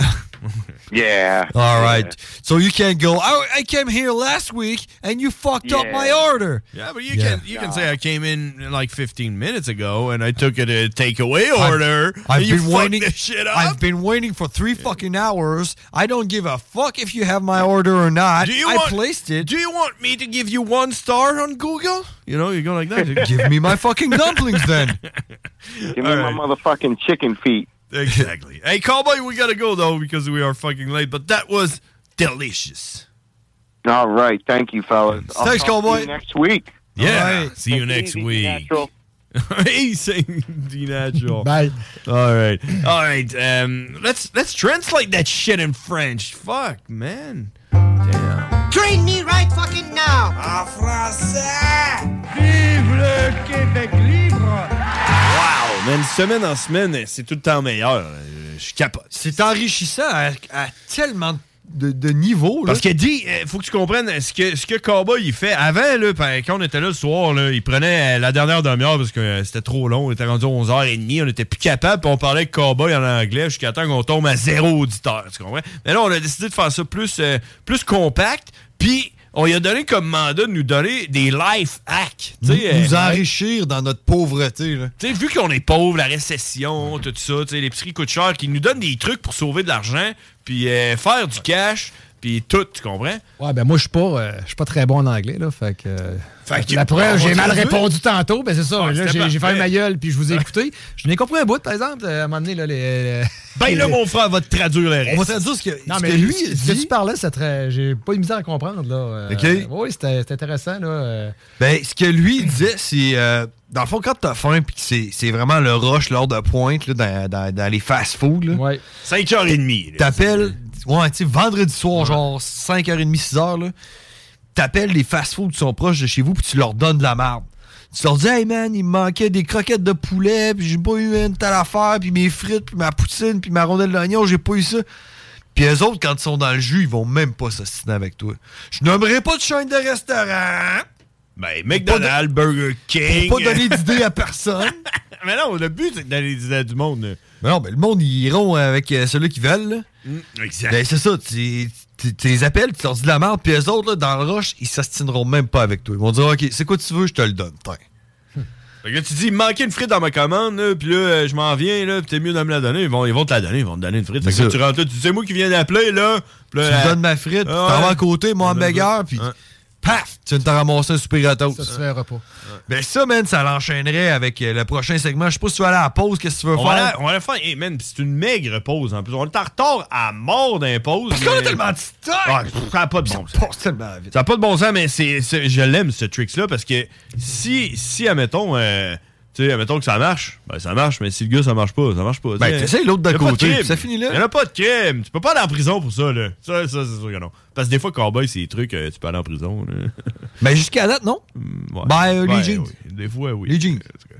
[SPEAKER 19] yeah.
[SPEAKER 7] All right. So you can't go. "Oh, I, I came here last week and you fucked up
[SPEAKER 6] Yeah.
[SPEAKER 7] my order.
[SPEAKER 6] Yeah, but you
[SPEAKER 7] Yeah.
[SPEAKER 6] can you can say I came in like 15 minutes ago and I took it a takeaway order.
[SPEAKER 7] I've
[SPEAKER 6] and you
[SPEAKER 7] been
[SPEAKER 6] fucked
[SPEAKER 7] waiting.
[SPEAKER 6] This shit up.
[SPEAKER 7] I've been waiting for three fucking hours. I don't give a fuck if you have my order or not.
[SPEAKER 6] Do you
[SPEAKER 7] I
[SPEAKER 6] want-
[SPEAKER 7] placed it.
[SPEAKER 6] Do you want me to give you one star on Google? You know, you go like (laughs) that.
[SPEAKER 7] Give me my fucking dumplings then.
[SPEAKER 19] Give me my motherfucking chicken feet.
[SPEAKER 6] Exactly. Hey, cowboy, we gotta go though because we are fucking late. But that was delicious.
[SPEAKER 19] All right. Thank you, fellas. I'll
[SPEAKER 6] Thanks,
[SPEAKER 19] talk to you
[SPEAKER 6] cowboy.
[SPEAKER 19] Next week.
[SPEAKER 6] Yeah. See you
[SPEAKER 19] Take it
[SPEAKER 6] next
[SPEAKER 19] easy,
[SPEAKER 6] week.
[SPEAKER 19] Natural.
[SPEAKER 6] he (laughs) sang D natural. All right. All right. Um, let's let's translate that shit in French. Fuck, man. Damn.
[SPEAKER 20] Train me right fucking now! En français! Vive le Québec libre!
[SPEAKER 6] Wow, man. Man, semaine en semaine, c'est tout le temps meilleur. Euh, Je capote.
[SPEAKER 7] C'est enrichissant à, à tellement de, de niveaux. là.
[SPEAKER 6] Parce que dit, euh, faut que tu comprennes euh, ce que, ce que Cowboy il fait. Avant, là, par- quand on était là le soir, là, il prenait euh, la dernière demi-heure parce que euh, c'était trop long. On était rendu 11h30, on était plus capable, puis on parlait avec Cowboy en anglais jusqu'à temps qu'on tombe à zéro auditeur. Tu comprends? Mais là, on a décidé de faire ça plus, euh, plus compact, puis on lui a donné comme mandat de nous donner des life hacks. tu
[SPEAKER 7] Nous,
[SPEAKER 6] sais, euh,
[SPEAKER 7] nous enrichir dans notre pauvreté. là.
[SPEAKER 6] tu sais, vu qu'on est pauvre, la récession, tout ça, tu sais, l'épicerie coûte cher, qui nous donne des trucs pour sauver de l'argent, puis euh, faire du cash, puis tout, tu comprends?
[SPEAKER 9] Ouais, ben moi, je suis pas, euh, je suis pas très bon en anglais, là. Fait que. euh,
[SPEAKER 6] Fait que-
[SPEAKER 9] la preuve,
[SPEAKER 6] on va
[SPEAKER 9] j'ai mal
[SPEAKER 6] traduire.
[SPEAKER 9] répondu tantôt, ben c'est ça.
[SPEAKER 6] Ouais,
[SPEAKER 9] là,
[SPEAKER 6] c'était
[SPEAKER 9] j'ai j'ai
[SPEAKER 6] parfait.
[SPEAKER 9] fermé ma gueule, puis je vous ai écouté. je n'ai compris un bout, par exemple, euh, à un moment donné, là, les.
[SPEAKER 6] Ben là, mon frère va te traduire le reste.
[SPEAKER 9] On va traduire
[SPEAKER 7] ce que.
[SPEAKER 9] Non,
[SPEAKER 7] ce
[SPEAKER 9] mais
[SPEAKER 7] que
[SPEAKER 9] lui,
[SPEAKER 7] lui
[SPEAKER 9] ce que
[SPEAKER 7] dit-
[SPEAKER 9] tu parlais, c'est très. J'ai pas eu de misère à comprendre, là. euh,
[SPEAKER 7] OK.
[SPEAKER 9] Oui, c'était c'était intéressant, là. euh.
[SPEAKER 7] Ben, ce que lui il disait, c'est. euh, dans le fond, quand t'as faim, puis que c'est, c'est vraiment le rush, l'heure de pointe, là, dans, dans- dans les fast-foods.
[SPEAKER 9] Ouais.
[SPEAKER 6] 5h30.
[SPEAKER 7] T'appelles. Ouais, tu sais, vendredi soir, genre 5h30, 6h, là. T'appelles les fast-foods qui sont proches de chez vous, puis tu leur donnes de la merde. Tu leur dis, hey man, il me manquait des croquettes de poulet, puis j'ai pas eu une telle affaire, puis mes frites, puis ma poutine, puis ma rondelle d'oignon, j'ai pas eu ça. Puis eux autres, quand ils sont dans le jus, ils vont même pas s'assiner avec toi. Je nommerai pas de chaîne de restaurant.
[SPEAKER 6] Ben, McDonald's, Burger King.
[SPEAKER 7] Pour pas donner d'idée à personne.
[SPEAKER 6] (laughs) mais non, le but, c'est de donner des idées à du monde.
[SPEAKER 7] (laughs)
[SPEAKER 6] euh,
[SPEAKER 7] Mais non, mais le monde, ils iront avec euh, ceux-là qui veulent. là.
[SPEAKER 6] exact.
[SPEAKER 7] Ben, c'est ça. Tu, tu- tu les appelles, tu leur dis de la merde, puis eux autres, là, dans le rush, ils s'astineront même pas avec toi. Ils vont dire, OK, c'est quoi tu veux, je te le donne. Tiens.
[SPEAKER 6] Fait que là, tu dis, il me manquait une frite dans ma commande, là, puis là, euh, je m'en viens, là, puis t'es mieux de me la donner. Ils vont, ils vont te la donner, ils vont te donner une frite. Fait que
[SPEAKER 7] C'est
[SPEAKER 6] là,
[SPEAKER 7] ça.
[SPEAKER 6] tu rentres là, tu dis, c'est moi qui viens d'appeler, là. Puis là,
[SPEAKER 7] Tu me
[SPEAKER 6] euh,
[SPEAKER 7] donnes ma frite, tu
[SPEAKER 6] ah
[SPEAKER 7] t'en vas
[SPEAKER 6] ouais.
[SPEAKER 7] à côté, moi en
[SPEAKER 6] Ouais.
[SPEAKER 7] bagarre, puis paf, tu viens de t'en ramasser un super gratos.
[SPEAKER 9] Ça se fait un repas.
[SPEAKER 7] Ben ça, man, ça l'enchaînerait avec euh, le prochain segment. Je sais pas si tu vas aller à la pause, qu'est-ce que tu veux
[SPEAKER 6] On va,
[SPEAKER 7] faire.
[SPEAKER 6] la, on va la faire. Hey, man, pis c'est une maigre pause en plus. On est en retard à mort d'impose. Parce
[SPEAKER 7] qu'on a tellement de stock!
[SPEAKER 6] ça n'a pas de bon sens. Ça n'a pas de bon sens, mais c'est, c'est- je l'aime, ce trick-là, parce que si, si admettons, euh, tu sais, admettons que ça marche, ben ça marche, mais si le gars, ça marche pas, ça marche pas.
[SPEAKER 7] Ben, t'essayes l'autre de côté, puis ça finit là.
[SPEAKER 6] Il n'y en a pas de crime. Tu peux pas aller en prison pour ça, là. Ça, ça, c'est sûr que non. Parce que des fois, cowboy, c'est des trucs, euh, tu peux aller en prison, là. (laughs)
[SPEAKER 7] Ben jusqu'à date, non?
[SPEAKER 6] Ouais.
[SPEAKER 7] Ben, euh,
[SPEAKER 6] Ouais,
[SPEAKER 7] les jeans.
[SPEAKER 6] oui. Des fois, oui. Euh,
[SPEAKER 7] Les jeans.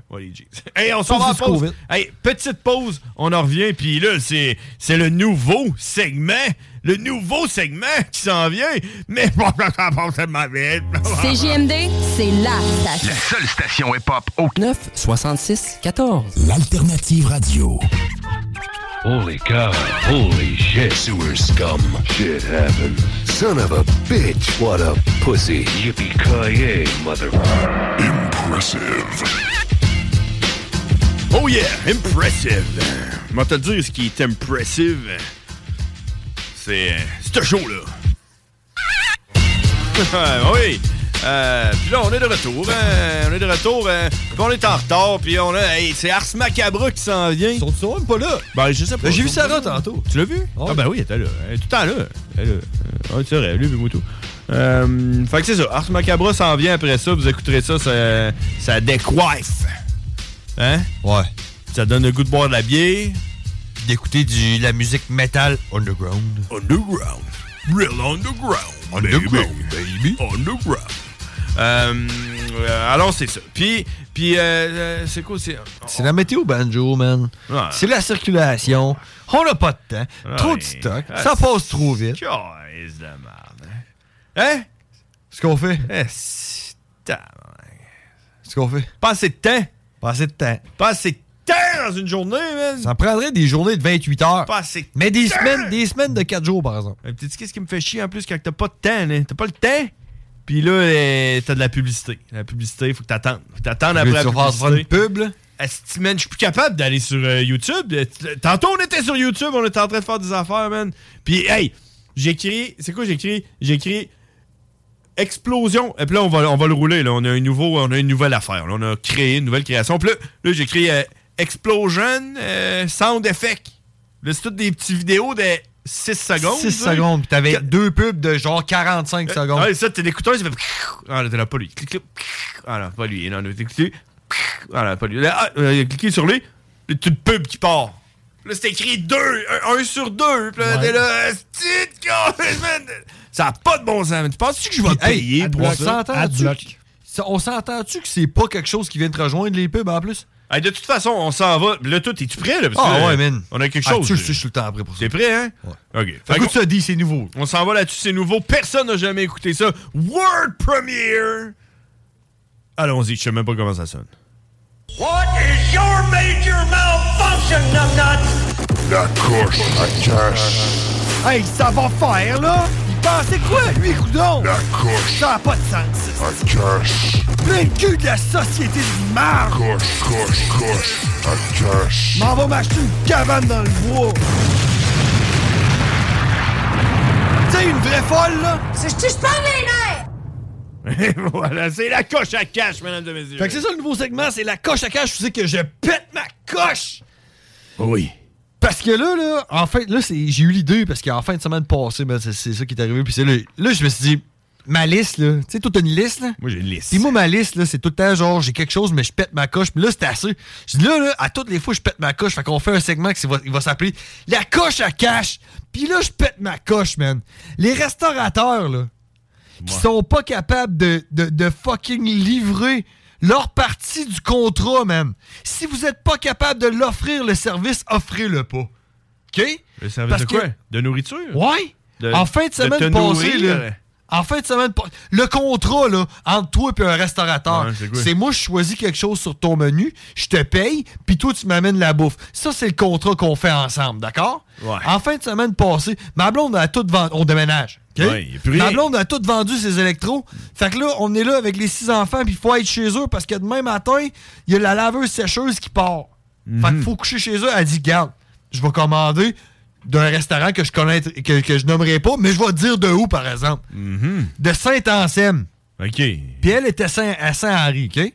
[SPEAKER 6] Ouais, les jeans. (laughs) Hey, on s'en
[SPEAKER 7] Sauf
[SPEAKER 6] va en
[SPEAKER 7] si c'est
[SPEAKER 6] pause.
[SPEAKER 7] Covid.
[SPEAKER 6] Hey, petite pause, on en revient. Puis là, c'est, c'est le nouveau segment. Le nouveau segment qui s'en vient. Mais (laughs) bon, ça passe tellement vite.
[SPEAKER 1] CJMD, c'est la station.
[SPEAKER 17] seule station hip-hop au
[SPEAKER 16] 9 66 14.
[SPEAKER 17] L'alternative radio.
[SPEAKER 21] Holy cow. Holy shit. Sewer scum. Shit happened. Son of a bitch. What a pussy. Yippee-ki-yay, mother... Impressive.
[SPEAKER 6] Oh yeah, impressive. Moi, te dire ce qui est impressive. C'est, c'est show-là. (laughs) Ah, oui. Euh, puis là, on est de retour. hein. On est de retour. hein. Puis on est en retard. Puis on a. Hey, c'est Ars Macabra qui s'en vient. Ils sont même pas là. Ben, je sais pas.
[SPEAKER 7] Ben, j'ai vu
[SPEAKER 6] Ils sont
[SPEAKER 7] Sarah
[SPEAKER 6] pas là.
[SPEAKER 7] tantôt.
[SPEAKER 6] Tu l'as vu? Ah, ben oui, elle était là. Elle est tout le temps là. Elle est là. Euh, ouais, c'est vrai, elle est Mutu. Euh, fait que c'est ça. Ars Macabra s'en vient après ça. Vous écouterez ça. Ça, ça décoiffe. Hein?
[SPEAKER 7] Ouais.
[SPEAKER 6] Ça donne le goût de boire de la bière.
[SPEAKER 7] D'écouter du- de la musique metal underground.
[SPEAKER 6] Underground. Real underground. Underground, baby. Underground. Euh, euh, alors, c'est ça. Puis, puis euh, euh, c'est quoi? C'est.
[SPEAKER 7] C'est la météo banjo, man.
[SPEAKER 6] Ouais.
[SPEAKER 7] C'est la circulation. On n'a pas de temps. Trop de stock. Ça passe trop vite.
[SPEAKER 6] Calice Ah, de merde. Hein?
[SPEAKER 7] Ce qu'on fait.
[SPEAKER 6] Ce
[SPEAKER 7] qu'on fait.
[SPEAKER 6] Pas assez de temps.
[SPEAKER 7] Pas assez de temps.
[SPEAKER 6] Pas assez de temps dans une journée, man.
[SPEAKER 7] Ça prendrait des journées de 28 heures.
[SPEAKER 6] Pas assez de
[SPEAKER 7] Mais des
[SPEAKER 6] temps.
[SPEAKER 7] semaines, des semaines de 4 jours, par exemple.
[SPEAKER 6] Euh, Puis, tu qu'est-ce qui me fait chier en plus quand t'as pas de temps, là? T'as pas le temps? Puis là, euh, t'as de la publicité. La publicité, faut que t'attendes. Faut que t'attendes
[SPEAKER 7] Là,
[SPEAKER 6] après la
[SPEAKER 7] tu vas faire- faire
[SPEAKER 6] publicité.
[SPEAKER 7] une pub, là.
[SPEAKER 6] Esti, man, je suis plus capable d'aller sur euh, YouTube. Euh, t- Tantôt, on était sur YouTube, on était en train de faire des affaires, man. Puis, hey, j'écris. C'est quoi j'écris? J'écris explosion. Et puis là, on va, on va le rouler. Là. On, a un nouveau, on a une nouvelle affaire. là. On a créé une nouvelle création. Puis là, là, j'écris euh, explosion euh, sound effect. Là, c'est toutes des petites vidéos de 6 secondes. hein.
[SPEAKER 7] 6 secondes. Puis t'avais deux pubs de genre 45 secondes.
[SPEAKER 6] Ah, ça, t'es l'écouteur, il fait. (laughs) Ah, là, t'es là, pas lui. Clique, clique. (laughs) Ah, non, pas lui. Non, non, t'es cliqué. (laughs) Ah, non, pas lui. Là, ah, euh, cliquez sur lui. Le petit pub qui part. Là, c'est écrit 2, 1 sur 2. Puis là,
[SPEAKER 7] Ouais.
[SPEAKER 6] t'es là, Esti de câlisse, man. Ça n'a pas de bon sens. man. Tu penses-tu que je vais te payer pour
[SPEAKER 7] on
[SPEAKER 6] ça?
[SPEAKER 7] s'entend-tu que- ça- On s'entend-tu que c'est pas quelque chose qui vient te rejoindre, les pubs, en plus?
[SPEAKER 6] Hey, de toute façon, on s'en va. Là, tout, es-tu prêt? Là,
[SPEAKER 7] Ah,
[SPEAKER 6] que, euh,
[SPEAKER 7] ouais, man.
[SPEAKER 6] On a quelque
[SPEAKER 7] Ah,
[SPEAKER 6] chose.
[SPEAKER 7] tu le
[SPEAKER 6] là.
[SPEAKER 7] sais, je suis tout le temps prêt pour ça.
[SPEAKER 6] T'es prêt, hein? OK. Écoute ça, dit, c'est nouveau. On s'en va là-dessus, c'est nouveau. Personne n'a jamais écouté ça. World Premiere! Allons-y, je sais même pas comment ça sonne. (laughs)
[SPEAKER 3] What is your major malfunction, numbnuts?
[SPEAKER 6] La course à
[SPEAKER 3] Hey, ça va faire, là? Il pensait quoi, lui, coudon? La course. Ça n'a pas de sens.
[SPEAKER 21] A cash.
[SPEAKER 3] Plein le cul de la société de marre.
[SPEAKER 21] Course, course, course. A cash.
[SPEAKER 3] M'en va m'acheter une cabane dans le bois. T'sais, une vraie folle, là? C'est je te
[SPEAKER 6] Et voilà, c'est la coche à cash, mesdames et messieurs.
[SPEAKER 7] Fait que c'est ça le nouveau segment, c'est la coche à cash. Je sais que je pète ma coche!
[SPEAKER 6] Oui.
[SPEAKER 7] Parce que là, là, en fait, là, c'est, j'ai eu l'idée parce qu'en fin de semaine passée, ben, c'est, c'est ça qui est arrivé. Puis c'est là, là, je me suis dit, ma liste, là, tu sais, toi, t'as une liste, là?
[SPEAKER 6] Moi, j'ai une liste.
[SPEAKER 7] Puis moi, ma liste, là, c'est tout le temps genre, j'ai quelque chose, mais je pète ma coche. Puis là, c'est assez. Je dis, là, là, à toutes les fois, je pète ma coche. Fait qu'on fait un segment qui va, il va s'appeler La coche à cash. Puis là, je pète ma coche, man. Les restaurateurs, là, qui sont pas capables de, de, de fucking livrer leur partie du contrat, man. Si vous êtes pas capable de l'offrir, le service, offrez-le pas. OK?
[SPEAKER 6] Le service
[SPEAKER 7] Parce
[SPEAKER 6] de quoi?
[SPEAKER 7] que-
[SPEAKER 6] De nourriture?
[SPEAKER 7] Ouais.
[SPEAKER 6] De-
[SPEAKER 7] en fin de semaine
[SPEAKER 6] te
[SPEAKER 7] passée,
[SPEAKER 6] nourrir.
[SPEAKER 7] là, en fin de semaine, pa- le contrat là, entre toi et un restaurateur,
[SPEAKER 6] Ouais, c'est quoi?
[SPEAKER 7] c'est moi, je choisis quelque chose sur ton menu, je te paye, puis toi, tu m'amènes la bouffe. Ça, c'est le contrat qu'on fait ensemble, d'accord? En fin de semaine passée, ma blonde a tout vendu. On déménage. OK?
[SPEAKER 6] Ouais, y a plus rien.
[SPEAKER 7] ma blonde a tout vendu ses électros. Fait que là, on est là avec les six enfants, puis il faut être chez eux parce que demain matin, il y a la laveuse sécheuse qui part.
[SPEAKER 6] Mhm.
[SPEAKER 7] Fait qu'il faut coucher chez eux. Elle dit Garde, je vais commander d'un restaurant que je connais, que, que je nommerai pas, mais je vais te dire de où, par exemple.
[SPEAKER 6] Mhm.
[SPEAKER 7] De Saint-Anselme.
[SPEAKER 6] OK. Puis
[SPEAKER 7] elle était Saint- à Saint-Henri, OK?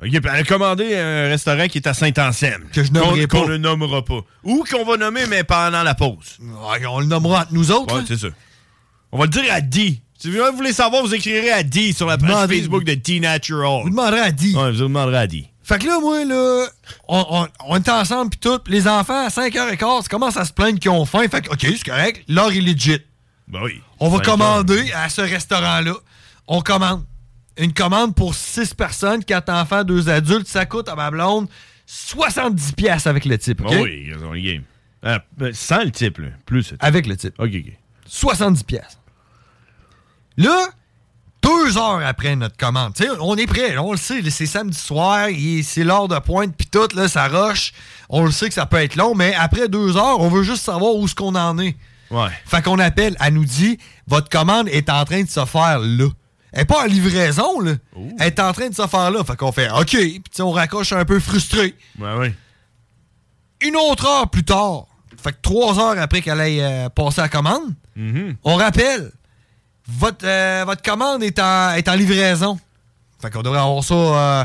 [SPEAKER 6] OK, puis elle a commandé un restaurant qui est à Saint-Anselme. Que je
[SPEAKER 7] nommerai
[SPEAKER 6] Qu'on
[SPEAKER 7] pas.
[SPEAKER 6] ne nommera pas. Ou qu'on va nommer, mais pendant la pause.
[SPEAKER 7] on le nommera entre nous autres.
[SPEAKER 6] Ouais, c'est ça. On va le dire à D. Si vous voulez savoir, vous écrirez à D sur la page Facebook de T-Natural. Vous
[SPEAKER 7] demanderez à D.
[SPEAKER 6] Ouais, vous demanderez à D.
[SPEAKER 7] Fait que là, moi, là, on, on- on était ensemble, puis tout. pis Les enfants, à 5h15, ils commencent à se plaindre qu'ils ont faim. Fait que, OK, c'est correct. L'heure est legit.
[SPEAKER 6] Ben oui.
[SPEAKER 7] On va
[SPEAKER 6] Cinq
[SPEAKER 7] commander à ce restaurant-là. On commande. Une commande pour 6 personnes, 4 enfants, 2 adultes. Ça coûte à ma blonde 70$ piastres avec le type. OK?
[SPEAKER 6] Ah oui, on est game. Ah, ben, sans le type, là. Plus. le type.
[SPEAKER 7] Avec le type.
[SPEAKER 6] OK, OK.
[SPEAKER 7] 70 pièces. Là, deux heures après notre commande, tu sais, on est prêt, là, on le sait, là, c'est samedi soir, il- c'est l'heure de pointe, puis tout, là, ça roche. On le sait que ça peut être long, mais après deux heures, on veut juste savoir où ce qu'on en est.
[SPEAKER 6] Ouais.
[SPEAKER 7] Fait qu'on appelle, elle nous dit, votre commande est en train de se faire là. Elle n'est pas en livraison, là. Elle est en train de se faire là. Fait qu'on fait, OK, puis tu sais, on raccroche un peu frustré.
[SPEAKER 6] Ouais, ouais.
[SPEAKER 7] Une autre heure plus tard, fait que trois heures après qu'elle ait euh, passé la commande,
[SPEAKER 6] Mhm.
[SPEAKER 7] on rappelle, votre, euh, votre commande est en, est en livraison. Fait qu'on devrait avoir ça euh,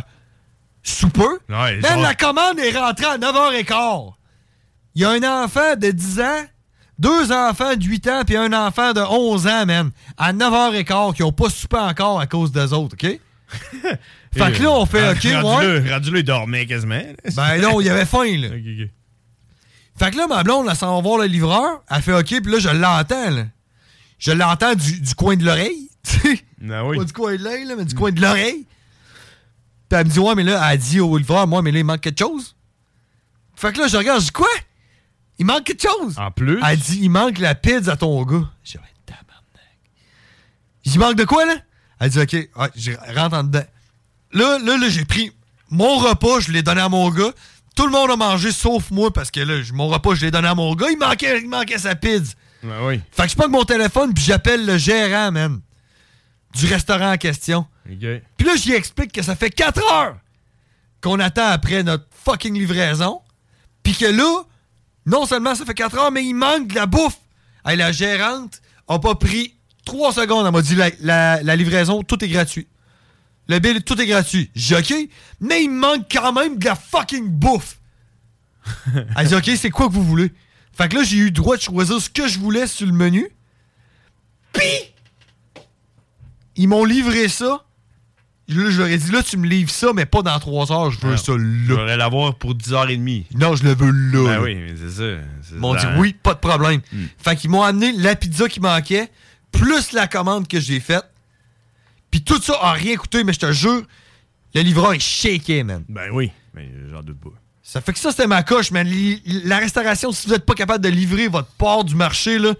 [SPEAKER 7] sous peu.
[SPEAKER 6] Ouais,
[SPEAKER 7] Même
[SPEAKER 6] genre-
[SPEAKER 7] la commande est rentrée à 9h15. Il y a un enfant de 10 ans, deux enfants de 8 ans, puis un enfant de 11 ans, même, à 9h15, qui n'ont pas soupé encore à cause des autres,
[SPEAKER 6] (laughs)
[SPEAKER 7] OK? fait que là, on fait,
[SPEAKER 6] Ah,
[SPEAKER 7] OK,
[SPEAKER 6] rendu
[SPEAKER 7] ouais.
[SPEAKER 6] là- Rendu là, il dormait quasiment. (laughs)
[SPEAKER 7] Ben non, il avait faim, là. Fait que là, ma blonde, elle s'en va voir le livreur. Elle fait OK, puis là, je l'entends, là. Je l'entends du, du coin de l'oreille. (laughs) tu sais.
[SPEAKER 6] Ah oui.
[SPEAKER 7] Pas du coin de l'œil, là, mais du coin de l'oreille. Puis elle me dit, ouais, mais là, elle dit au livreur, moi, mais là, il manque quelque chose. Fait que là, je regarde, je dis, quoi? Il manque quelque chose. En
[SPEAKER 6] plus.
[SPEAKER 7] Elle dit, il manque la pizza à ton gars. J'ai dit, Ouais, tabarnak. Il manque de quoi, là? Elle dit, OK, ouais, je rentre en dedans. Là, là, là, j'ai pris mon repas, je l'ai donné à mon gars. Tout le monde a mangé, sauf moi, parce que là, mon repas, je l'ai donné à mon gars. Il manquait, il manquait sa pizza.
[SPEAKER 6] Ben oui.
[SPEAKER 7] Fait que je prends mon téléphone, puis j'appelle le gérant, même, du restaurant en question.
[SPEAKER 6] OK.
[SPEAKER 7] Puis là, j'y explique que ça fait 4 heures qu'on attend après notre fucking livraison. Puis que là, non seulement ça fait 4 heures, mais il manque de la bouffe. Hey, la gérante a pas pris 3 secondes. Elle m'a dit la, la- la livraison, tout est gratuit. Le bill, tout est gratuit. J'ai dit, OK, mais il manque quand même de la
[SPEAKER 6] (laughs)
[SPEAKER 7] fucking bouffe. Elle dit OK, c'est quoi que vous voulez? Fait que là, j'ai eu le droit de choisir ce que je voulais sur le menu. Puis, ils m'ont livré ça. Là, je leur ai dit, là, tu me livres ça, mais pas dans trois heures, je veux ça là.
[SPEAKER 6] J'aurais l'avoir pour 10h30.
[SPEAKER 7] Non, je le veux là.
[SPEAKER 6] Ben
[SPEAKER 7] là.
[SPEAKER 6] oui, mais c'est ça. c'est
[SPEAKER 7] Ils m'ont
[SPEAKER 6] ça.
[SPEAKER 7] dit oui, pas de problème. Fait qu'ils m'ont amené la pizza qui manquait, plus la commande que j'ai faite. Puis tout ça a rien coûté, mais je te jure, Le livreur est shaké, man.
[SPEAKER 6] Ben oui, mais j'en doute pas.
[SPEAKER 7] Ça fait que ça, c'était ma coche, man. Li- La restauration, si vous n'êtes pas capable de livrer votre part du marché, là,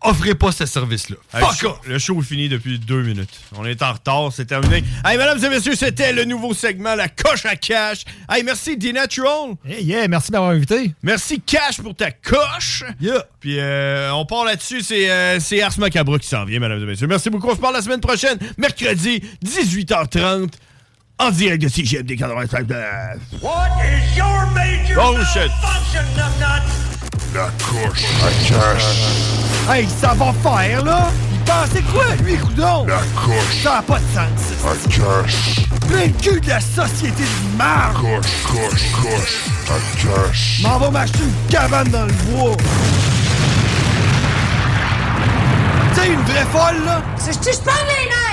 [SPEAKER 7] offrez pas ce service-là.
[SPEAKER 6] Hey, le, show, le show est fini depuis deux minutes. On est en retard, c'est terminé. Hey, mesdames et messieurs, c'était le nouveau segment, la coche à cash. Hey, merci D-Natural.
[SPEAKER 9] yeah, merci d'avoir invité.
[SPEAKER 6] Merci Cash pour ta coche. Puis euh, on part là-dessus, c'est euh, c'est Ars Macabre qui s'en vient, mesdames et messieurs. Merci beaucoup. On se parle la semaine prochaine, mercredi, 18h30, en direct de CGMD 85.
[SPEAKER 3] What is your major
[SPEAKER 6] Oh, shit.
[SPEAKER 3] malfunction, numbnuts?
[SPEAKER 6] La coche à cash.
[SPEAKER 3] Hey, ça va faire, là? Il pensait quoi, lui, coudon? La
[SPEAKER 21] coche.
[SPEAKER 3] Ça a pas de sens.
[SPEAKER 21] I cash.
[SPEAKER 3] Plein de cul de la société de marre.
[SPEAKER 21] Coche, coche, coche. I cash.
[SPEAKER 3] M'en va m'acheter une cabane dans le bois. T'sais, une vraie folle, là? C'est je te parle les nerfs!